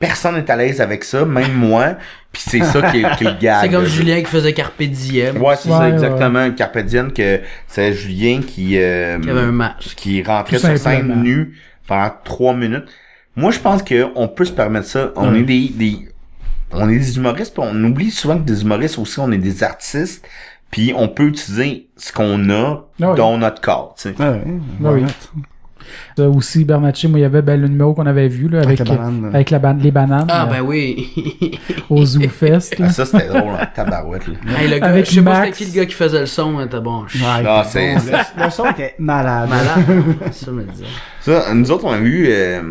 [SPEAKER 2] Personne n'est à l'aise avec ça, même moi, puis c'est ça qui est, qui est le gag,
[SPEAKER 1] C'est comme
[SPEAKER 2] là.
[SPEAKER 1] Julien qui faisait Carpe Diem.
[SPEAKER 2] Ouais, c'est
[SPEAKER 3] Ouais,
[SPEAKER 2] ça,
[SPEAKER 3] ouais.
[SPEAKER 2] exactement. Carpe Diem, que c'est Julien qui, euh,
[SPEAKER 1] Il y avait un masque.
[SPEAKER 2] qui rentrait
[SPEAKER 3] Tout
[SPEAKER 2] sur
[SPEAKER 3] simplement.
[SPEAKER 2] scène nu pendant trois minutes. Moi, je pense que on peut se permettre ça. On est des, des- on est des humoristes, puis on oublie souvent que des humoristes aussi, on est des artistes, puis on peut utiliser ce qu'on a
[SPEAKER 3] Ah oui.
[SPEAKER 2] dans notre corps, tu sais.
[SPEAKER 4] Ah Ouais, ouais.
[SPEAKER 3] Ah Oui.
[SPEAKER 4] Ouais.
[SPEAKER 3] Ça aussi, Bernatchez, moi, il y avait ben, le numéro qu'on avait vu, là, avec,
[SPEAKER 4] Avec la banane, là.
[SPEAKER 3] avec la ban- les bananes
[SPEAKER 1] Ah, ben
[SPEAKER 3] euh,
[SPEAKER 1] oui.
[SPEAKER 3] au Zoo Fest. là.
[SPEAKER 2] Ah, ça, c'était drôle, en tabarouette, là.
[SPEAKER 1] Hey, le gars,
[SPEAKER 3] Avec
[SPEAKER 1] je sais pas
[SPEAKER 3] Max.
[SPEAKER 1] c'était qui le gars qui faisait le son, hein, t'as bon. Je suis
[SPEAKER 4] Ouais,
[SPEAKER 2] Ah,
[SPEAKER 4] t'es
[SPEAKER 2] c'est-
[SPEAKER 4] bon. le, le son était malade.
[SPEAKER 1] malade. ça me disait.
[SPEAKER 2] Ça, nous autres, on a eu, euh,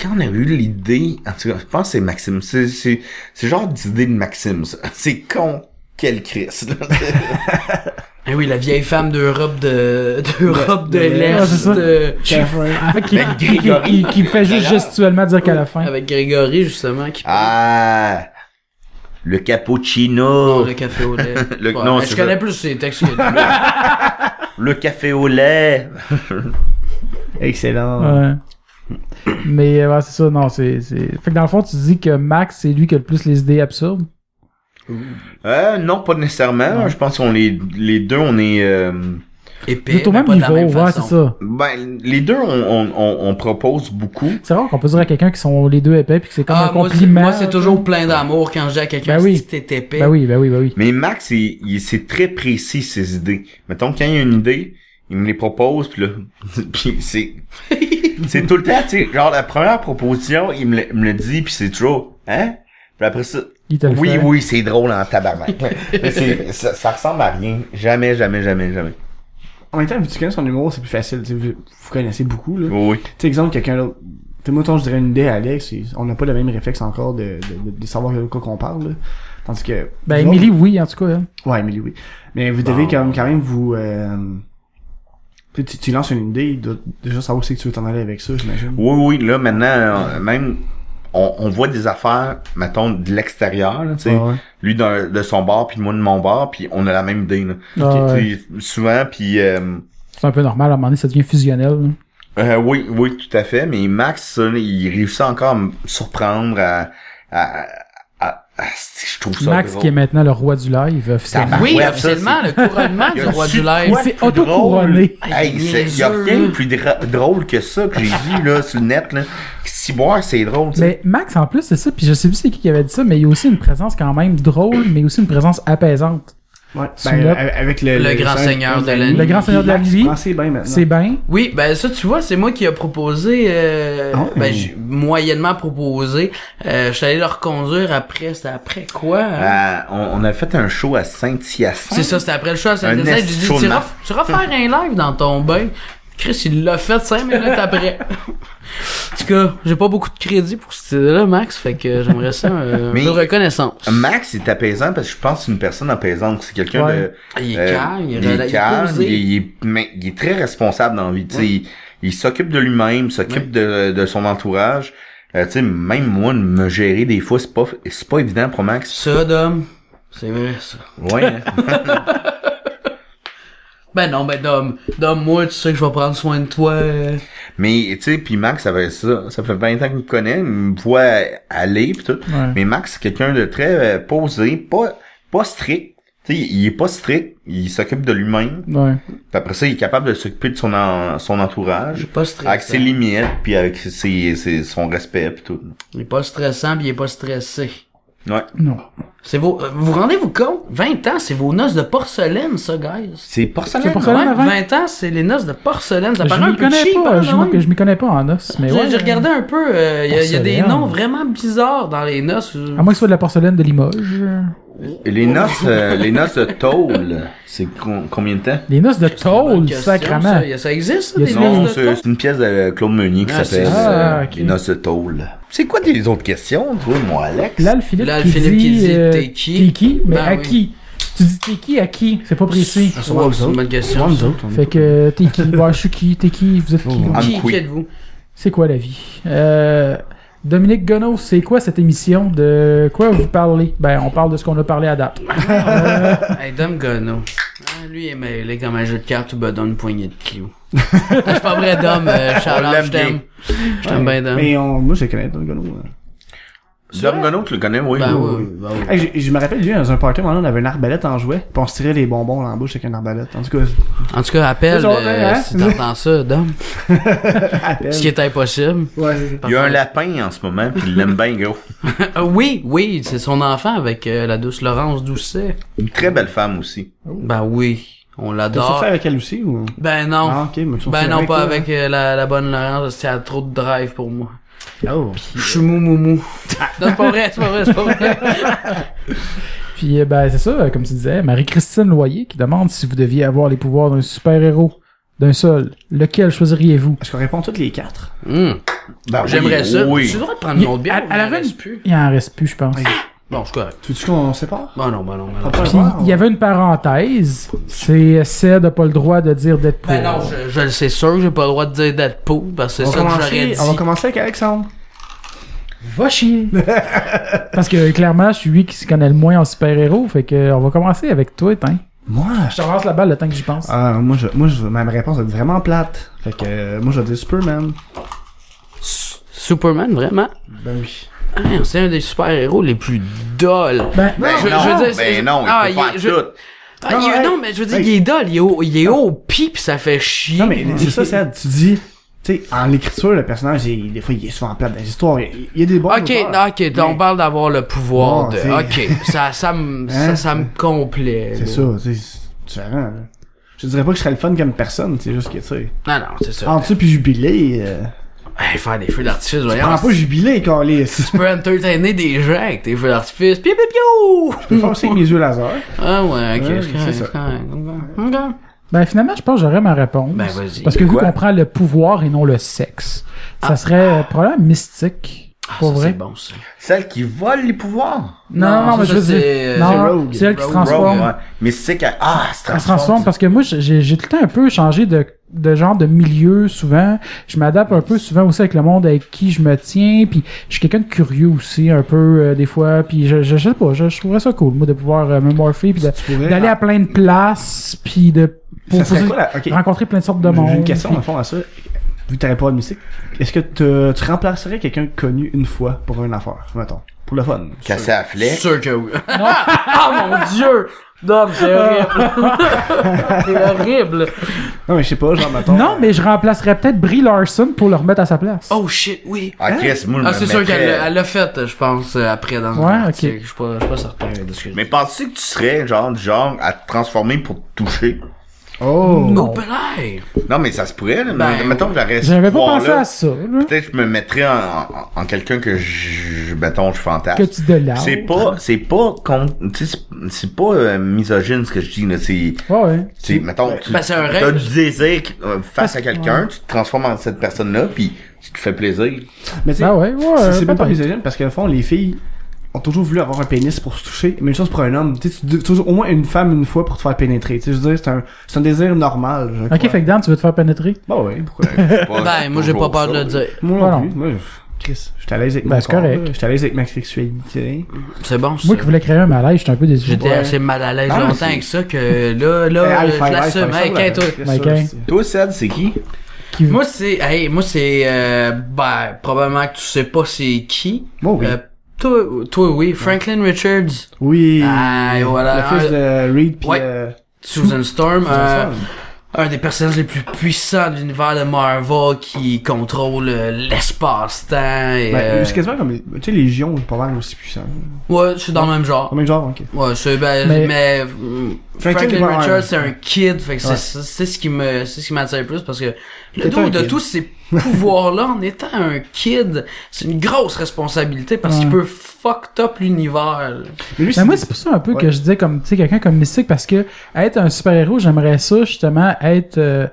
[SPEAKER 2] quand on a eu l'idée, en tout cas, je pense que c'est Maxime, c'est, c'est, c'est genre d'idée de Maxime, ça. C'est con, quel Christ, là.
[SPEAKER 1] Eh oui, la vieille femme d'Europe de, d'Europe de
[SPEAKER 4] Ouais,
[SPEAKER 3] ouais, c'est
[SPEAKER 1] l'Est.
[SPEAKER 3] ça.
[SPEAKER 1] euh,
[SPEAKER 4] Catherine.
[SPEAKER 3] Ah, qui,
[SPEAKER 2] Ben,
[SPEAKER 3] qui-
[SPEAKER 2] Grégory.
[SPEAKER 3] qui- qui fait juste
[SPEAKER 2] D'ailleurs.
[SPEAKER 3] gestuellement dire qu'à la fin.
[SPEAKER 1] avec Grégory, justement, qui
[SPEAKER 2] Ah! Le cappuccino!
[SPEAKER 1] prend le café au lait.
[SPEAKER 2] Le-
[SPEAKER 1] Ouais,
[SPEAKER 2] non,
[SPEAKER 1] je
[SPEAKER 2] c'est
[SPEAKER 1] connais
[SPEAKER 2] ça.
[SPEAKER 1] plus ses textes que lui.
[SPEAKER 2] Le café au lait!
[SPEAKER 4] Excellent.
[SPEAKER 3] Ouais. Mais euh, ouais, c'est ça, non, c'est, c'est. Fait que dans le fond, tu dis que Max, c'est lui qui a le plus les idées absurdes.
[SPEAKER 2] Euh, non, pas nécessairement. Je pense qu'on les, les deux, on est... euh,
[SPEAKER 1] Épais,
[SPEAKER 3] C'est au
[SPEAKER 1] mais
[SPEAKER 3] même
[SPEAKER 1] pas de la
[SPEAKER 3] niveau,
[SPEAKER 1] même
[SPEAKER 3] ouais, c'est
[SPEAKER 1] façon.
[SPEAKER 3] ça.
[SPEAKER 2] ben, les deux, on, on, on, on propose beaucoup.
[SPEAKER 3] C'est rare qu'on peut dire à quelqu'un qui sont les deux épais puis que c'est comme
[SPEAKER 1] Ah,
[SPEAKER 3] un
[SPEAKER 1] moi, c'est-
[SPEAKER 3] compliment.
[SPEAKER 1] moi, c'est toujours plein d'amour quand je dis à quelqu'un
[SPEAKER 3] Ben oui.
[SPEAKER 1] si t'es épais.
[SPEAKER 3] Ben oui, ben oui, ben oui.
[SPEAKER 2] Mais Max, il, il- c'est très précis, ses idées. Mettons, quand il y a une idée, il me les propose, puis là, puis c'est... c'est tout le temps, tu sais, genre, la première proposition, il me le, me le dit, puis c'est trop. Hein? Puis après ça,
[SPEAKER 3] Il te le
[SPEAKER 2] oui,
[SPEAKER 3] fait.
[SPEAKER 2] oui, c'est drôle en tabarnak. Mais c'est- ça, ça ressemble à rien. Jamais, jamais, jamais, jamais.
[SPEAKER 4] En même temps, vu que tu connais son humour, c'est plus facile. tu sais, Vous, vous connaissez beaucoup, là.
[SPEAKER 2] Oui.
[SPEAKER 4] Tu sais, exemple, quelqu'un d'autre. Tu sais, moi, mettons, je dirais une idée à Alex, et on n'a pas le même réflexe encore de, de, de, de savoir de quoi qu'on parle, là. Tandis que.
[SPEAKER 3] Ben,
[SPEAKER 4] vous autres-
[SPEAKER 3] Emily, oui, en tout cas. hein. elle.
[SPEAKER 4] Ouais, Emily, oui. Mais vous devez quand même, quand même vous. Euh... Tu, sais, tu tu lances une idée, il doit déjà savoir où c'est que tu veux t'en aller avec ça, j'imagine.
[SPEAKER 2] Oui, oui, là, maintenant, euh, même, on, on voit des affaires, mettons, de l'extérieur, là, tu sais.
[SPEAKER 4] Ouais, ouais.
[SPEAKER 2] Lui d'un- de son bar, puis moi de mon bar, puis on a la même idée, là.
[SPEAKER 3] Ah, ouais.
[SPEAKER 2] Tu sais, Souvent, puis... euh,
[SPEAKER 3] C'est un peu normal, à un moment donné, ça devient fusionnel. là.
[SPEAKER 2] Euh, oui, oui, tout à fait. Mais Max, ça, il réussit encore à me surprendre à, à, à, à- je trouve ça
[SPEAKER 3] Max,
[SPEAKER 2] drôle.
[SPEAKER 3] qui est maintenant le roi du live, officiellement.
[SPEAKER 2] Ah,
[SPEAKER 1] Oui,
[SPEAKER 2] ouais,
[SPEAKER 1] officiellement,
[SPEAKER 2] ça,
[SPEAKER 1] le couronnement
[SPEAKER 2] Il y
[SPEAKER 1] du
[SPEAKER 2] a
[SPEAKER 1] roi
[SPEAKER 2] su-
[SPEAKER 1] du live.
[SPEAKER 2] quoi de
[SPEAKER 3] s'est
[SPEAKER 2] plus
[SPEAKER 3] auto-couronné.
[SPEAKER 2] drôle? Hey,
[SPEAKER 1] Il est
[SPEAKER 2] c'est- il y a
[SPEAKER 1] niaiseux,
[SPEAKER 2] rien de
[SPEAKER 1] là.
[SPEAKER 2] plus dra- drôle que ça que j'ai vu, là, sur le net, là. Si boire, c'est drôle, tu sais.
[SPEAKER 3] Mais Max, en plus, c'est ça, puis je sais plus c'est qui qui avait dit ça, mais il y a aussi une présence quand même drôle, mais aussi une présence apaisante.
[SPEAKER 4] Ouais.
[SPEAKER 3] Sous
[SPEAKER 4] Ben,
[SPEAKER 3] le-
[SPEAKER 4] euh, avec le,
[SPEAKER 1] Le grand
[SPEAKER 4] c'est un-
[SPEAKER 1] seigneur
[SPEAKER 4] un-
[SPEAKER 1] de la nuit.
[SPEAKER 3] Le grand seigneur de la
[SPEAKER 4] Max,
[SPEAKER 3] nuit.
[SPEAKER 4] prends ses bains maintenant.
[SPEAKER 3] C'est bien.
[SPEAKER 1] Oui, ben ça, tu vois, c'est moi qui a proposé, euh,
[SPEAKER 4] Ah, mais-
[SPEAKER 1] ben, j'ai moyennement proposé. Euh, je suis allé le reconduire après, c'était après quoi? hein?
[SPEAKER 2] Euh, on, on a fait un show à Saint-Hyacinthe.
[SPEAKER 1] C'est ça, c'était après le show à saint
[SPEAKER 2] Un
[SPEAKER 1] J'ai
[SPEAKER 2] esti
[SPEAKER 1] dit,
[SPEAKER 2] show de
[SPEAKER 1] tu, vas
[SPEAKER 2] marde.
[SPEAKER 1] tu vas faire un live dans ton bain. Chris, il l'a fait cinq minutes après. en tout cas, j'ai pas beaucoup de crédit pour cette idée-là, Max, fait que j'aimerais ça, euh,
[SPEAKER 2] Mais-
[SPEAKER 1] un peu de reconnaissance.
[SPEAKER 2] Max est apaisant parce que je pense que c'est une personne apaisante. C'est quelqu'un
[SPEAKER 3] Ouais.
[SPEAKER 2] de.
[SPEAKER 1] Il est
[SPEAKER 2] euh,
[SPEAKER 1] calme, il est,
[SPEAKER 2] il est
[SPEAKER 1] rela- il est
[SPEAKER 2] calme,
[SPEAKER 1] posé.
[SPEAKER 2] il est- mais il est très responsable dans la vie. tu sais. Il, il s'occupe de lui-même, s'occupe de, de son entourage. Euh, tu sais, même moi, de me gérer des fois, c'est pas, c'est pas évident pour Max.
[SPEAKER 1] Ça, Dom, c'est vrai, ça.
[SPEAKER 2] Ouais. hein.
[SPEAKER 1] Ben non, ben Dom, Dom, moi, tu sais que je vais prendre soin de toi. euh.
[SPEAKER 2] mais, tu sais, puis Max, ça fait ça. Ça fait 20 ans qu'il me connaît, il me voit aller pis tout.
[SPEAKER 3] Ouais.
[SPEAKER 2] Mais Max, c'est quelqu'un de très euh, posé, pas, pas strict. Tu sais, il est pas strict, il s'occupe de lui-même.
[SPEAKER 3] Ouais.
[SPEAKER 2] Puis après ça, il est capable de s'occuper de son, en- son entourage.
[SPEAKER 1] Il est pas stressant.
[SPEAKER 2] Avec ses limites, puis avec ses, ses- son respect, pis tout.
[SPEAKER 1] Il est pas stressant, pis il est pas stressé.
[SPEAKER 2] Ouais.
[SPEAKER 3] Non.
[SPEAKER 1] C'est vos, euh, vous rendez-vous compte? 20 ans, c'est vos noces de porcelaine, ça, guys.
[SPEAKER 2] C'est porcelaine.
[SPEAKER 3] C'est porcelaine.
[SPEAKER 1] Ouais,
[SPEAKER 3] avant?
[SPEAKER 1] 20 ans, c'est les noces de porcelaine. Ça
[SPEAKER 3] Je
[SPEAKER 1] paraît un
[SPEAKER 3] m'y
[SPEAKER 1] peu
[SPEAKER 3] connais
[SPEAKER 1] cheap,
[SPEAKER 3] pas.
[SPEAKER 1] hein,
[SPEAKER 3] Je
[SPEAKER 1] de même?
[SPEAKER 3] m'y- je m'y connais pas en os, mais
[SPEAKER 1] J'ai
[SPEAKER 3] ouais.
[SPEAKER 1] j'ai regardé un peu, euh, il y, a- y a des
[SPEAKER 3] Porcelaine. Ah,
[SPEAKER 1] noms vraiment bizarres dans les noces.
[SPEAKER 3] À moins que ce soit de la porcelaine de Limoges.
[SPEAKER 2] Et Les noces, euh, les noces de tôle, c'est con- combien de temps?
[SPEAKER 3] Les noces de
[SPEAKER 1] C'est une bonne
[SPEAKER 3] tôle,
[SPEAKER 1] question,
[SPEAKER 3] sacrament.
[SPEAKER 1] Ça, Y a- ça existe, ça,
[SPEAKER 3] Y a
[SPEAKER 1] des
[SPEAKER 3] ça?
[SPEAKER 2] Non,
[SPEAKER 1] noces de
[SPEAKER 2] c'est
[SPEAKER 1] tôle?
[SPEAKER 2] c'est une pièce de Claude Meunier qui
[SPEAKER 1] Ah, c'est
[SPEAKER 2] s'appelle
[SPEAKER 3] ça.
[SPEAKER 2] euh,
[SPEAKER 3] Ah, ok.
[SPEAKER 2] Les noces de tôle. C'est quoi tes autres questions, toi, moi, Alex?
[SPEAKER 3] Là, le Philippe,
[SPEAKER 1] Là, le
[SPEAKER 3] qui,
[SPEAKER 1] Philippe
[SPEAKER 3] dit,
[SPEAKER 1] qui dit,
[SPEAKER 3] euh,
[SPEAKER 1] t'es qui?
[SPEAKER 3] T'es qui? Mais
[SPEAKER 1] Ben
[SPEAKER 3] à
[SPEAKER 1] oui.
[SPEAKER 3] qui? Tu dis t'es qui à qui? C'est pas précis.
[SPEAKER 1] Ah, sûrement que c'est une bonne question.
[SPEAKER 4] Nous autres, on est-
[SPEAKER 3] Fait que t'es qui? Bah, je suis qui? T'es qui? Vous êtes qui?
[SPEAKER 4] Oh.
[SPEAKER 2] I'm
[SPEAKER 1] Qui, qui
[SPEAKER 2] quick.
[SPEAKER 1] êtes-vous?
[SPEAKER 3] C'est quoi la vie? Euh, Dominique Gonneau, c'est quoi cette émission? De quoi vous parlez? Ben, on parle de ce qu'on a parlé à date.
[SPEAKER 1] Hey, Dom Gono. Ah, lui, il est mêlé comme un jeu de cartes où bedonne une poignée de clous. Ah, c'est pas vrai, Dom. Euh, Charles,
[SPEAKER 2] On l'aime
[SPEAKER 1] je t'aime. Je t'aime bien, Dom.
[SPEAKER 4] Mais on, moi, je le connais, Don Gono. hein.
[SPEAKER 2] Dom Gonneau, tu le connais, oui.
[SPEAKER 1] Ben oui, ben oui.
[SPEAKER 4] Hey, je, je me rappelle, lui, dans un party, on avait une arbalète en jouet, puis on se tirait les bonbons dans la bouche avec une arbalète. En tout cas,
[SPEAKER 1] En tout cas, appelle
[SPEAKER 4] C'est ça,
[SPEAKER 1] euh,
[SPEAKER 4] hein?
[SPEAKER 1] si t'entends ça, Dom.
[SPEAKER 4] appelle.
[SPEAKER 1] Ce qui est impossible.
[SPEAKER 4] Ouais, c'est ça.
[SPEAKER 2] Il y a un lapin en ce moment, puis il l'aime bien, gros.
[SPEAKER 1] Ah, oui, oui, c'est son enfant avec euh, la douce Laurence Doucet.
[SPEAKER 2] Une très belle femme aussi.
[SPEAKER 4] Oh.
[SPEAKER 1] Ben oui, on
[SPEAKER 4] T'as
[SPEAKER 1] l'adore.
[SPEAKER 4] surfé avec elle aussi, ou?
[SPEAKER 1] Ben non.
[SPEAKER 4] Ah, ok, mais tu
[SPEAKER 1] ben
[SPEAKER 4] surfais
[SPEAKER 1] non,
[SPEAKER 4] avec,
[SPEAKER 1] pas
[SPEAKER 4] toi,
[SPEAKER 1] avec euh, la, la bonne Laurence, c'est trop de drive pour moi.
[SPEAKER 4] Oh.
[SPEAKER 1] Je suis mou mou mou. Non, c'est pas vrai, c'est pas vrai, c'est pas vrai.
[SPEAKER 3] Puis euh, ben c'est ça, euh, comme tu disais, Marie-Christine Loyer qui demande si vous deviez avoir les pouvoirs d'un super-héros, d'un seul, lequel choisiriez-vous?
[SPEAKER 4] Est-ce qu'on répond toutes les quatre?
[SPEAKER 1] Hum.
[SPEAKER 2] Ben oui,
[SPEAKER 1] J'aimerais ça.
[SPEAKER 2] Oui.
[SPEAKER 1] Tu devrais te prendre une autre bière.
[SPEAKER 3] à, à la
[SPEAKER 1] il
[SPEAKER 3] fin,
[SPEAKER 1] reste plus.
[SPEAKER 3] il en reste plus, je pense.
[SPEAKER 1] Bon, c'est correct.
[SPEAKER 4] Tu veux-tu qu'on sépare?
[SPEAKER 1] Ben non, ben non, ben non.
[SPEAKER 4] On peut le
[SPEAKER 3] Puis
[SPEAKER 4] voir,
[SPEAKER 3] il y avait une parenthèse, c'est Ced n'a pas le droit de dire d'être pour.
[SPEAKER 1] Ben non, je, je le sais sûr, j'ai pas le droit de dire Deadpool, parce que
[SPEAKER 4] on
[SPEAKER 1] c'est
[SPEAKER 4] va,
[SPEAKER 1] ça que j'aurais
[SPEAKER 4] commencer,
[SPEAKER 1] dit.
[SPEAKER 4] on va commencer avec Alexandre.
[SPEAKER 3] Va chier! Parce que clairement, je suis lui qui se connaît le moins en super-héros, fait que euh, on va commencer avec toi, hein.
[SPEAKER 4] Moi,
[SPEAKER 3] Je
[SPEAKER 4] je...
[SPEAKER 3] te relance la balle le temps que j'y pense.
[SPEAKER 4] Ah, moi, je, moi, je, ma réponse est vraiment plate. Fait que, euh, moi, je vais dire Superman.
[SPEAKER 1] Superman, vraiment?
[SPEAKER 4] Ben oui.
[SPEAKER 1] Ah, c'est un des super-héros les plus dolls.
[SPEAKER 3] Ben,
[SPEAKER 2] Ben
[SPEAKER 1] Je-
[SPEAKER 2] non,
[SPEAKER 1] je veux dire, c'est-
[SPEAKER 2] ben non, il
[SPEAKER 1] Ah,
[SPEAKER 2] peut faire
[SPEAKER 1] il- je-
[SPEAKER 2] tout.
[SPEAKER 1] Ah, il-
[SPEAKER 4] ouais.
[SPEAKER 1] non, mais je veux dire,
[SPEAKER 4] Hey.
[SPEAKER 1] il est dol, il est au, il est au pis, pis ça fait chier.
[SPEAKER 4] Non, mais c'est ça, c'est tu dis, tu sais, en écriture, le personnage, il- des fois, il est souvent plate dans les histoires. Il, il y a des bons
[SPEAKER 1] Ok,
[SPEAKER 4] auteurs.
[SPEAKER 1] ok, donc on parle d'avoir le pouvoir
[SPEAKER 4] Bon,
[SPEAKER 1] de.
[SPEAKER 4] t'sais.
[SPEAKER 1] Ok, ça, ça me, ça,
[SPEAKER 4] Hein?
[SPEAKER 1] ça me complaît.
[SPEAKER 4] C'est
[SPEAKER 1] là.
[SPEAKER 4] ça, tu sais, c'est différent. là. Je dirais pas que je serais le fun comme personne, c'est juste que, tu sais,
[SPEAKER 1] Non, non, c'est ça.
[SPEAKER 4] en dessous puis jubilé, euh,
[SPEAKER 1] Hey, faire des feux d'artifice,
[SPEAKER 4] je
[SPEAKER 1] voyons.
[SPEAKER 4] prends pas
[SPEAKER 1] Tu
[SPEAKER 4] jubilé, câlisse.
[SPEAKER 1] peux entertainer des gens avec tes feux d'artifice. Piou, piou, piou!
[SPEAKER 4] Je peux faire aussi avec mes yeux laser.
[SPEAKER 1] Ah ouais, ok,
[SPEAKER 4] Ouais,
[SPEAKER 1] c'est
[SPEAKER 4] c'est
[SPEAKER 1] correct,
[SPEAKER 4] ça.
[SPEAKER 1] c'est correct. Ok. Ok.
[SPEAKER 3] Ben finalement, je pense que j'aurais ma réponse.
[SPEAKER 1] Ben, vas-y.
[SPEAKER 3] Parce que vu
[SPEAKER 2] Quoi?
[SPEAKER 3] qu'on prend le pouvoir et non le sexe, ça serait euh, probablement mystique.
[SPEAKER 1] Ah,
[SPEAKER 3] pas
[SPEAKER 1] ça,
[SPEAKER 3] vrai?
[SPEAKER 1] c'est bon, ça.
[SPEAKER 2] Celle qui vole les pouvoirs.
[SPEAKER 3] Non, non,
[SPEAKER 1] Non,
[SPEAKER 3] mais
[SPEAKER 1] ça,
[SPEAKER 3] je veux
[SPEAKER 1] c'est- euh,
[SPEAKER 3] dire.
[SPEAKER 1] c'est
[SPEAKER 3] Non,
[SPEAKER 4] Rogue.
[SPEAKER 3] c'est elle qui se
[SPEAKER 1] Rogue,
[SPEAKER 3] transforme.
[SPEAKER 1] Rogue,
[SPEAKER 2] Ouais. Mais c'est qu'elle... Ah, elle se
[SPEAKER 3] Elle se
[SPEAKER 2] transforme.
[SPEAKER 3] transforme parce que moi, j'ai j'ai tout le temps un peu changé de, de genre de milieu souvent. Je m'adapte un peu souvent aussi avec le monde avec qui je me tiens. Puis je suis quelqu'un de curieux aussi un peu euh, des fois. Puis je, je, je sais pas, je, je trouverais ça cool moi de pouvoir euh, me morpher puis de-
[SPEAKER 4] Tu pourrais- ah.
[SPEAKER 3] d'aller à plein de places puis de pour-
[SPEAKER 4] Ça serait
[SPEAKER 3] pour-
[SPEAKER 4] quoi la... Ok,
[SPEAKER 3] rencontrer plein de sortes de monde.
[SPEAKER 4] J'ai une question
[SPEAKER 3] puis-
[SPEAKER 4] dans le fond à ça. Vu que t'aurais pas de musique, est-ce que te- tu remplacerais quelqu'un de connu une fois pour une affaire, mettons? Pour le fun.
[SPEAKER 2] Casser la flèche.
[SPEAKER 1] Sûr que oui. ah mon dieu! Non, mais c'est horrible. c'est horrible.
[SPEAKER 4] Non, mais je sais pas, genre, mettons.
[SPEAKER 3] Non, mais je remplacerais peut-être Brie Larson pour le remettre à sa place.
[SPEAKER 1] Oh shit, oui.
[SPEAKER 2] Ah, Chris, moi, je
[SPEAKER 1] Ah,
[SPEAKER 2] me
[SPEAKER 1] c'est sûr
[SPEAKER 2] mettrais-
[SPEAKER 1] qu'elle l'a- elle l'a fait, je pense, euh, après dans
[SPEAKER 3] Ouais,
[SPEAKER 1] l'article.
[SPEAKER 3] ok.
[SPEAKER 1] Je suis pas, je suis pas certain de ce que je
[SPEAKER 2] Mais penses-tu que tu serais, genre, du genre, à te transformer pour te toucher?
[SPEAKER 4] Oh!
[SPEAKER 1] Open eye!
[SPEAKER 2] Non, mais ça se pourrait, là.
[SPEAKER 1] Ben,
[SPEAKER 2] mais mettons que j'aurais ce
[SPEAKER 3] J'avais pas
[SPEAKER 2] pouvoir-là,
[SPEAKER 3] pensé à ça. là.
[SPEAKER 2] Peut-être que je me mettrais en, en, en quelqu'un que je, je- mettons, je
[SPEAKER 3] Que
[SPEAKER 2] fantasme.
[SPEAKER 3] tu délires.
[SPEAKER 2] C'est pas, c'est pas, contre- tu sais, c'est- c'est pas euh, misogyne ce que je dis, là. C'est,
[SPEAKER 3] Ouais, ouais.
[SPEAKER 2] c'est, mettons, tu
[SPEAKER 1] Ben, c'est un
[SPEAKER 2] t'as
[SPEAKER 1] rêve.
[SPEAKER 2] du désir euh, face
[SPEAKER 3] Parce-
[SPEAKER 2] à quelqu'un, tu te transformes en cette personne-là, puis tu te fais plaisir.
[SPEAKER 4] Mais tu sais,
[SPEAKER 3] Ben ouais, ouais,
[SPEAKER 4] c'est- c'est
[SPEAKER 3] peut-être.
[SPEAKER 4] même pas misogyne parce qu'au fond, les filles ont toujours voulu avoir un pénis pour se toucher. Même chose pour un homme. Tu sais, tu dis toujours au moins une femme une fois pour te faire pénétrer. Tu sais, je veux dire, c'est un, c'est un désir normal. je
[SPEAKER 3] Ok,
[SPEAKER 4] crois.
[SPEAKER 3] fait que Dan, tu veux te faire pénétrer?
[SPEAKER 4] Bah ouais, pourquoi?
[SPEAKER 2] Ben,
[SPEAKER 1] Ben, moi, j'ai pas peur de le dire.
[SPEAKER 4] Moi non
[SPEAKER 3] Voilà.
[SPEAKER 4] plus. Moi, je- Chris, j'étais à l'aise avec
[SPEAKER 3] Ben,
[SPEAKER 4] mon
[SPEAKER 3] c'est
[SPEAKER 4] corps,
[SPEAKER 3] correct.
[SPEAKER 4] là. J'étais à l'aise avec ma sexualité.
[SPEAKER 1] C'est bon, ça.
[SPEAKER 3] Moi qui voulais créer un malaise, j'étais un peu déçu.
[SPEAKER 1] J'étais assez mal à l'aise
[SPEAKER 4] Ah,
[SPEAKER 1] longtemps
[SPEAKER 4] c'est-
[SPEAKER 1] avec ça que là, là,
[SPEAKER 4] Ben, Hey,
[SPEAKER 1] Euh,
[SPEAKER 4] high
[SPEAKER 1] je
[SPEAKER 4] five, high
[SPEAKER 1] l'assume.
[SPEAKER 4] five,
[SPEAKER 1] Hey,
[SPEAKER 4] ça, là.
[SPEAKER 1] qu'est-ce que toi?
[SPEAKER 4] Bien sûr,
[SPEAKER 3] Ok.
[SPEAKER 4] c'est-
[SPEAKER 2] Toi, Sad, c'est qui?
[SPEAKER 3] Qui-
[SPEAKER 1] Moi, c'est, hey, moi, c'est, euh, ben, probablement que tu sais pas c'est qui.
[SPEAKER 4] Moi, oui.
[SPEAKER 1] Euh, toi, toi, oui, Franklin Richards,
[SPEAKER 4] Oui.
[SPEAKER 1] Ah, et voilà.
[SPEAKER 4] Le fils de Reed puis
[SPEAKER 1] Ouais.
[SPEAKER 4] euh,
[SPEAKER 1] Susan Storm, euh,
[SPEAKER 4] Johnson.
[SPEAKER 1] un des personnages les plus puissants de l'univers de Marvel qui contrôle euh, l'espace-temps et,
[SPEAKER 4] Ben,
[SPEAKER 1] euh,
[SPEAKER 4] c'est quasiment comme, les- tu sais, les Gions, c'est pas mal aussi puissant.
[SPEAKER 1] ouais, je suis dans le même genre.
[SPEAKER 4] Combien de genre, ok.
[SPEAKER 1] Ouais, c'est, ben,
[SPEAKER 3] Mais-
[SPEAKER 1] mais, euh,
[SPEAKER 4] Franklin
[SPEAKER 1] Franklin,
[SPEAKER 4] est pas un-
[SPEAKER 1] Richards, c'est un kid, fait que c'est-
[SPEAKER 4] Ouais.
[SPEAKER 1] c'est, c'est ce qui me, c'est ce qui m'attire le plus parce que le
[SPEAKER 4] T'es un
[SPEAKER 1] dos de
[SPEAKER 4] kid.
[SPEAKER 1] tous ces pouvoirs-là, en étant un kid, c'est une grosse responsabilité parce qu'il
[SPEAKER 3] Ouais. Ah,
[SPEAKER 1] peut fuck up l'univers. là.
[SPEAKER 4] Mais
[SPEAKER 3] Mais
[SPEAKER 4] lui,
[SPEAKER 3] Ben, moi, c'est pour ça un peu
[SPEAKER 4] Ouais.
[SPEAKER 3] que je disais comme, tu sais, quelqu'un comme Mystique, parce que être un super-héros, j'aimerais ça, justement, être euh,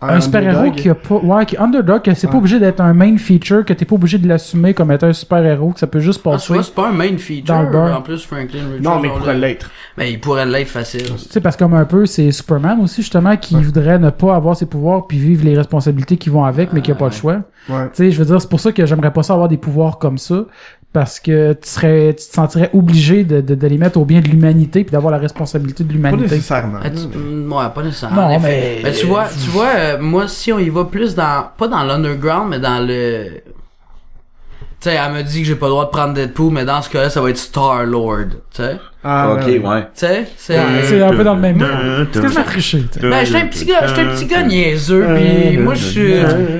[SPEAKER 3] un, super-héros
[SPEAKER 4] underdog.
[SPEAKER 3] qui a pas, ouais, qui est underdog, que c'est
[SPEAKER 4] Ouais.
[SPEAKER 3] pas obligé d'être un main feature, que t'es pas obligé de l'assumer comme être un super-héros, que ça peut juste
[SPEAKER 1] En tout
[SPEAKER 3] passer.
[SPEAKER 1] cas, c'est pas un main feature.
[SPEAKER 3] Dans le beurre.
[SPEAKER 1] En plus, Franklin Richards.
[SPEAKER 4] Non, mais il
[SPEAKER 1] on
[SPEAKER 4] pourrait
[SPEAKER 1] l'a-
[SPEAKER 4] l'être.
[SPEAKER 1] Mais il pourrait l'être facile.
[SPEAKER 3] Tu sais, parce que comme un peu, c'est Superman aussi, justement, qui voudrait ne pas avoir ses pouvoirs puis vivre les responsabilités qui vont avec, mais qui a
[SPEAKER 2] Ah.
[SPEAKER 3] pas le choix.
[SPEAKER 4] Ouais.
[SPEAKER 3] Tu sais, je veux dire, c'est pour ça que j'aimerais pas ça avoir des pouvoirs comme ça, parce que tu serais, tu te sentirais obligé de, de, de les mettre au bien de l'humanité puis d'avoir la responsabilité de
[SPEAKER 4] Pas
[SPEAKER 3] l'humanité.
[SPEAKER 4] nécessairement.
[SPEAKER 1] Ah, tu- mm, ouais, pas nécessairement.
[SPEAKER 3] Non,
[SPEAKER 1] en effet.
[SPEAKER 3] mais-
[SPEAKER 1] Mais tu vois, tu vois, euh, moi, si on y va plus dans, pas dans l'underground, mais dans le, tu sais, elle me dit que j'ai pas le droit de prendre Deadpool, mais dans ce cas-là, ça va être Star-Lord, tu sais.
[SPEAKER 4] Ah,
[SPEAKER 3] ben,
[SPEAKER 2] ok,
[SPEAKER 4] ouais.
[SPEAKER 2] ouais.
[SPEAKER 1] Tu sais, c'est...
[SPEAKER 3] C'est un peu dans le même
[SPEAKER 2] Dun,
[SPEAKER 3] monde. C'est
[SPEAKER 2] dun,
[SPEAKER 3] quasiment triché, tu sais.
[SPEAKER 1] Ben, j'étais un petit gars, j'étais un petit gars niaiseux, pis moi, je suis,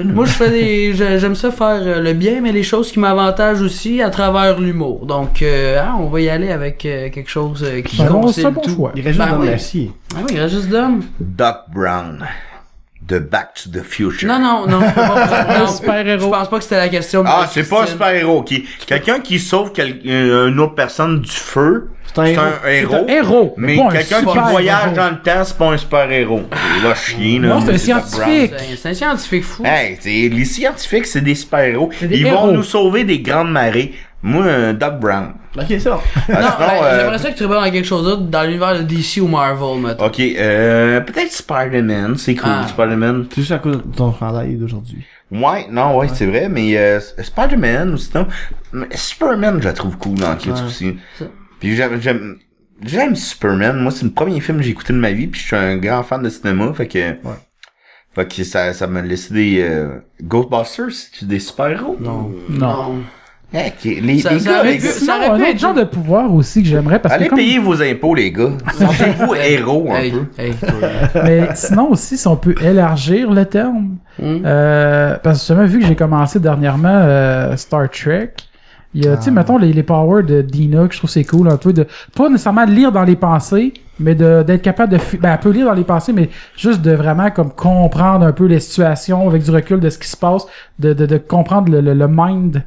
[SPEAKER 1] moi, je fais des, je- j'aime ça faire euh, le bien, mais les choses qui m'avantagent aussi à travers l'humour. Donc, euh, hein, on va y aller avec euh, quelque chose euh, qui
[SPEAKER 3] C'est un Ben, bon-
[SPEAKER 1] concile
[SPEAKER 3] c'est un bon
[SPEAKER 1] tout.
[SPEAKER 3] choix.
[SPEAKER 4] Il reste juste
[SPEAKER 1] Ben
[SPEAKER 4] dans
[SPEAKER 1] oui.
[SPEAKER 4] l'acier.
[SPEAKER 1] Ah oui, il reste juste d'hommes.
[SPEAKER 2] Doc Brown de Back to the Future.
[SPEAKER 1] Non, non, non, c'est pas non,
[SPEAKER 3] super-héros.
[SPEAKER 1] Je pense pas que c'était la question. de
[SPEAKER 2] Ah, c'est pas un
[SPEAKER 1] Christine.
[SPEAKER 2] super-héros. qui Quelqu'un qui sauve quel- euh, une autre personne du feu,
[SPEAKER 4] C'est un
[SPEAKER 2] c'est
[SPEAKER 4] héros.
[SPEAKER 2] un héros.
[SPEAKER 3] C'est un héros, mais
[SPEAKER 2] Mais
[SPEAKER 3] pas un
[SPEAKER 2] quelqu'un qui
[SPEAKER 3] super-héros.
[SPEAKER 2] voyage dans le temps, c'est pas un super-héros. C'est là, chien, là.
[SPEAKER 3] Non, c'est un
[SPEAKER 2] Doc Brown.
[SPEAKER 3] scientifique.
[SPEAKER 1] C'est un- C'est un scientifique fou.
[SPEAKER 2] Hey, c'est- les scientifiques, c'est des super-héros.
[SPEAKER 3] des
[SPEAKER 2] Ils
[SPEAKER 3] héros.
[SPEAKER 2] vont nous sauver des grandes marées. Moi, euh, Doc Brown.
[SPEAKER 4] Ok, c'est bon.
[SPEAKER 1] non,
[SPEAKER 2] Ah, sinon,
[SPEAKER 1] ben,
[SPEAKER 2] euh,
[SPEAKER 1] j'aimerais ça que tu répondes à quelque chose d'autre dans l'univers de DC ou Marvel, mettons.
[SPEAKER 2] Ok, euh, peut-être Spider-Man, c'est cool,
[SPEAKER 1] Ah.
[SPEAKER 2] Spider-Man.
[SPEAKER 4] C'est juste à cause de ton chandail d'aujourd'hui.
[SPEAKER 2] Ouais, non, ouais, c'est vrai, mais euh, Spider-Man ou sinon, mais Superman, je la trouve cool dans Kids
[SPEAKER 4] Ouais.
[SPEAKER 2] aussi. Puis j'aime, j'aime, j'aime Superman. Moi, c'est le premier film que j'ai écouté de ma vie, puis je suis un grand fan de cinéma, fait que, fait que ça, ça m'a laissé des euh, Ghostbusters, c'est des super-héros.
[SPEAKER 4] Non.
[SPEAKER 3] Non.
[SPEAKER 2] Hey, ok, les,
[SPEAKER 1] Ça-
[SPEAKER 2] les
[SPEAKER 1] ça
[SPEAKER 2] gars,
[SPEAKER 1] aurait
[SPEAKER 2] les
[SPEAKER 1] pu-
[SPEAKER 2] gars,
[SPEAKER 1] Ça aurait
[SPEAKER 3] Non, un
[SPEAKER 1] pu
[SPEAKER 3] autre
[SPEAKER 1] être-
[SPEAKER 3] genre de pouvoir aussi que j'aimerais parce
[SPEAKER 2] allez
[SPEAKER 3] que comme...
[SPEAKER 2] payer vos impôts, les gars. Sentez-vous héros un
[SPEAKER 1] Hey,
[SPEAKER 2] peu.
[SPEAKER 1] hey,
[SPEAKER 3] mais sinon aussi si on peut élargir le terme
[SPEAKER 1] Mm.
[SPEAKER 3] euh, parce que justement vu que j'ai commencé dernièrement euh, Star Trek il y a tu sais mettons les, les powers de Dina que je trouve c'est cool un peu de pas nécessairement de lire dans les pensées mais de d'être capable de fu- ben elle peut lire dans les pensées mais juste de vraiment comme comprendre un peu les situations avec du recul de ce qui se passe de de, de comprendre le, le, le mind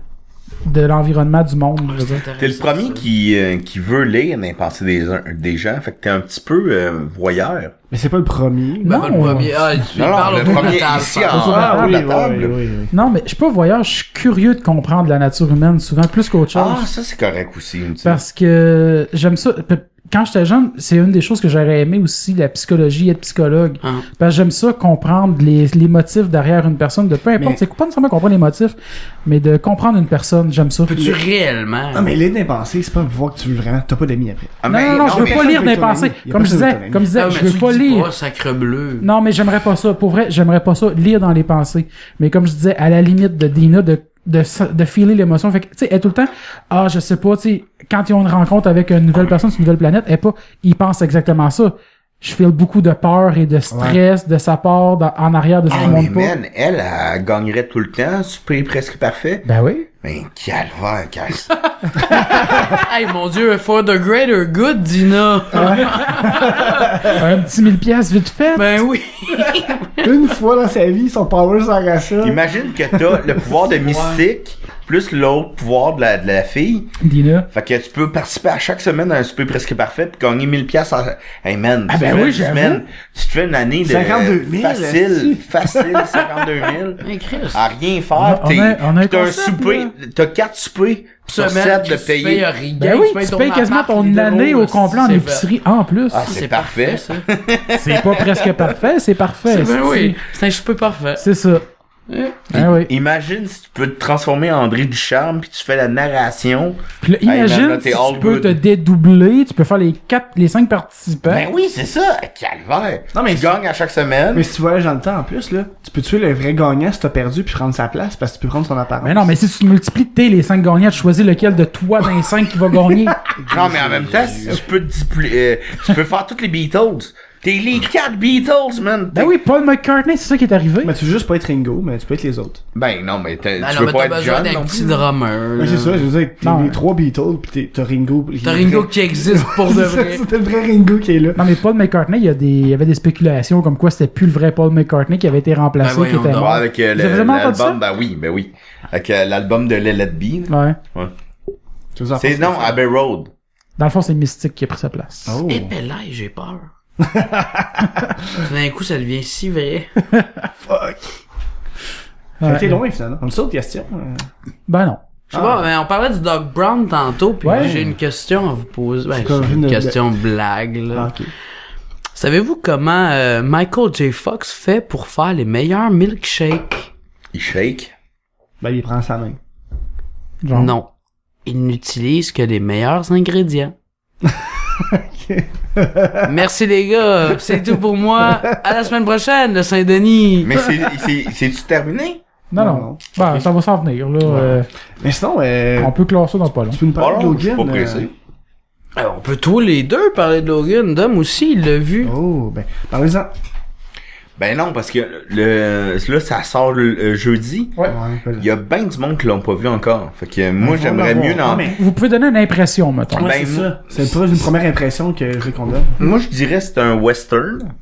[SPEAKER 3] de l'environnement du monde je veux dire.
[SPEAKER 2] T'es le premier qui, euh, qui veut lire les pensées des, uns- des gens, fait que t'es un petit peu euh, voyeur.
[SPEAKER 4] Mais c'est pas le premier.
[SPEAKER 1] Ben,
[SPEAKER 3] Non.
[SPEAKER 1] pas le premier. Ah, tu
[SPEAKER 2] Non, non,
[SPEAKER 1] parles
[SPEAKER 2] le
[SPEAKER 1] autour de la
[SPEAKER 2] premier
[SPEAKER 1] table,
[SPEAKER 2] ici hein.
[SPEAKER 1] ça.
[SPEAKER 2] en-
[SPEAKER 4] Ah,
[SPEAKER 3] Ah,
[SPEAKER 2] autour de
[SPEAKER 4] oui,
[SPEAKER 2] la
[SPEAKER 4] oui,
[SPEAKER 2] table.
[SPEAKER 4] oui, oui.
[SPEAKER 3] non mais je suis pas voyeur je suis curieux de comprendre la nature humaine souvent plus qu'autre chose
[SPEAKER 2] Ah, ça c'est correct aussi. tu sais.
[SPEAKER 3] Parce que j'aime ça. Pe- Quand j'étais jeune, c'est une des choses que j'aurais aimé aussi, la psychologie, être psychologue.
[SPEAKER 1] Ah.
[SPEAKER 3] Parce que j'aime ça comprendre les, les motifs derrière une personne, de peu importe.
[SPEAKER 4] Mais-
[SPEAKER 3] C'est pas nécessairement comprendre les motifs, mais de comprendre une personne, j'aime ça.
[SPEAKER 1] Peux-tu réellement?
[SPEAKER 4] Non, mais l'aide d'impensée, c'est pas un pouvoir que tu veux vraiment. T'as pas d'amis après.
[SPEAKER 2] Ah,
[SPEAKER 3] Non,
[SPEAKER 2] mais-
[SPEAKER 3] non, non, je veux
[SPEAKER 2] mais-
[SPEAKER 3] pas
[SPEAKER 4] personne
[SPEAKER 3] lire
[SPEAKER 4] veut
[SPEAKER 3] des
[SPEAKER 4] ton ami.
[SPEAKER 3] pensées.
[SPEAKER 4] Y a
[SPEAKER 3] Comme je
[SPEAKER 4] personne veut
[SPEAKER 3] disais,
[SPEAKER 4] ton ami.
[SPEAKER 3] comme je disais,
[SPEAKER 1] Ah,
[SPEAKER 3] je
[SPEAKER 1] mais
[SPEAKER 3] veux
[SPEAKER 1] tu
[SPEAKER 3] pas
[SPEAKER 1] le dis
[SPEAKER 3] lire. Ben,
[SPEAKER 1] Pas, sacre bleu.
[SPEAKER 3] Non, mais j'aimerais pas ça. Pour vrai, j'aimerais pas ça, lire dans les pensées. Mais comme je disais, à la limite de Dina, de, de, s- de filer l'émotion. Fait que, tu sais, elle est tout le temps, ah, je sais pas, tu sais, quand ils ont une rencontre avec une nouvelle personne sur une nouvelle planète, elle est pas, ils pensent exactement ça. Je file beaucoup de peur et de stress de sa part dans- en arrière de ce
[SPEAKER 2] Ah,
[SPEAKER 3] qu'ils
[SPEAKER 2] mais
[SPEAKER 3] montrent pas.
[SPEAKER 2] man, elle, elle gagnerait tout le temps, super presque parfait.
[SPEAKER 3] Ben oui.
[SPEAKER 2] Mais calvaire, casse.
[SPEAKER 1] Hey, mon dieu, for the greater good, Dina.
[SPEAKER 3] Ah, Un petit mille pièces vite fait.
[SPEAKER 1] ben oui.
[SPEAKER 4] Une fois dans sa vie, son power sert à ça.
[SPEAKER 2] Imagine que t'as le pouvoir de mystique, plus l'autre pouvoir de la, de la fille.
[SPEAKER 3] Dina.
[SPEAKER 2] Fait que tu peux participer à chaque semaine à un super presque parfait puis gagner 1000 pièces en... Hey man,
[SPEAKER 3] Ah
[SPEAKER 2] tu
[SPEAKER 3] ben
[SPEAKER 2] te fais
[SPEAKER 3] oui,
[SPEAKER 2] une
[SPEAKER 3] j'avoue.
[SPEAKER 2] semaine, tu te fais une année de
[SPEAKER 4] 52 000,
[SPEAKER 2] facile, facile 52 000
[SPEAKER 3] Ben,
[SPEAKER 1] Hey, Chris.
[SPEAKER 2] à rien
[SPEAKER 3] a-
[SPEAKER 2] faire,
[SPEAKER 3] on
[SPEAKER 2] t'es
[SPEAKER 3] a- on a un
[SPEAKER 2] puis t'as un
[SPEAKER 3] concept,
[SPEAKER 2] souper,
[SPEAKER 3] là.
[SPEAKER 2] t'as quatre soupers sur
[SPEAKER 1] Semaine
[SPEAKER 2] sept
[SPEAKER 1] que
[SPEAKER 2] de
[SPEAKER 1] tu payes
[SPEAKER 4] euh,
[SPEAKER 2] payer.
[SPEAKER 1] à Rigan,
[SPEAKER 3] Ben oui, tu
[SPEAKER 1] ton
[SPEAKER 3] payes quasiment
[SPEAKER 1] appart,
[SPEAKER 3] ton
[SPEAKER 1] les
[SPEAKER 3] année
[SPEAKER 1] euros,
[SPEAKER 3] au complet en
[SPEAKER 1] c'est
[SPEAKER 3] épicerie en plus.
[SPEAKER 2] Ah,
[SPEAKER 1] fait.
[SPEAKER 2] c'est parfait.
[SPEAKER 1] ça.
[SPEAKER 3] C'est pas presque parfait, c'est parfait.
[SPEAKER 4] Eh,
[SPEAKER 1] Ben
[SPEAKER 3] c'est-
[SPEAKER 1] oui, c'est un super parfait.
[SPEAKER 3] C'est ça. Ah oui.
[SPEAKER 2] Imagine si tu peux te transformer en André Ducharme puis tu fais la narration.
[SPEAKER 3] Puis là,
[SPEAKER 2] Hey, man,
[SPEAKER 3] imagine,
[SPEAKER 2] là, t'es
[SPEAKER 3] si
[SPEAKER 2] all
[SPEAKER 3] tu peux
[SPEAKER 2] good.
[SPEAKER 3] te dédoubler, tu peux faire les quatre, les cinq participants.
[SPEAKER 2] Ben oui, c'est ça, calvaire.
[SPEAKER 4] Non, mais
[SPEAKER 2] tu gagnes à chaque semaine.
[SPEAKER 4] Mais si tu voyages dans le temps en plus, là, tu peux tuer le vrai gagnant si t'as perdu puis prendre sa place parce que tu peux prendre son apparence.
[SPEAKER 3] Mais non, mais si tu multiplies tes les 5 gagnants, tu choisis lequel de toi dans les 5 qui va gagner.
[SPEAKER 2] Non, Ah, mais en même temps, si tu peux te displ- euh, tu peux faire toutes les Beatles. T'es les quatre Beatles, man.
[SPEAKER 3] ben oui, Paul McCartney, c'est ça qui est arrivé.
[SPEAKER 4] Mais tu veux juste pas être Ringo, mais tu peux être les autres.
[SPEAKER 2] Ben non, mais t'as-
[SPEAKER 1] Ah
[SPEAKER 2] tu
[SPEAKER 1] non,
[SPEAKER 2] veux
[SPEAKER 1] mais
[SPEAKER 2] pas
[SPEAKER 1] t'as
[SPEAKER 2] être
[SPEAKER 1] besoin
[SPEAKER 2] John
[SPEAKER 1] d'un
[SPEAKER 2] non
[SPEAKER 1] petit
[SPEAKER 2] plus. Euh,
[SPEAKER 1] drummer.
[SPEAKER 4] Ouais, c'est
[SPEAKER 1] là.
[SPEAKER 4] ça, je veux dire, t'es
[SPEAKER 3] Non, euh,
[SPEAKER 4] les
[SPEAKER 3] ouais.
[SPEAKER 4] trois Beatles pis t'es- t'as Ringo.
[SPEAKER 1] T'as Ringo qui existe pour de vrai.
[SPEAKER 4] C'était le vrai Ringo qui est là.
[SPEAKER 3] Non, mais Paul McCartney, il y, a des, il y avait des spéculations comme quoi c'était plus le vrai Paul McCartney qui avait été remplacé,
[SPEAKER 1] Ben
[SPEAKER 3] qui était
[SPEAKER 1] voyons
[SPEAKER 2] Ouais,
[SPEAKER 3] mort.
[SPEAKER 2] avec euh,
[SPEAKER 3] Vous
[SPEAKER 2] le-
[SPEAKER 3] avez vraiment entendu
[SPEAKER 2] l'album, ben oui, ben oui. Avec euh, l'album de Let It Be. là.
[SPEAKER 3] Ouais. Ah,
[SPEAKER 4] Tu veux en
[SPEAKER 2] C'est
[SPEAKER 4] penser
[SPEAKER 2] non,
[SPEAKER 4] ça?
[SPEAKER 2] Abbey Road.
[SPEAKER 3] Dans le fond, c'est Mystique qui a pris sa place.
[SPEAKER 4] Oh.
[SPEAKER 1] Eh ben là, j'ai peur. Tout d'un coup, ça devient si vrai.
[SPEAKER 4] Ça a
[SPEAKER 3] Ouais.
[SPEAKER 4] été loin finalement. On saute question. euh.
[SPEAKER 3] Ben non.
[SPEAKER 1] Je
[SPEAKER 4] Ah.
[SPEAKER 1] sais pas, mais on parlait du Doc Brown tantôt, puis
[SPEAKER 3] Ouais.
[SPEAKER 1] j'ai une question à vous poser. Ben,
[SPEAKER 4] C'est
[SPEAKER 1] c'est
[SPEAKER 4] comme
[SPEAKER 1] une
[SPEAKER 4] une-
[SPEAKER 1] question blague, là.
[SPEAKER 4] Ah, ok.
[SPEAKER 1] Savez-vous comment euh, Michael J. Fox fait pour faire les meilleurs milkshakes?
[SPEAKER 2] Il shake.
[SPEAKER 4] Ben il prend sa main.
[SPEAKER 3] Genre.
[SPEAKER 1] Non. Il n'utilise que les meilleurs ingrédients. Merci les gars, c'est tout pour moi. À la semaine prochaine, le Saint-Denis.
[SPEAKER 2] Mais c'est, c'est, c'est-tu terminé?
[SPEAKER 3] Non, non.
[SPEAKER 4] Non, non.
[SPEAKER 3] Ben, ça va s'en venir, là. Euh,
[SPEAKER 4] Mais sinon, euh,
[SPEAKER 3] on peut clore ça dans pas long.
[SPEAKER 4] tu peux nous parler
[SPEAKER 2] Oh,
[SPEAKER 4] de Logan.
[SPEAKER 2] je suis pas
[SPEAKER 4] euh,
[SPEAKER 2] pressé.
[SPEAKER 1] Alors, Euh, on peut tous les deux parler de Logan. Dom aussi, il l'a vu.
[SPEAKER 4] Oh, ben, parlez-en.
[SPEAKER 2] Ben non, parce que le, là, ça sort le, le jeudi.
[SPEAKER 3] Ouais.
[SPEAKER 2] Il y a ben du monde qui l'ont pas vu encore. Fait que moi,
[SPEAKER 4] Faut
[SPEAKER 2] j'aimerais
[SPEAKER 4] l'avoir.
[SPEAKER 2] mieux
[SPEAKER 4] Ah,
[SPEAKER 2] dans...
[SPEAKER 4] mais-
[SPEAKER 3] Vous pouvez donner une impression, mettons. Euh,
[SPEAKER 4] Ouais,
[SPEAKER 2] Ben,
[SPEAKER 4] c'est
[SPEAKER 2] moi-
[SPEAKER 4] ça. C'est pas une première impression que je veux qu'on donne.
[SPEAKER 2] Moi, je dirais que c'est un western.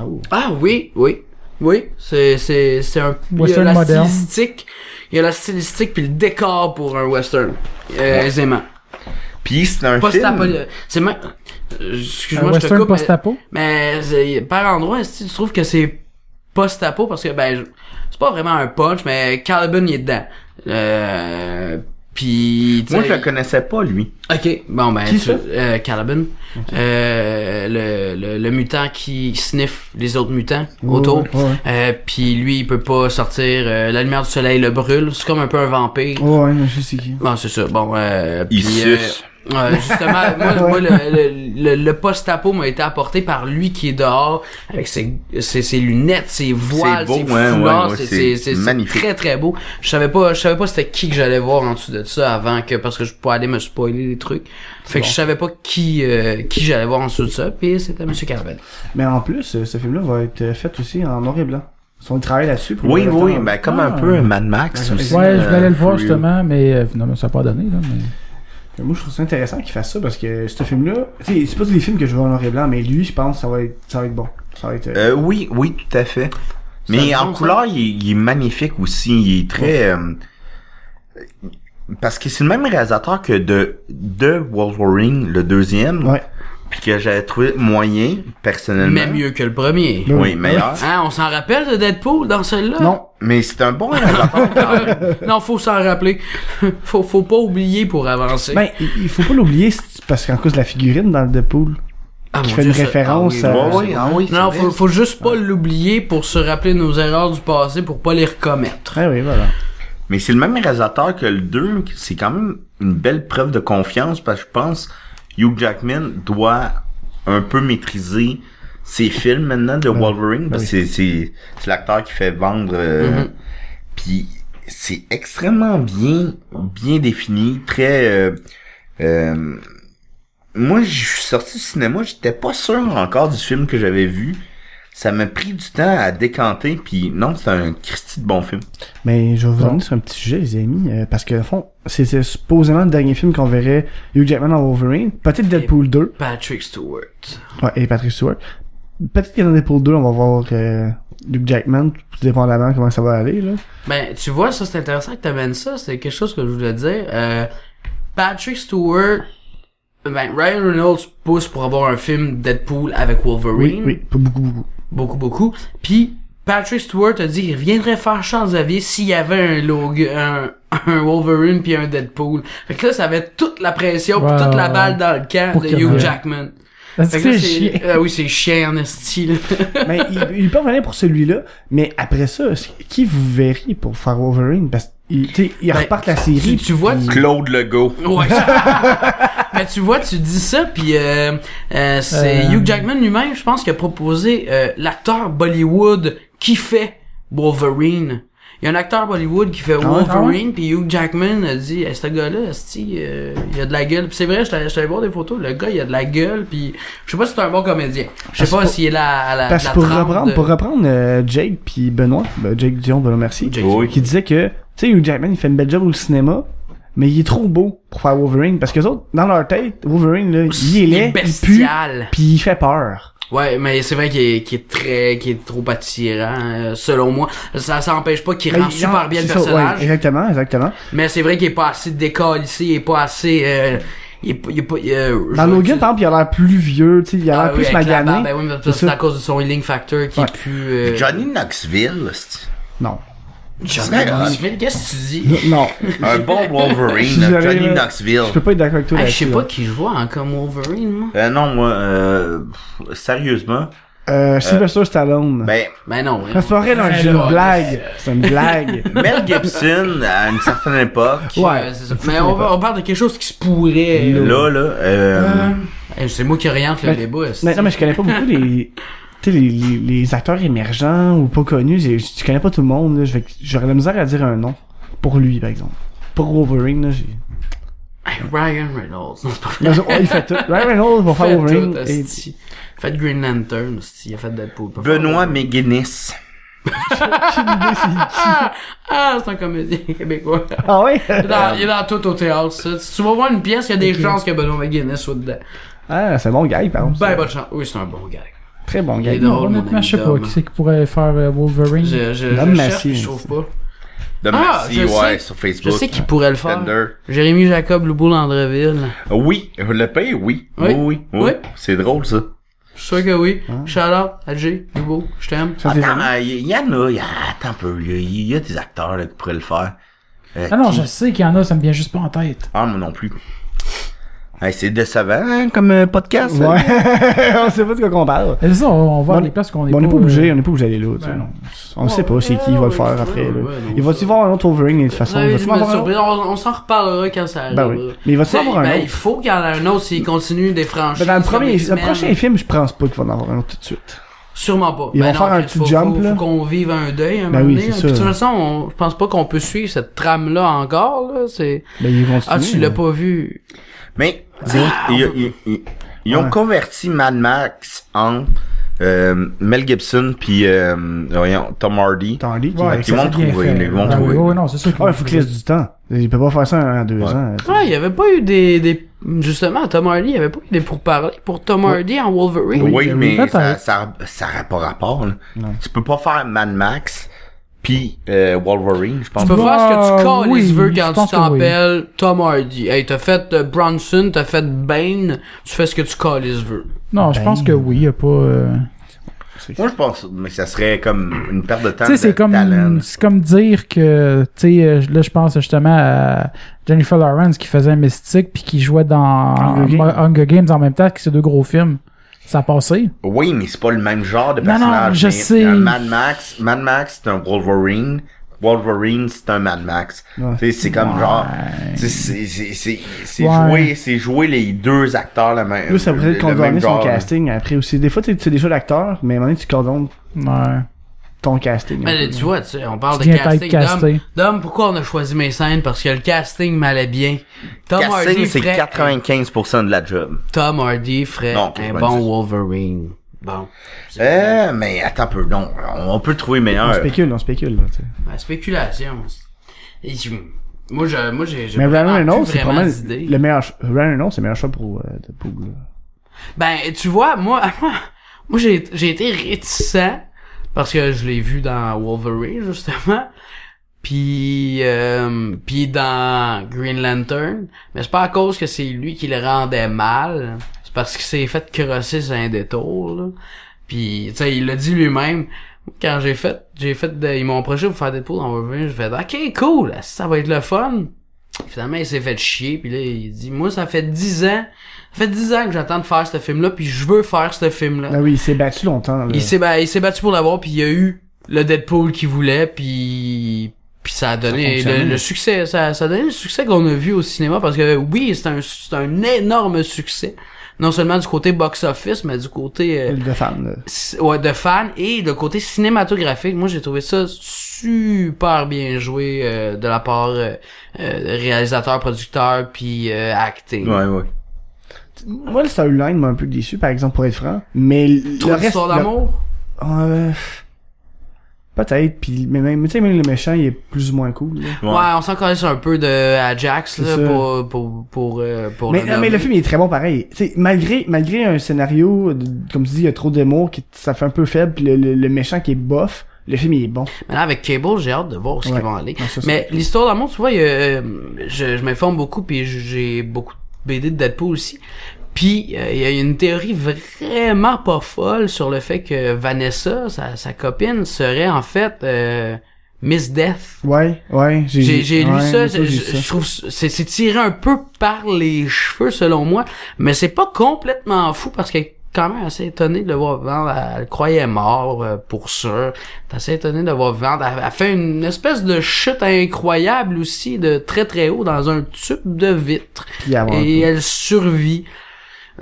[SPEAKER 4] Oh.
[SPEAKER 1] Ah oui, oui. Oui, c'est, c'est, c'est un, il y a
[SPEAKER 3] Western
[SPEAKER 1] la
[SPEAKER 3] moderne.
[SPEAKER 1] stylistique, il y a la stylistique puis le décor pour un western, euh, aisément.
[SPEAKER 2] Puis c'est un
[SPEAKER 1] Post-apo,
[SPEAKER 2] film...
[SPEAKER 1] euh, c'est même, euh,
[SPEAKER 3] Un
[SPEAKER 1] excuse-moi, je te
[SPEAKER 3] western
[SPEAKER 1] coupe, mais-
[SPEAKER 3] post-apo.
[SPEAKER 1] Mais c'est- par endroit, si tu trouves que c'est post-apo parce que ben je- c'est pas vraiment un punch, mais Caliban il est dedans. Euh, puis tu
[SPEAKER 2] Moi,
[SPEAKER 1] sais-
[SPEAKER 2] je le connaissais pas, lui.
[SPEAKER 1] Ok, bon ben
[SPEAKER 4] Qui
[SPEAKER 1] tu-
[SPEAKER 4] ça?
[SPEAKER 1] euh, Caliban, Euh, le, le, le mutant qui sniffe les autres mutants autour.
[SPEAKER 4] Ouais, ouais.
[SPEAKER 1] Euh, puis lui, il peut pas sortir. euh, la lumière du soleil le brûle. C'est comme un peu un vampire.
[SPEAKER 4] Oh, ouais, mais je sais qui.
[SPEAKER 1] Bon, c'est ça. Bon, euh,
[SPEAKER 2] Il
[SPEAKER 1] puis, euh,
[SPEAKER 2] suce.
[SPEAKER 1] euh, justement, moi, moi, le, le, le, le post-apo m'a été apporté par lui qui est dehors avec ses, ses, ses lunettes, ses voiles,
[SPEAKER 2] beau, hein,
[SPEAKER 1] ses
[SPEAKER 2] ouais,
[SPEAKER 1] foulards,
[SPEAKER 2] ouais, ouais,
[SPEAKER 1] c'est-
[SPEAKER 2] c'est
[SPEAKER 1] c'est- c'est c'est
[SPEAKER 2] magnifique.
[SPEAKER 1] très très beau. Je savais pas, je savais pas c'était qui que j'allais voir en dessous de ça avant que parce que je pouvais aller me spoiler des trucs. Fait que je savais pas qui euh, qui j'allais voir en dessous de ça. Puis c'était Monsieur Carvel.
[SPEAKER 4] Mais en plus, euh, ce film-là va être euh, fait aussi en noir et blanc. Ils sont travail là-dessus pour
[SPEAKER 2] Oui,
[SPEAKER 4] le mettre
[SPEAKER 2] oui,
[SPEAKER 4] en-
[SPEAKER 2] ben comme
[SPEAKER 3] Ah.
[SPEAKER 2] un peu un Mad Max aussi.
[SPEAKER 3] Ouais, je voulais aller le
[SPEAKER 2] euh,
[SPEAKER 3] voir
[SPEAKER 2] Fury.
[SPEAKER 3] justement, mais euh, finalement, ça n'a pas donné, là. mais-
[SPEAKER 4] Moi, je trouve ça intéressant qu'ils fassent ça parce que ce film-là, tu sais, c'est pas tous les films que je vois en noir et blanc, mais lui, je pense que ça va être, ça va être bon. Ça va être. euh,
[SPEAKER 2] Euh, oui, oui, tout à fait. Mais
[SPEAKER 1] un
[SPEAKER 2] en
[SPEAKER 1] bon
[SPEAKER 2] couleur, il, est- il est magnifique aussi. Il est très... euh, parce que c'est le même réalisateur que de, de Wolverine, le
[SPEAKER 1] Euh.
[SPEAKER 2] deuxième,
[SPEAKER 4] Ouais.
[SPEAKER 2] puis que j'avais trouvé moyen, personnellement.
[SPEAKER 1] Même mieux que le premier.
[SPEAKER 4] Ben
[SPEAKER 2] Oui, meilleur.
[SPEAKER 1] Hein, on s'en rappelle de Deadpool dans celle-là. Ah,
[SPEAKER 4] Non.
[SPEAKER 2] Mais c'est un bon réalisateur.
[SPEAKER 1] non, faut s'en rappeler. faut, faut pas oublier pour avancer.
[SPEAKER 4] Ben, il il faut pas l'oublier c'est- parce qu'en cause de la figurine dans le Deadpool.
[SPEAKER 1] ah,
[SPEAKER 4] qui
[SPEAKER 1] mon
[SPEAKER 4] fait une
[SPEAKER 1] Dieu, ça-
[SPEAKER 4] référence
[SPEAKER 1] ah oui,
[SPEAKER 4] à-
[SPEAKER 1] oui,
[SPEAKER 2] ah oui,
[SPEAKER 1] oui. Non, faut, faut juste pas l'oublier pour se rappeler nos erreurs du passé pour pas les recommettre.
[SPEAKER 4] Ah oui, voilà.
[SPEAKER 2] Mais c'est le même réalisateur que le 2, c'est quand même une belle preuve de confiance parce que je pense Hugh Jackman doit un peu maîtriser ses films maintenant de Wolverine parce que c'est- c'est c'est l'acteur qui fait vendre euh,
[SPEAKER 1] Mhm.
[SPEAKER 2] puis c'est extrêmement bien bien défini, très euh, euh, moi je suis sorti du cinéma, j'étais pas sûr encore du film que j'avais vu. Ça m'a pris du temps à décanter puis non, c'est un Christy de bon film.
[SPEAKER 4] Mais je vais vous emmener sur un petit sujet, les amis, euh, parce que, au fond, c'était supposément le dernier film qu'on verrait Hugh Jackman en Wolverine. Peut-être Deadpool 2.
[SPEAKER 1] Patrick Stewart.
[SPEAKER 4] Ouais, et Patrick Stewart. Peut-être que dans Deadpool 2, on va voir euh, Luke Jackman, tout dépendamment comment ça va aller, là.
[SPEAKER 1] Ben, tu vois, ça c'est intéressant que t'amènes ça. C'est quelque chose que je voulais dire. Euh, Patrick Stewart. Ben, Ryan Reynolds pousse pour avoir un film Deadpool avec
[SPEAKER 4] Oui,
[SPEAKER 1] Wolverine.
[SPEAKER 4] oui, pas beaucoup, beaucoup.
[SPEAKER 1] beaucoup, beaucoup. Puis Patrick Stewart a dit qu'il reviendrait faire Charles Xavier s'il y avait un, Logan, un, un Wolverine puis un Deadpool. Fait que là, ça avait toute la pression puis
[SPEAKER 3] Ouais,
[SPEAKER 1] toute la
[SPEAKER 3] ouais,
[SPEAKER 1] balle
[SPEAKER 3] ouais.
[SPEAKER 1] dans le camp
[SPEAKER 3] Pour
[SPEAKER 1] de
[SPEAKER 3] qu'il
[SPEAKER 1] Hugh
[SPEAKER 3] revienne.
[SPEAKER 1] Jackman. Fait
[SPEAKER 4] Parce
[SPEAKER 1] que
[SPEAKER 4] que
[SPEAKER 1] là,
[SPEAKER 4] c'est
[SPEAKER 1] c'est-
[SPEAKER 4] chiant.
[SPEAKER 2] euh,
[SPEAKER 1] Ah oui, c'est chien en esti, là.
[SPEAKER 4] Mais il, il peut revenir pour celui-là, mais après ça, c'est- qui vous verriez pour faire Wolverine? Parce qu'ils il
[SPEAKER 1] Ben,
[SPEAKER 4] repartent la
[SPEAKER 1] tu-
[SPEAKER 4] série.
[SPEAKER 1] tu vois,
[SPEAKER 4] puis-
[SPEAKER 2] Claude Legault.
[SPEAKER 1] Ouais. Mais tu vois, tu dis ça, puis euh, euh, c'est
[SPEAKER 3] Euh.
[SPEAKER 1] Hugh Jackman lui-même, je pense, qui a proposé euh, l'acteur Bollywood qui fait Wolverine. Il y a un acteur Bollywood qui fait
[SPEAKER 4] Ah ouais?
[SPEAKER 1] Wolverine, puis Hugh Jackman a dit, Hey, ce gars-là, esti, euh, il a de la gueule. Puis c'est vrai, je t'allais je t'allais voir des photos, le gars, il a de la gueule, puis je sais pas si c'est un bon comédien. Je sais
[SPEAKER 4] Parce
[SPEAKER 1] pas
[SPEAKER 4] pour-
[SPEAKER 1] s'il est là à la,
[SPEAKER 4] Parce
[SPEAKER 1] la
[SPEAKER 4] que pour
[SPEAKER 1] trempe
[SPEAKER 4] reprendre,
[SPEAKER 1] de-
[SPEAKER 4] pour reprendre euh, Jake puis Benoît, ben, Jake Dion, Benoît merci,
[SPEAKER 1] Jake.
[SPEAKER 2] Oui.
[SPEAKER 4] qui disait que, tu sais, Hugh Jackman, il fait une belle job au cinéma, mais il est trop beau pour faire Wolverine, parce que autres, dans leur tête, Wolverine, là, il est laid, il pue,
[SPEAKER 1] bestial.
[SPEAKER 4] puis il fait peur.
[SPEAKER 1] Ouais, mais c'est vrai qu'il est, qu'il est très, qu'il est trop attirant, euh, selon moi. Ça, ça empêche pas qu'il
[SPEAKER 4] Mais
[SPEAKER 1] rend
[SPEAKER 4] il-
[SPEAKER 1] super bien le
[SPEAKER 4] c'est ça,
[SPEAKER 1] personnage.
[SPEAKER 4] ouais, exactement, exactement.
[SPEAKER 1] Mais c'est vrai qu'il est pas assez décalissé, il est pas assez. Euh, il est pas. Il est pas euh,
[SPEAKER 4] Dans
[SPEAKER 1] je-
[SPEAKER 4] Logan, par exemple, il a l'air plus vieux, tu sais, il a l'air
[SPEAKER 1] Ah oui,
[SPEAKER 4] plus
[SPEAKER 1] avec la
[SPEAKER 4] magané.
[SPEAKER 1] barbe, Ben oui, mais
[SPEAKER 4] C'est
[SPEAKER 1] c'est
[SPEAKER 4] ça.
[SPEAKER 1] à cause de son healing factor qui
[SPEAKER 4] Ouais.
[SPEAKER 1] est plus. Euh,
[SPEAKER 2] Johnny Knoxville, c'est-
[SPEAKER 4] Non.
[SPEAKER 1] Johnny
[SPEAKER 2] Johnny-
[SPEAKER 1] Knoxville, qu'est-ce que tu dis?
[SPEAKER 4] Non.
[SPEAKER 2] un bon
[SPEAKER 4] Je suis
[SPEAKER 2] Wolverine,
[SPEAKER 4] désolé,
[SPEAKER 2] Johnny
[SPEAKER 4] là.
[SPEAKER 2] Knoxville.
[SPEAKER 4] Je peux pas être d'accord avec toi
[SPEAKER 1] Hey, je
[SPEAKER 4] là-dessus,
[SPEAKER 1] sais pas
[SPEAKER 4] là.
[SPEAKER 1] qui je vois en comme Wolverine, moi.
[SPEAKER 2] Euh, non, moi, euh, pff, sérieusement,
[SPEAKER 4] Euh, Sylvester Stallone.
[SPEAKER 2] ben,
[SPEAKER 1] Ben non.
[SPEAKER 4] Ah, c'est pas vrai, non,
[SPEAKER 3] Ben
[SPEAKER 4] c'est une
[SPEAKER 3] là,
[SPEAKER 4] blague. C'est une blague.
[SPEAKER 2] Mel Gibson, à une certaine époque,
[SPEAKER 1] Ouais,
[SPEAKER 4] Ouais.
[SPEAKER 1] c'est ça. Mais on, va- on parle de quelque chose qui se pourrait. euh,
[SPEAKER 2] là, là, euh,
[SPEAKER 1] hey, c'est moi qui oriente le
[SPEAKER 4] Mais-
[SPEAKER 1] débat. c'est-
[SPEAKER 4] Mais, non, mais je connais pas beaucoup les, tu sais, les, les, les acteurs émergents ou pas connus. J'ai- Je connais pas tout le monde. là. Je vais- J'aurais la misère à dire un nom. Pour lui, par exemple. Pour Wolverine, là, j'ai...
[SPEAKER 1] Hey, Ryan Reynolds. Non, c'est pas vrai.
[SPEAKER 4] Non, je- oh, il fait tout. Ryan Reynolds va faire
[SPEAKER 1] Faites
[SPEAKER 4] Wolverine.
[SPEAKER 1] tout,
[SPEAKER 4] et-
[SPEAKER 1] esti. Faites Green Lantern, esti. il a fait Deadpool. pas
[SPEAKER 2] Benoît
[SPEAKER 1] fait-
[SPEAKER 2] McGuinness.
[SPEAKER 1] Ah, ah c'est un comédien québécois.
[SPEAKER 4] Ah ouais?
[SPEAKER 1] Il est dans- il est dans tout au théâtre, ça. Si tu vas voir une pièce, il y a des chances que Benoît McGuinness soit dedans.
[SPEAKER 4] Ah, c'est bon gars, par exemple.
[SPEAKER 1] Ben, bonne chance. Oui, c'est un bon gars.
[SPEAKER 4] Très bon gars.
[SPEAKER 1] Il est
[SPEAKER 3] Non,
[SPEAKER 1] drôle, mon
[SPEAKER 3] honnêtement,
[SPEAKER 1] ami
[SPEAKER 3] je sais pas
[SPEAKER 1] Dom.
[SPEAKER 3] qui c'est qui pourrait faire euh, Wolverine.
[SPEAKER 1] Je, je,
[SPEAKER 4] L'homme
[SPEAKER 1] je cherche,
[SPEAKER 4] massif.
[SPEAKER 1] puis je trouve pas.
[SPEAKER 2] De
[SPEAKER 1] Ah,
[SPEAKER 2] Massy,
[SPEAKER 1] je
[SPEAKER 2] ouais,
[SPEAKER 1] sais.
[SPEAKER 2] sur
[SPEAKER 1] Je
[SPEAKER 2] Facebook.
[SPEAKER 1] sais qui pourrait le faire.
[SPEAKER 2] Tinder.
[SPEAKER 1] Jérémy Jacob, Louboul Andreville.
[SPEAKER 2] Oui, le paye, oui.
[SPEAKER 1] Oui.
[SPEAKER 2] Oui, oui, oui.
[SPEAKER 1] Oui.
[SPEAKER 2] C'est drôle, ça.
[SPEAKER 1] Je suis sûr que oui.
[SPEAKER 4] Hein?
[SPEAKER 1] Shout out à Jay, Loubo, je t'aime.
[SPEAKER 4] Ça, c'est
[SPEAKER 2] Attends,
[SPEAKER 4] vraiment-
[SPEAKER 2] mais il y, y en a, y a, attends un peu, il y, a- il y a des acteurs là, qui pourraient le faire. Euh,
[SPEAKER 3] Ah non,
[SPEAKER 2] qui-
[SPEAKER 3] je sais qu'il y en a, ça me vient juste pas en tête.
[SPEAKER 2] Ah, moi non plus. Hey, c'est décevant hein, comme euh, podcast. hein.
[SPEAKER 4] Ouais. on sait pas de quoi qu'on parle.
[SPEAKER 3] C'est ça, on va
[SPEAKER 4] Bon,
[SPEAKER 3] à des places qu'on est
[SPEAKER 4] Bon, on n'est pas obligé,
[SPEAKER 3] euh,
[SPEAKER 4] on n'est pas obligé d'aller là. tu sais.
[SPEAKER 3] ben non.
[SPEAKER 4] On ne sait pas c'est qui
[SPEAKER 1] Ouais,
[SPEAKER 4] va le
[SPEAKER 1] ouais,
[SPEAKER 4] faire
[SPEAKER 1] ouais,
[SPEAKER 4] après. là.
[SPEAKER 1] ouais, non,
[SPEAKER 4] il va-tu
[SPEAKER 1] ça-
[SPEAKER 4] voir un autre Wolverine de toute façon?
[SPEAKER 1] Ouais,
[SPEAKER 4] Il
[SPEAKER 1] je
[SPEAKER 4] va-tu
[SPEAKER 1] me
[SPEAKER 4] en avoir un autre?
[SPEAKER 1] surprendrai. on on s'en reparlera quand ça arrive.
[SPEAKER 4] Ben oui. Mais il va-tu
[SPEAKER 1] Tu sais,
[SPEAKER 4] en avoir un
[SPEAKER 1] ben,
[SPEAKER 4] autre?
[SPEAKER 1] il faut qu'il y en ait un autre s'il continue des franchises.
[SPEAKER 4] Ben, dans le, premier,
[SPEAKER 1] comme
[SPEAKER 4] le
[SPEAKER 1] X-Men.
[SPEAKER 4] prochain film, je pense pas qu'il va en avoir un autre tout de suite.
[SPEAKER 1] Sûrement pas. Ben
[SPEAKER 4] Ils vont faire un
[SPEAKER 1] Chris,
[SPEAKER 4] petit
[SPEAKER 1] faut-
[SPEAKER 4] jump,
[SPEAKER 1] Faut,
[SPEAKER 4] là.
[SPEAKER 1] faut qu'on vive un deuil un
[SPEAKER 4] Ben
[SPEAKER 1] moment
[SPEAKER 4] oui,
[SPEAKER 1] donné. hein.
[SPEAKER 4] c'est
[SPEAKER 1] Puis, de toute
[SPEAKER 4] ça.
[SPEAKER 1] façon, on- je pense pas qu'on peut suivre cette trame-là encore. Là. C'est...
[SPEAKER 4] Ben, ils vont
[SPEAKER 1] Ah, tu l'as pas vu.
[SPEAKER 2] Mais, tu sais, ils- ils- ils- ils ont
[SPEAKER 4] Ouais.
[SPEAKER 2] converti Mad Max en euh, Mel Gibson puis euh, voyons, Tom Hardy.
[SPEAKER 4] T'en lis?
[SPEAKER 3] Ouais,
[SPEAKER 2] Ils vont
[SPEAKER 3] ça,
[SPEAKER 2] le
[SPEAKER 3] c'est bien
[SPEAKER 2] trouver,
[SPEAKER 3] fait.
[SPEAKER 2] ils vont
[SPEAKER 3] Ah
[SPEAKER 2] trouver.
[SPEAKER 3] oui, ouais, non, c'est sûr qu'il
[SPEAKER 4] hein. Ah, il faut qu'il laisse du temps. Il peut pas faire ça en deux
[SPEAKER 2] Ouais.
[SPEAKER 4] ans.
[SPEAKER 1] Ouais, il y avait pas eu des, des... Justement, Tom Hardy, il y avait pas eu des pourparlers pour Tom Hardy en Wolverine.
[SPEAKER 2] Oui,
[SPEAKER 3] ben oui.
[SPEAKER 2] mais ça,
[SPEAKER 3] Peut-être.
[SPEAKER 2] ça, ça n'a pas rapport. là.
[SPEAKER 4] Non.
[SPEAKER 2] Tu peux pas faire Mad Max puis euh, Wolverine, je pense.
[SPEAKER 1] Tu peux faire ce que tu
[SPEAKER 3] Ah,
[SPEAKER 1] calles,
[SPEAKER 3] oui,
[SPEAKER 1] tu veux,
[SPEAKER 3] je
[SPEAKER 1] quand
[SPEAKER 3] pense
[SPEAKER 1] tu
[SPEAKER 3] que oui.
[SPEAKER 1] t'appelles Tom Hardy. Hey, t'as fait euh, Bronson, t'as fait Bane, tu fais ce que tu calles, tu veux.
[SPEAKER 3] Non, je pense que oui, il y a pas. euh,
[SPEAKER 2] Moi, je pense, mais ça serait comme une perte de temps.
[SPEAKER 3] Tu sais,
[SPEAKER 2] de
[SPEAKER 3] c'est
[SPEAKER 2] talent.
[SPEAKER 3] comme, c'est comme dire que, tu sais, euh, là, je pense justement à Jennifer Lawrence qui faisait Mystique puis qui jouait dans
[SPEAKER 4] Hunger Games.
[SPEAKER 3] Hunger Games en même temps que ces deux gros films. Ça a passé.
[SPEAKER 2] Oui, mais c'est pas le même genre de
[SPEAKER 3] Non, non,
[SPEAKER 2] personnage.
[SPEAKER 3] je
[SPEAKER 2] mais
[SPEAKER 3] sais.
[SPEAKER 2] un Mad Max, Mad Max, c'est un Wolverine. Wolverine, c'est un Mad Max.
[SPEAKER 4] Ouais.
[SPEAKER 2] Tu sais, C'est comme genre, tu sais, c'est c'est c'est c'est
[SPEAKER 3] Ouais.
[SPEAKER 2] jouer, c'est jouer les deux acteurs la même.
[SPEAKER 4] Là, ça
[SPEAKER 2] le-
[SPEAKER 4] pourrait
[SPEAKER 2] le
[SPEAKER 4] condamner
[SPEAKER 2] même
[SPEAKER 4] son
[SPEAKER 2] genre.
[SPEAKER 4] casting après aussi. Des fois, tu sais, tu sais déjà l'acteur, mais à un moment donné, tu condamnes
[SPEAKER 3] Ouais.
[SPEAKER 4] ton casting.
[SPEAKER 1] Mais Ben, tu vois, tu sais, on parle
[SPEAKER 3] Tu
[SPEAKER 1] de
[SPEAKER 3] viens
[SPEAKER 1] casting.
[SPEAKER 3] typecasté.
[SPEAKER 1] Dom, Dom, pourquoi on a choisi mes scènes? Parce que le casting m'allait bien. Tom
[SPEAKER 2] Casting,
[SPEAKER 1] Hardy
[SPEAKER 2] c'est
[SPEAKER 1] ferait,
[SPEAKER 2] 95% de la job.
[SPEAKER 1] Tom Hardy ferait
[SPEAKER 2] Non, ok,
[SPEAKER 1] un
[SPEAKER 2] bonne
[SPEAKER 1] bon
[SPEAKER 2] chose.
[SPEAKER 1] Wolverine. Bon. C'est-
[SPEAKER 2] Euh, mais attends un peu, non, on peut trouver
[SPEAKER 4] On
[SPEAKER 2] meilleur.
[SPEAKER 4] spécule, on spécule. là, tu sais.
[SPEAKER 1] La spéculation. Et je- moi, je, moi, j'ai, j'ai
[SPEAKER 4] Mais
[SPEAKER 1] vraiment
[SPEAKER 4] Ryan Reynolds,
[SPEAKER 1] plus
[SPEAKER 4] c'est
[SPEAKER 1] vraiment
[SPEAKER 4] probablement
[SPEAKER 1] d'idées.
[SPEAKER 4] le meilleur. ch- Ryan Reynolds, c'est le meilleur choix pour euh, Deadpool. là.
[SPEAKER 1] Ben, tu vois, moi, moi, j'ai, j'ai été réticent parce que je l'ai vu dans Wolverine, justement. Puis, euh, puis dans Green Lantern. Mais c'est pas à cause que c'est lui qui le rendait mal. C'est parce qu'il s'est fait crosser sur un détour, là. Puis, tu sais, il l'a dit lui-même. Quand j'ai fait, j'ai fait, de- ils m'ont approché pour faire des poules dans Wolverine. Je fait, ok, cool, ça va être le fun. Finalement, il s'est fait chier, puis là, il dit, moi, ça fait 10 ans, ça fait 10 ans que j'attends de faire ce film-là, puis je veux faire ce film-là.
[SPEAKER 4] Ah oui, il s'est battu longtemps. là.
[SPEAKER 1] Il s'est ba- il s'est battu pour l'avoir, puis il y a eu le Deadpool qu'il voulait, puis puis ça a donné
[SPEAKER 4] fonctionne.
[SPEAKER 1] le, le succès, ça, ça a donné le succès qu'on a vu au cinéma parce que oui, c'est un c'est un énorme succès, non seulement du côté box office, mais du côté euh,
[SPEAKER 4] de fans. là.
[SPEAKER 1] c- ouais, de fans et le côté cinématographique. Moi, j'ai trouvé ça super bien joué euh, de la part euh, euh, réalisateur, producteur, puis euh, acting.
[SPEAKER 2] Ouais, ouais.
[SPEAKER 4] Moi, le storyline m'a un peu déçu, par exemple, pour être franc. Mais le
[SPEAKER 1] Trop
[SPEAKER 4] reste...
[SPEAKER 1] d'histoire
[SPEAKER 4] le-
[SPEAKER 1] d'amour.
[SPEAKER 4] Euh, Peut-être, puis mais même, tu sais, même le méchant, il est plus ou moins cool. là.
[SPEAKER 2] Ouais.
[SPEAKER 1] Ouais, on s'en connaît un peu de Ajax là,
[SPEAKER 4] C'est ça.
[SPEAKER 1] pour pour pour euh, pour
[SPEAKER 4] Mais,
[SPEAKER 1] le
[SPEAKER 4] mais
[SPEAKER 1] nommer.
[SPEAKER 4] le film il est très bon pareil. Tu sais, malgré malgré un scénario, de- comme tu dis, il y a trop d'humour, qui ça fait un peu faible, puis le, le- le méchant qui est bof, le film il est bon.
[SPEAKER 1] Maintenant, avec Cable, j'ai hâte de voir où ce
[SPEAKER 4] Ouais.
[SPEAKER 1] qu'ils vont aller.
[SPEAKER 4] Non, ça, c'est
[SPEAKER 1] Mais l'histoire d'amour, tu vois, il y a, euh, je, je m'informe beaucoup, puis j'ai beaucoup de BD de Deadpool aussi. Puis, euh, il y a une théorie vraiment pas folle sur le fait que Vanessa, sa, sa copine, serait en fait euh, Miss Death.
[SPEAKER 4] Ouais, ouais, j'ai
[SPEAKER 1] J'ai j'ai lu
[SPEAKER 4] ouais,
[SPEAKER 1] ça,
[SPEAKER 4] moi,
[SPEAKER 1] je,
[SPEAKER 4] j'ai lu
[SPEAKER 1] je- je trouve c'est c'est tiré un peu par les cheveux selon moi, mais c'est pas complètement fou parce qu'elle est quand même assez étonnée de le voir vendre, elle, le croyait mort euh, pour sûr. T'es assez étonnée de le voir vendre, elle, elle fait une espèce de chute incroyable aussi de très très haut dans un tube de vitre
[SPEAKER 4] Puis avant
[SPEAKER 1] et
[SPEAKER 4] tout.
[SPEAKER 1] elle survit.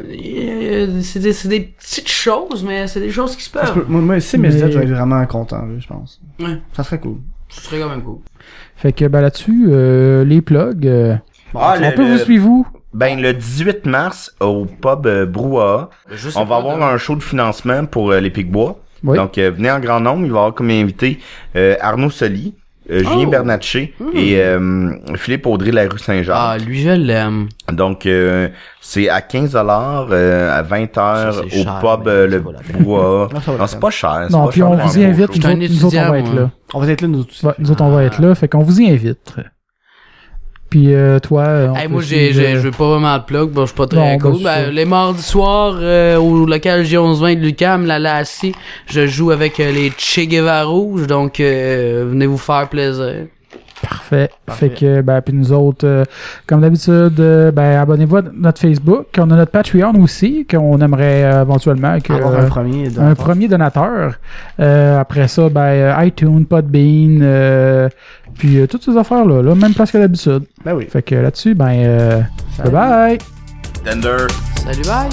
[SPEAKER 1] Euh, C'est des, c'est des petites choses, mais c'est des choses qui se
[SPEAKER 4] Ça se
[SPEAKER 1] peuvent.
[SPEAKER 4] peut- moi, moi si mais...
[SPEAKER 3] Mais-
[SPEAKER 4] je vais être vraiment content, là, je pense.
[SPEAKER 1] Ouais.
[SPEAKER 4] Ça serait cool.
[SPEAKER 1] Ce serait quand même cool.
[SPEAKER 3] Fait que ben, là-dessus, euh, les plugs. euh,
[SPEAKER 2] Ah,
[SPEAKER 3] on
[SPEAKER 2] le-
[SPEAKER 3] peut
[SPEAKER 2] le-
[SPEAKER 3] vous suivre où?
[SPEAKER 2] Ben, le 18 mars, au pub euh, Brouhaha,
[SPEAKER 1] Je sais
[SPEAKER 2] on
[SPEAKER 1] pas,
[SPEAKER 2] va avoir
[SPEAKER 1] de-
[SPEAKER 2] un show de financement pour euh, les Picbois.
[SPEAKER 3] Oui.
[SPEAKER 2] Donc, euh, venez en grand nombre. Il va y avoir comme invité euh, Arnaud Soli, euh, Julien
[SPEAKER 1] Oh.
[SPEAKER 2] Bernatchez et euh, Philippe Audry de la rue Saint-Jacques.
[SPEAKER 1] Ah, lui, je l'aime.
[SPEAKER 2] Donc, euh, c'est à 15 euh, à 20
[SPEAKER 1] Ça,
[SPEAKER 2] heures
[SPEAKER 1] c'est cher,
[SPEAKER 2] au pub
[SPEAKER 1] mais
[SPEAKER 2] euh,
[SPEAKER 1] ça
[SPEAKER 2] le
[SPEAKER 1] vaut la peine.
[SPEAKER 2] Brouhaha.
[SPEAKER 4] Non, ça vaut la
[SPEAKER 2] Non, c'est
[SPEAKER 4] peine.
[SPEAKER 2] pas cher. c'est
[SPEAKER 3] Non,
[SPEAKER 2] pas
[SPEAKER 3] puis
[SPEAKER 2] cher
[SPEAKER 3] on
[SPEAKER 2] pour
[SPEAKER 3] vous
[SPEAKER 2] un
[SPEAKER 3] y
[SPEAKER 2] gros
[SPEAKER 3] invite,
[SPEAKER 2] show.
[SPEAKER 3] nous
[SPEAKER 1] un
[SPEAKER 3] autres, nous autres, on va
[SPEAKER 1] étudiant,
[SPEAKER 3] être
[SPEAKER 1] moi. hein.
[SPEAKER 3] là.
[SPEAKER 4] On va être là nous aussi.
[SPEAKER 3] Ouais, nous autres, on va être là, fait qu'on vous y invite. Puis euh, toi, euh, on
[SPEAKER 1] Hey,
[SPEAKER 3] peut
[SPEAKER 1] moi, j'ai,
[SPEAKER 3] suivre,
[SPEAKER 1] j'ai,
[SPEAKER 3] euh,
[SPEAKER 1] j'ai pas vraiment de plug, bon, je suis pas très
[SPEAKER 3] Non,
[SPEAKER 1] cool.
[SPEAKER 3] ben, c'est
[SPEAKER 1] Ben,
[SPEAKER 3] ça.
[SPEAKER 1] les mardis soirs, euh, au local J1120 de Lucam, la Lassie, je joue avec euh, les Che Guevara Rouges, donc euh, venez vous faire plaisir.
[SPEAKER 3] Parfait.
[SPEAKER 4] Parfait.
[SPEAKER 3] Fait que, ben, puis nous autres, euh, comme d'habitude, euh, ben, abonnez-vous à notre Facebook. On a notre Patreon aussi, qu'on aimerait euh, éventuellement que,
[SPEAKER 4] Avoir
[SPEAKER 3] euh,
[SPEAKER 4] un premier. dans-
[SPEAKER 3] un premier donateur. Euh, après ça, ben, euh, iTunes, Podbean, euh, puis euh, toutes ces affaires-là, là, même place que d'habitude.
[SPEAKER 4] Ben oui.
[SPEAKER 3] Fait que là-dessus, ben,
[SPEAKER 4] Salut.
[SPEAKER 3] bye bye!
[SPEAKER 2] Tender.
[SPEAKER 1] Salut, bye!